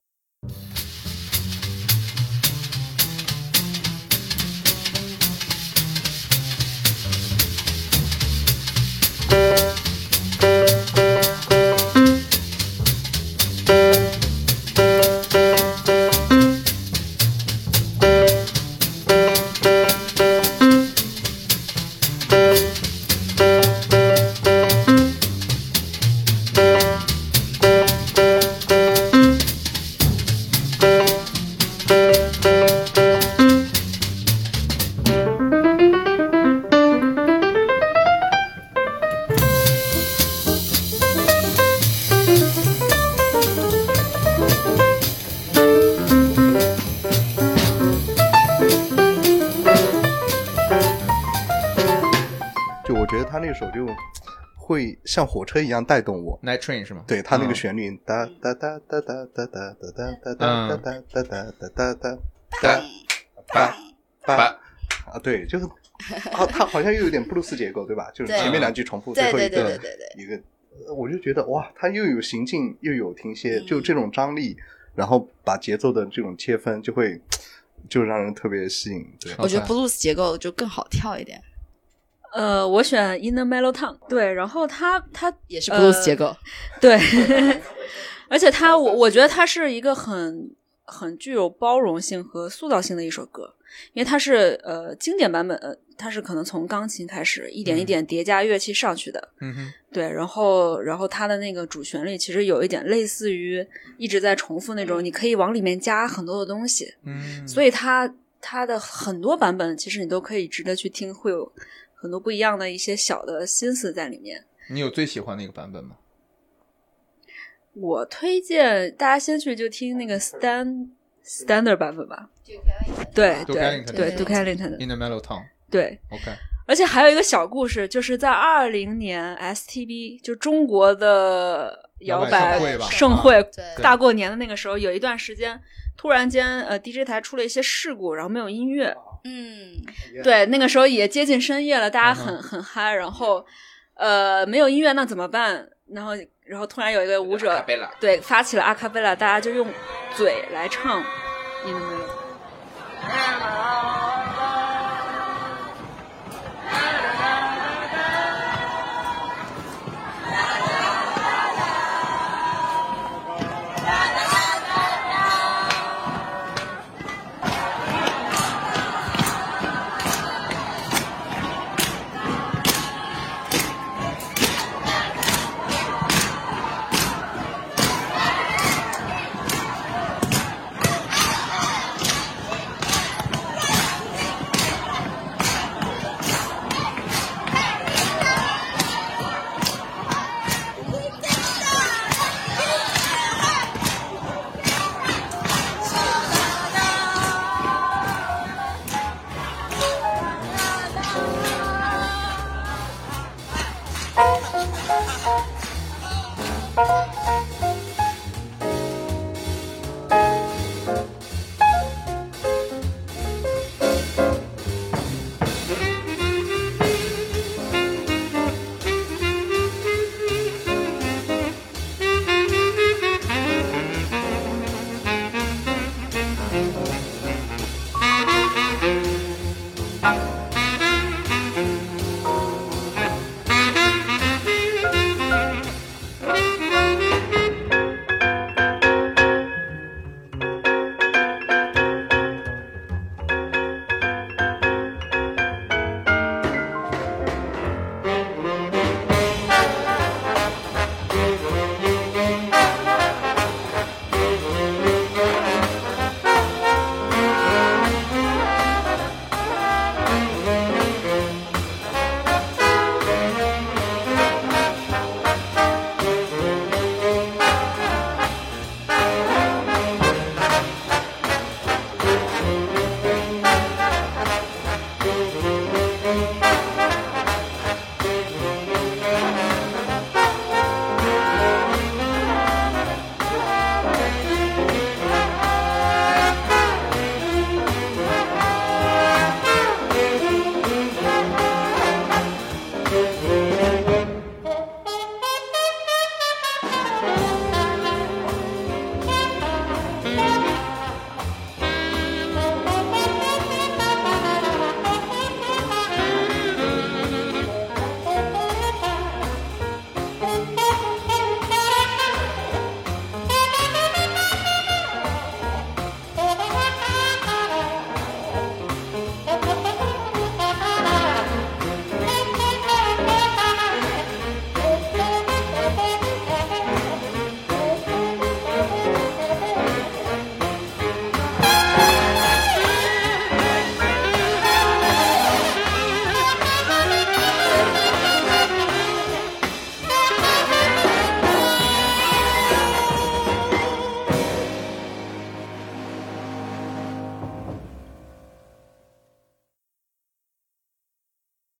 Speaker 5: 就我觉得他那首就会像火车一样带动我。
Speaker 1: Night Train 是吗？
Speaker 5: 对他那个
Speaker 1: 嗯
Speaker 5: 旋律，哒哒哒哒哒哒哒哒哒哒哒哒哒哒哒哒哒
Speaker 1: 哒哒
Speaker 5: 哒啊，对，就是啊，他好像又有点布鲁斯结构，对吧？就是
Speaker 4: 对
Speaker 5: 前面两句重复，最
Speaker 4: 对
Speaker 5: 后一
Speaker 4: 对对
Speaker 5: 个
Speaker 4: 对对对，
Speaker 5: 一个，呃我就觉得哇，他又有行进，又有停歇，就
Speaker 4: 嗯
Speaker 5: 这种张力，然后把节奏的这种切分，就会就让人特别吸引。对，
Speaker 4: 我觉得
Speaker 1: OK
Speaker 4: blues 结构就更好跳一点，
Speaker 3: 呃，我选 In the Mellow Town，对，然后他他
Speaker 4: 也是 blues
Speaker 3: 呃
Speaker 4: 结构。
Speaker 3: 对，而且它我我觉得它是一个很很具有包容性和塑造性的一首歌，因为它是呃经典版本，呃它是可能从钢琴开始一点一点叠加乐器上去的，
Speaker 1: 嗯哼，
Speaker 3: 对，然后然后它的那个主旋律其实有一点类似于一直在重复那种，你可以往里面加很多的东西，
Speaker 1: 嗯，
Speaker 3: 所以它它的很多版本其实你都可以值得去听，会有很多不一样的一些小的心思在里面。
Speaker 1: 你有最喜欢的一个版本吗？
Speaker 3: 我推荐大家先去就听那个 Stan Standard 版本吧，对
Speaker 1: Duke
Speaker 3: 对
Speaker 1: Ellington
Speaker 3: 对
Speaker 4: 的
Speaker 3: Duke Ellington 的
Speaker 1: In the Mellow Town，OK，、
Speaker 3: 对，而且还有一个小故事，就是在二零年 STB 就中国的摇
Speaker 1: 摆盛会
Speaker 3: 摆
Speaker 1: 吧啊
Speaker 3: 盛会
Speaker 4: 对
Speaker 3: 大过年的那个时候，有一段时间突然间呃 DJ 台出了一些事故，然后没有音乐，
Speaker 4: 嗯，
Speaker 3: 对，那个时候也接近深夜了，大家很、
Speaker 1: 嗯
Speaker 3: 很嗨，然后呃没有音乐那怎么办？然后然后突然有一个舞者
Speaker 2: 卡贝拉
Speaker 3: 对，发起了阿卡贝拉，大家就用嘴来唱，你们没有？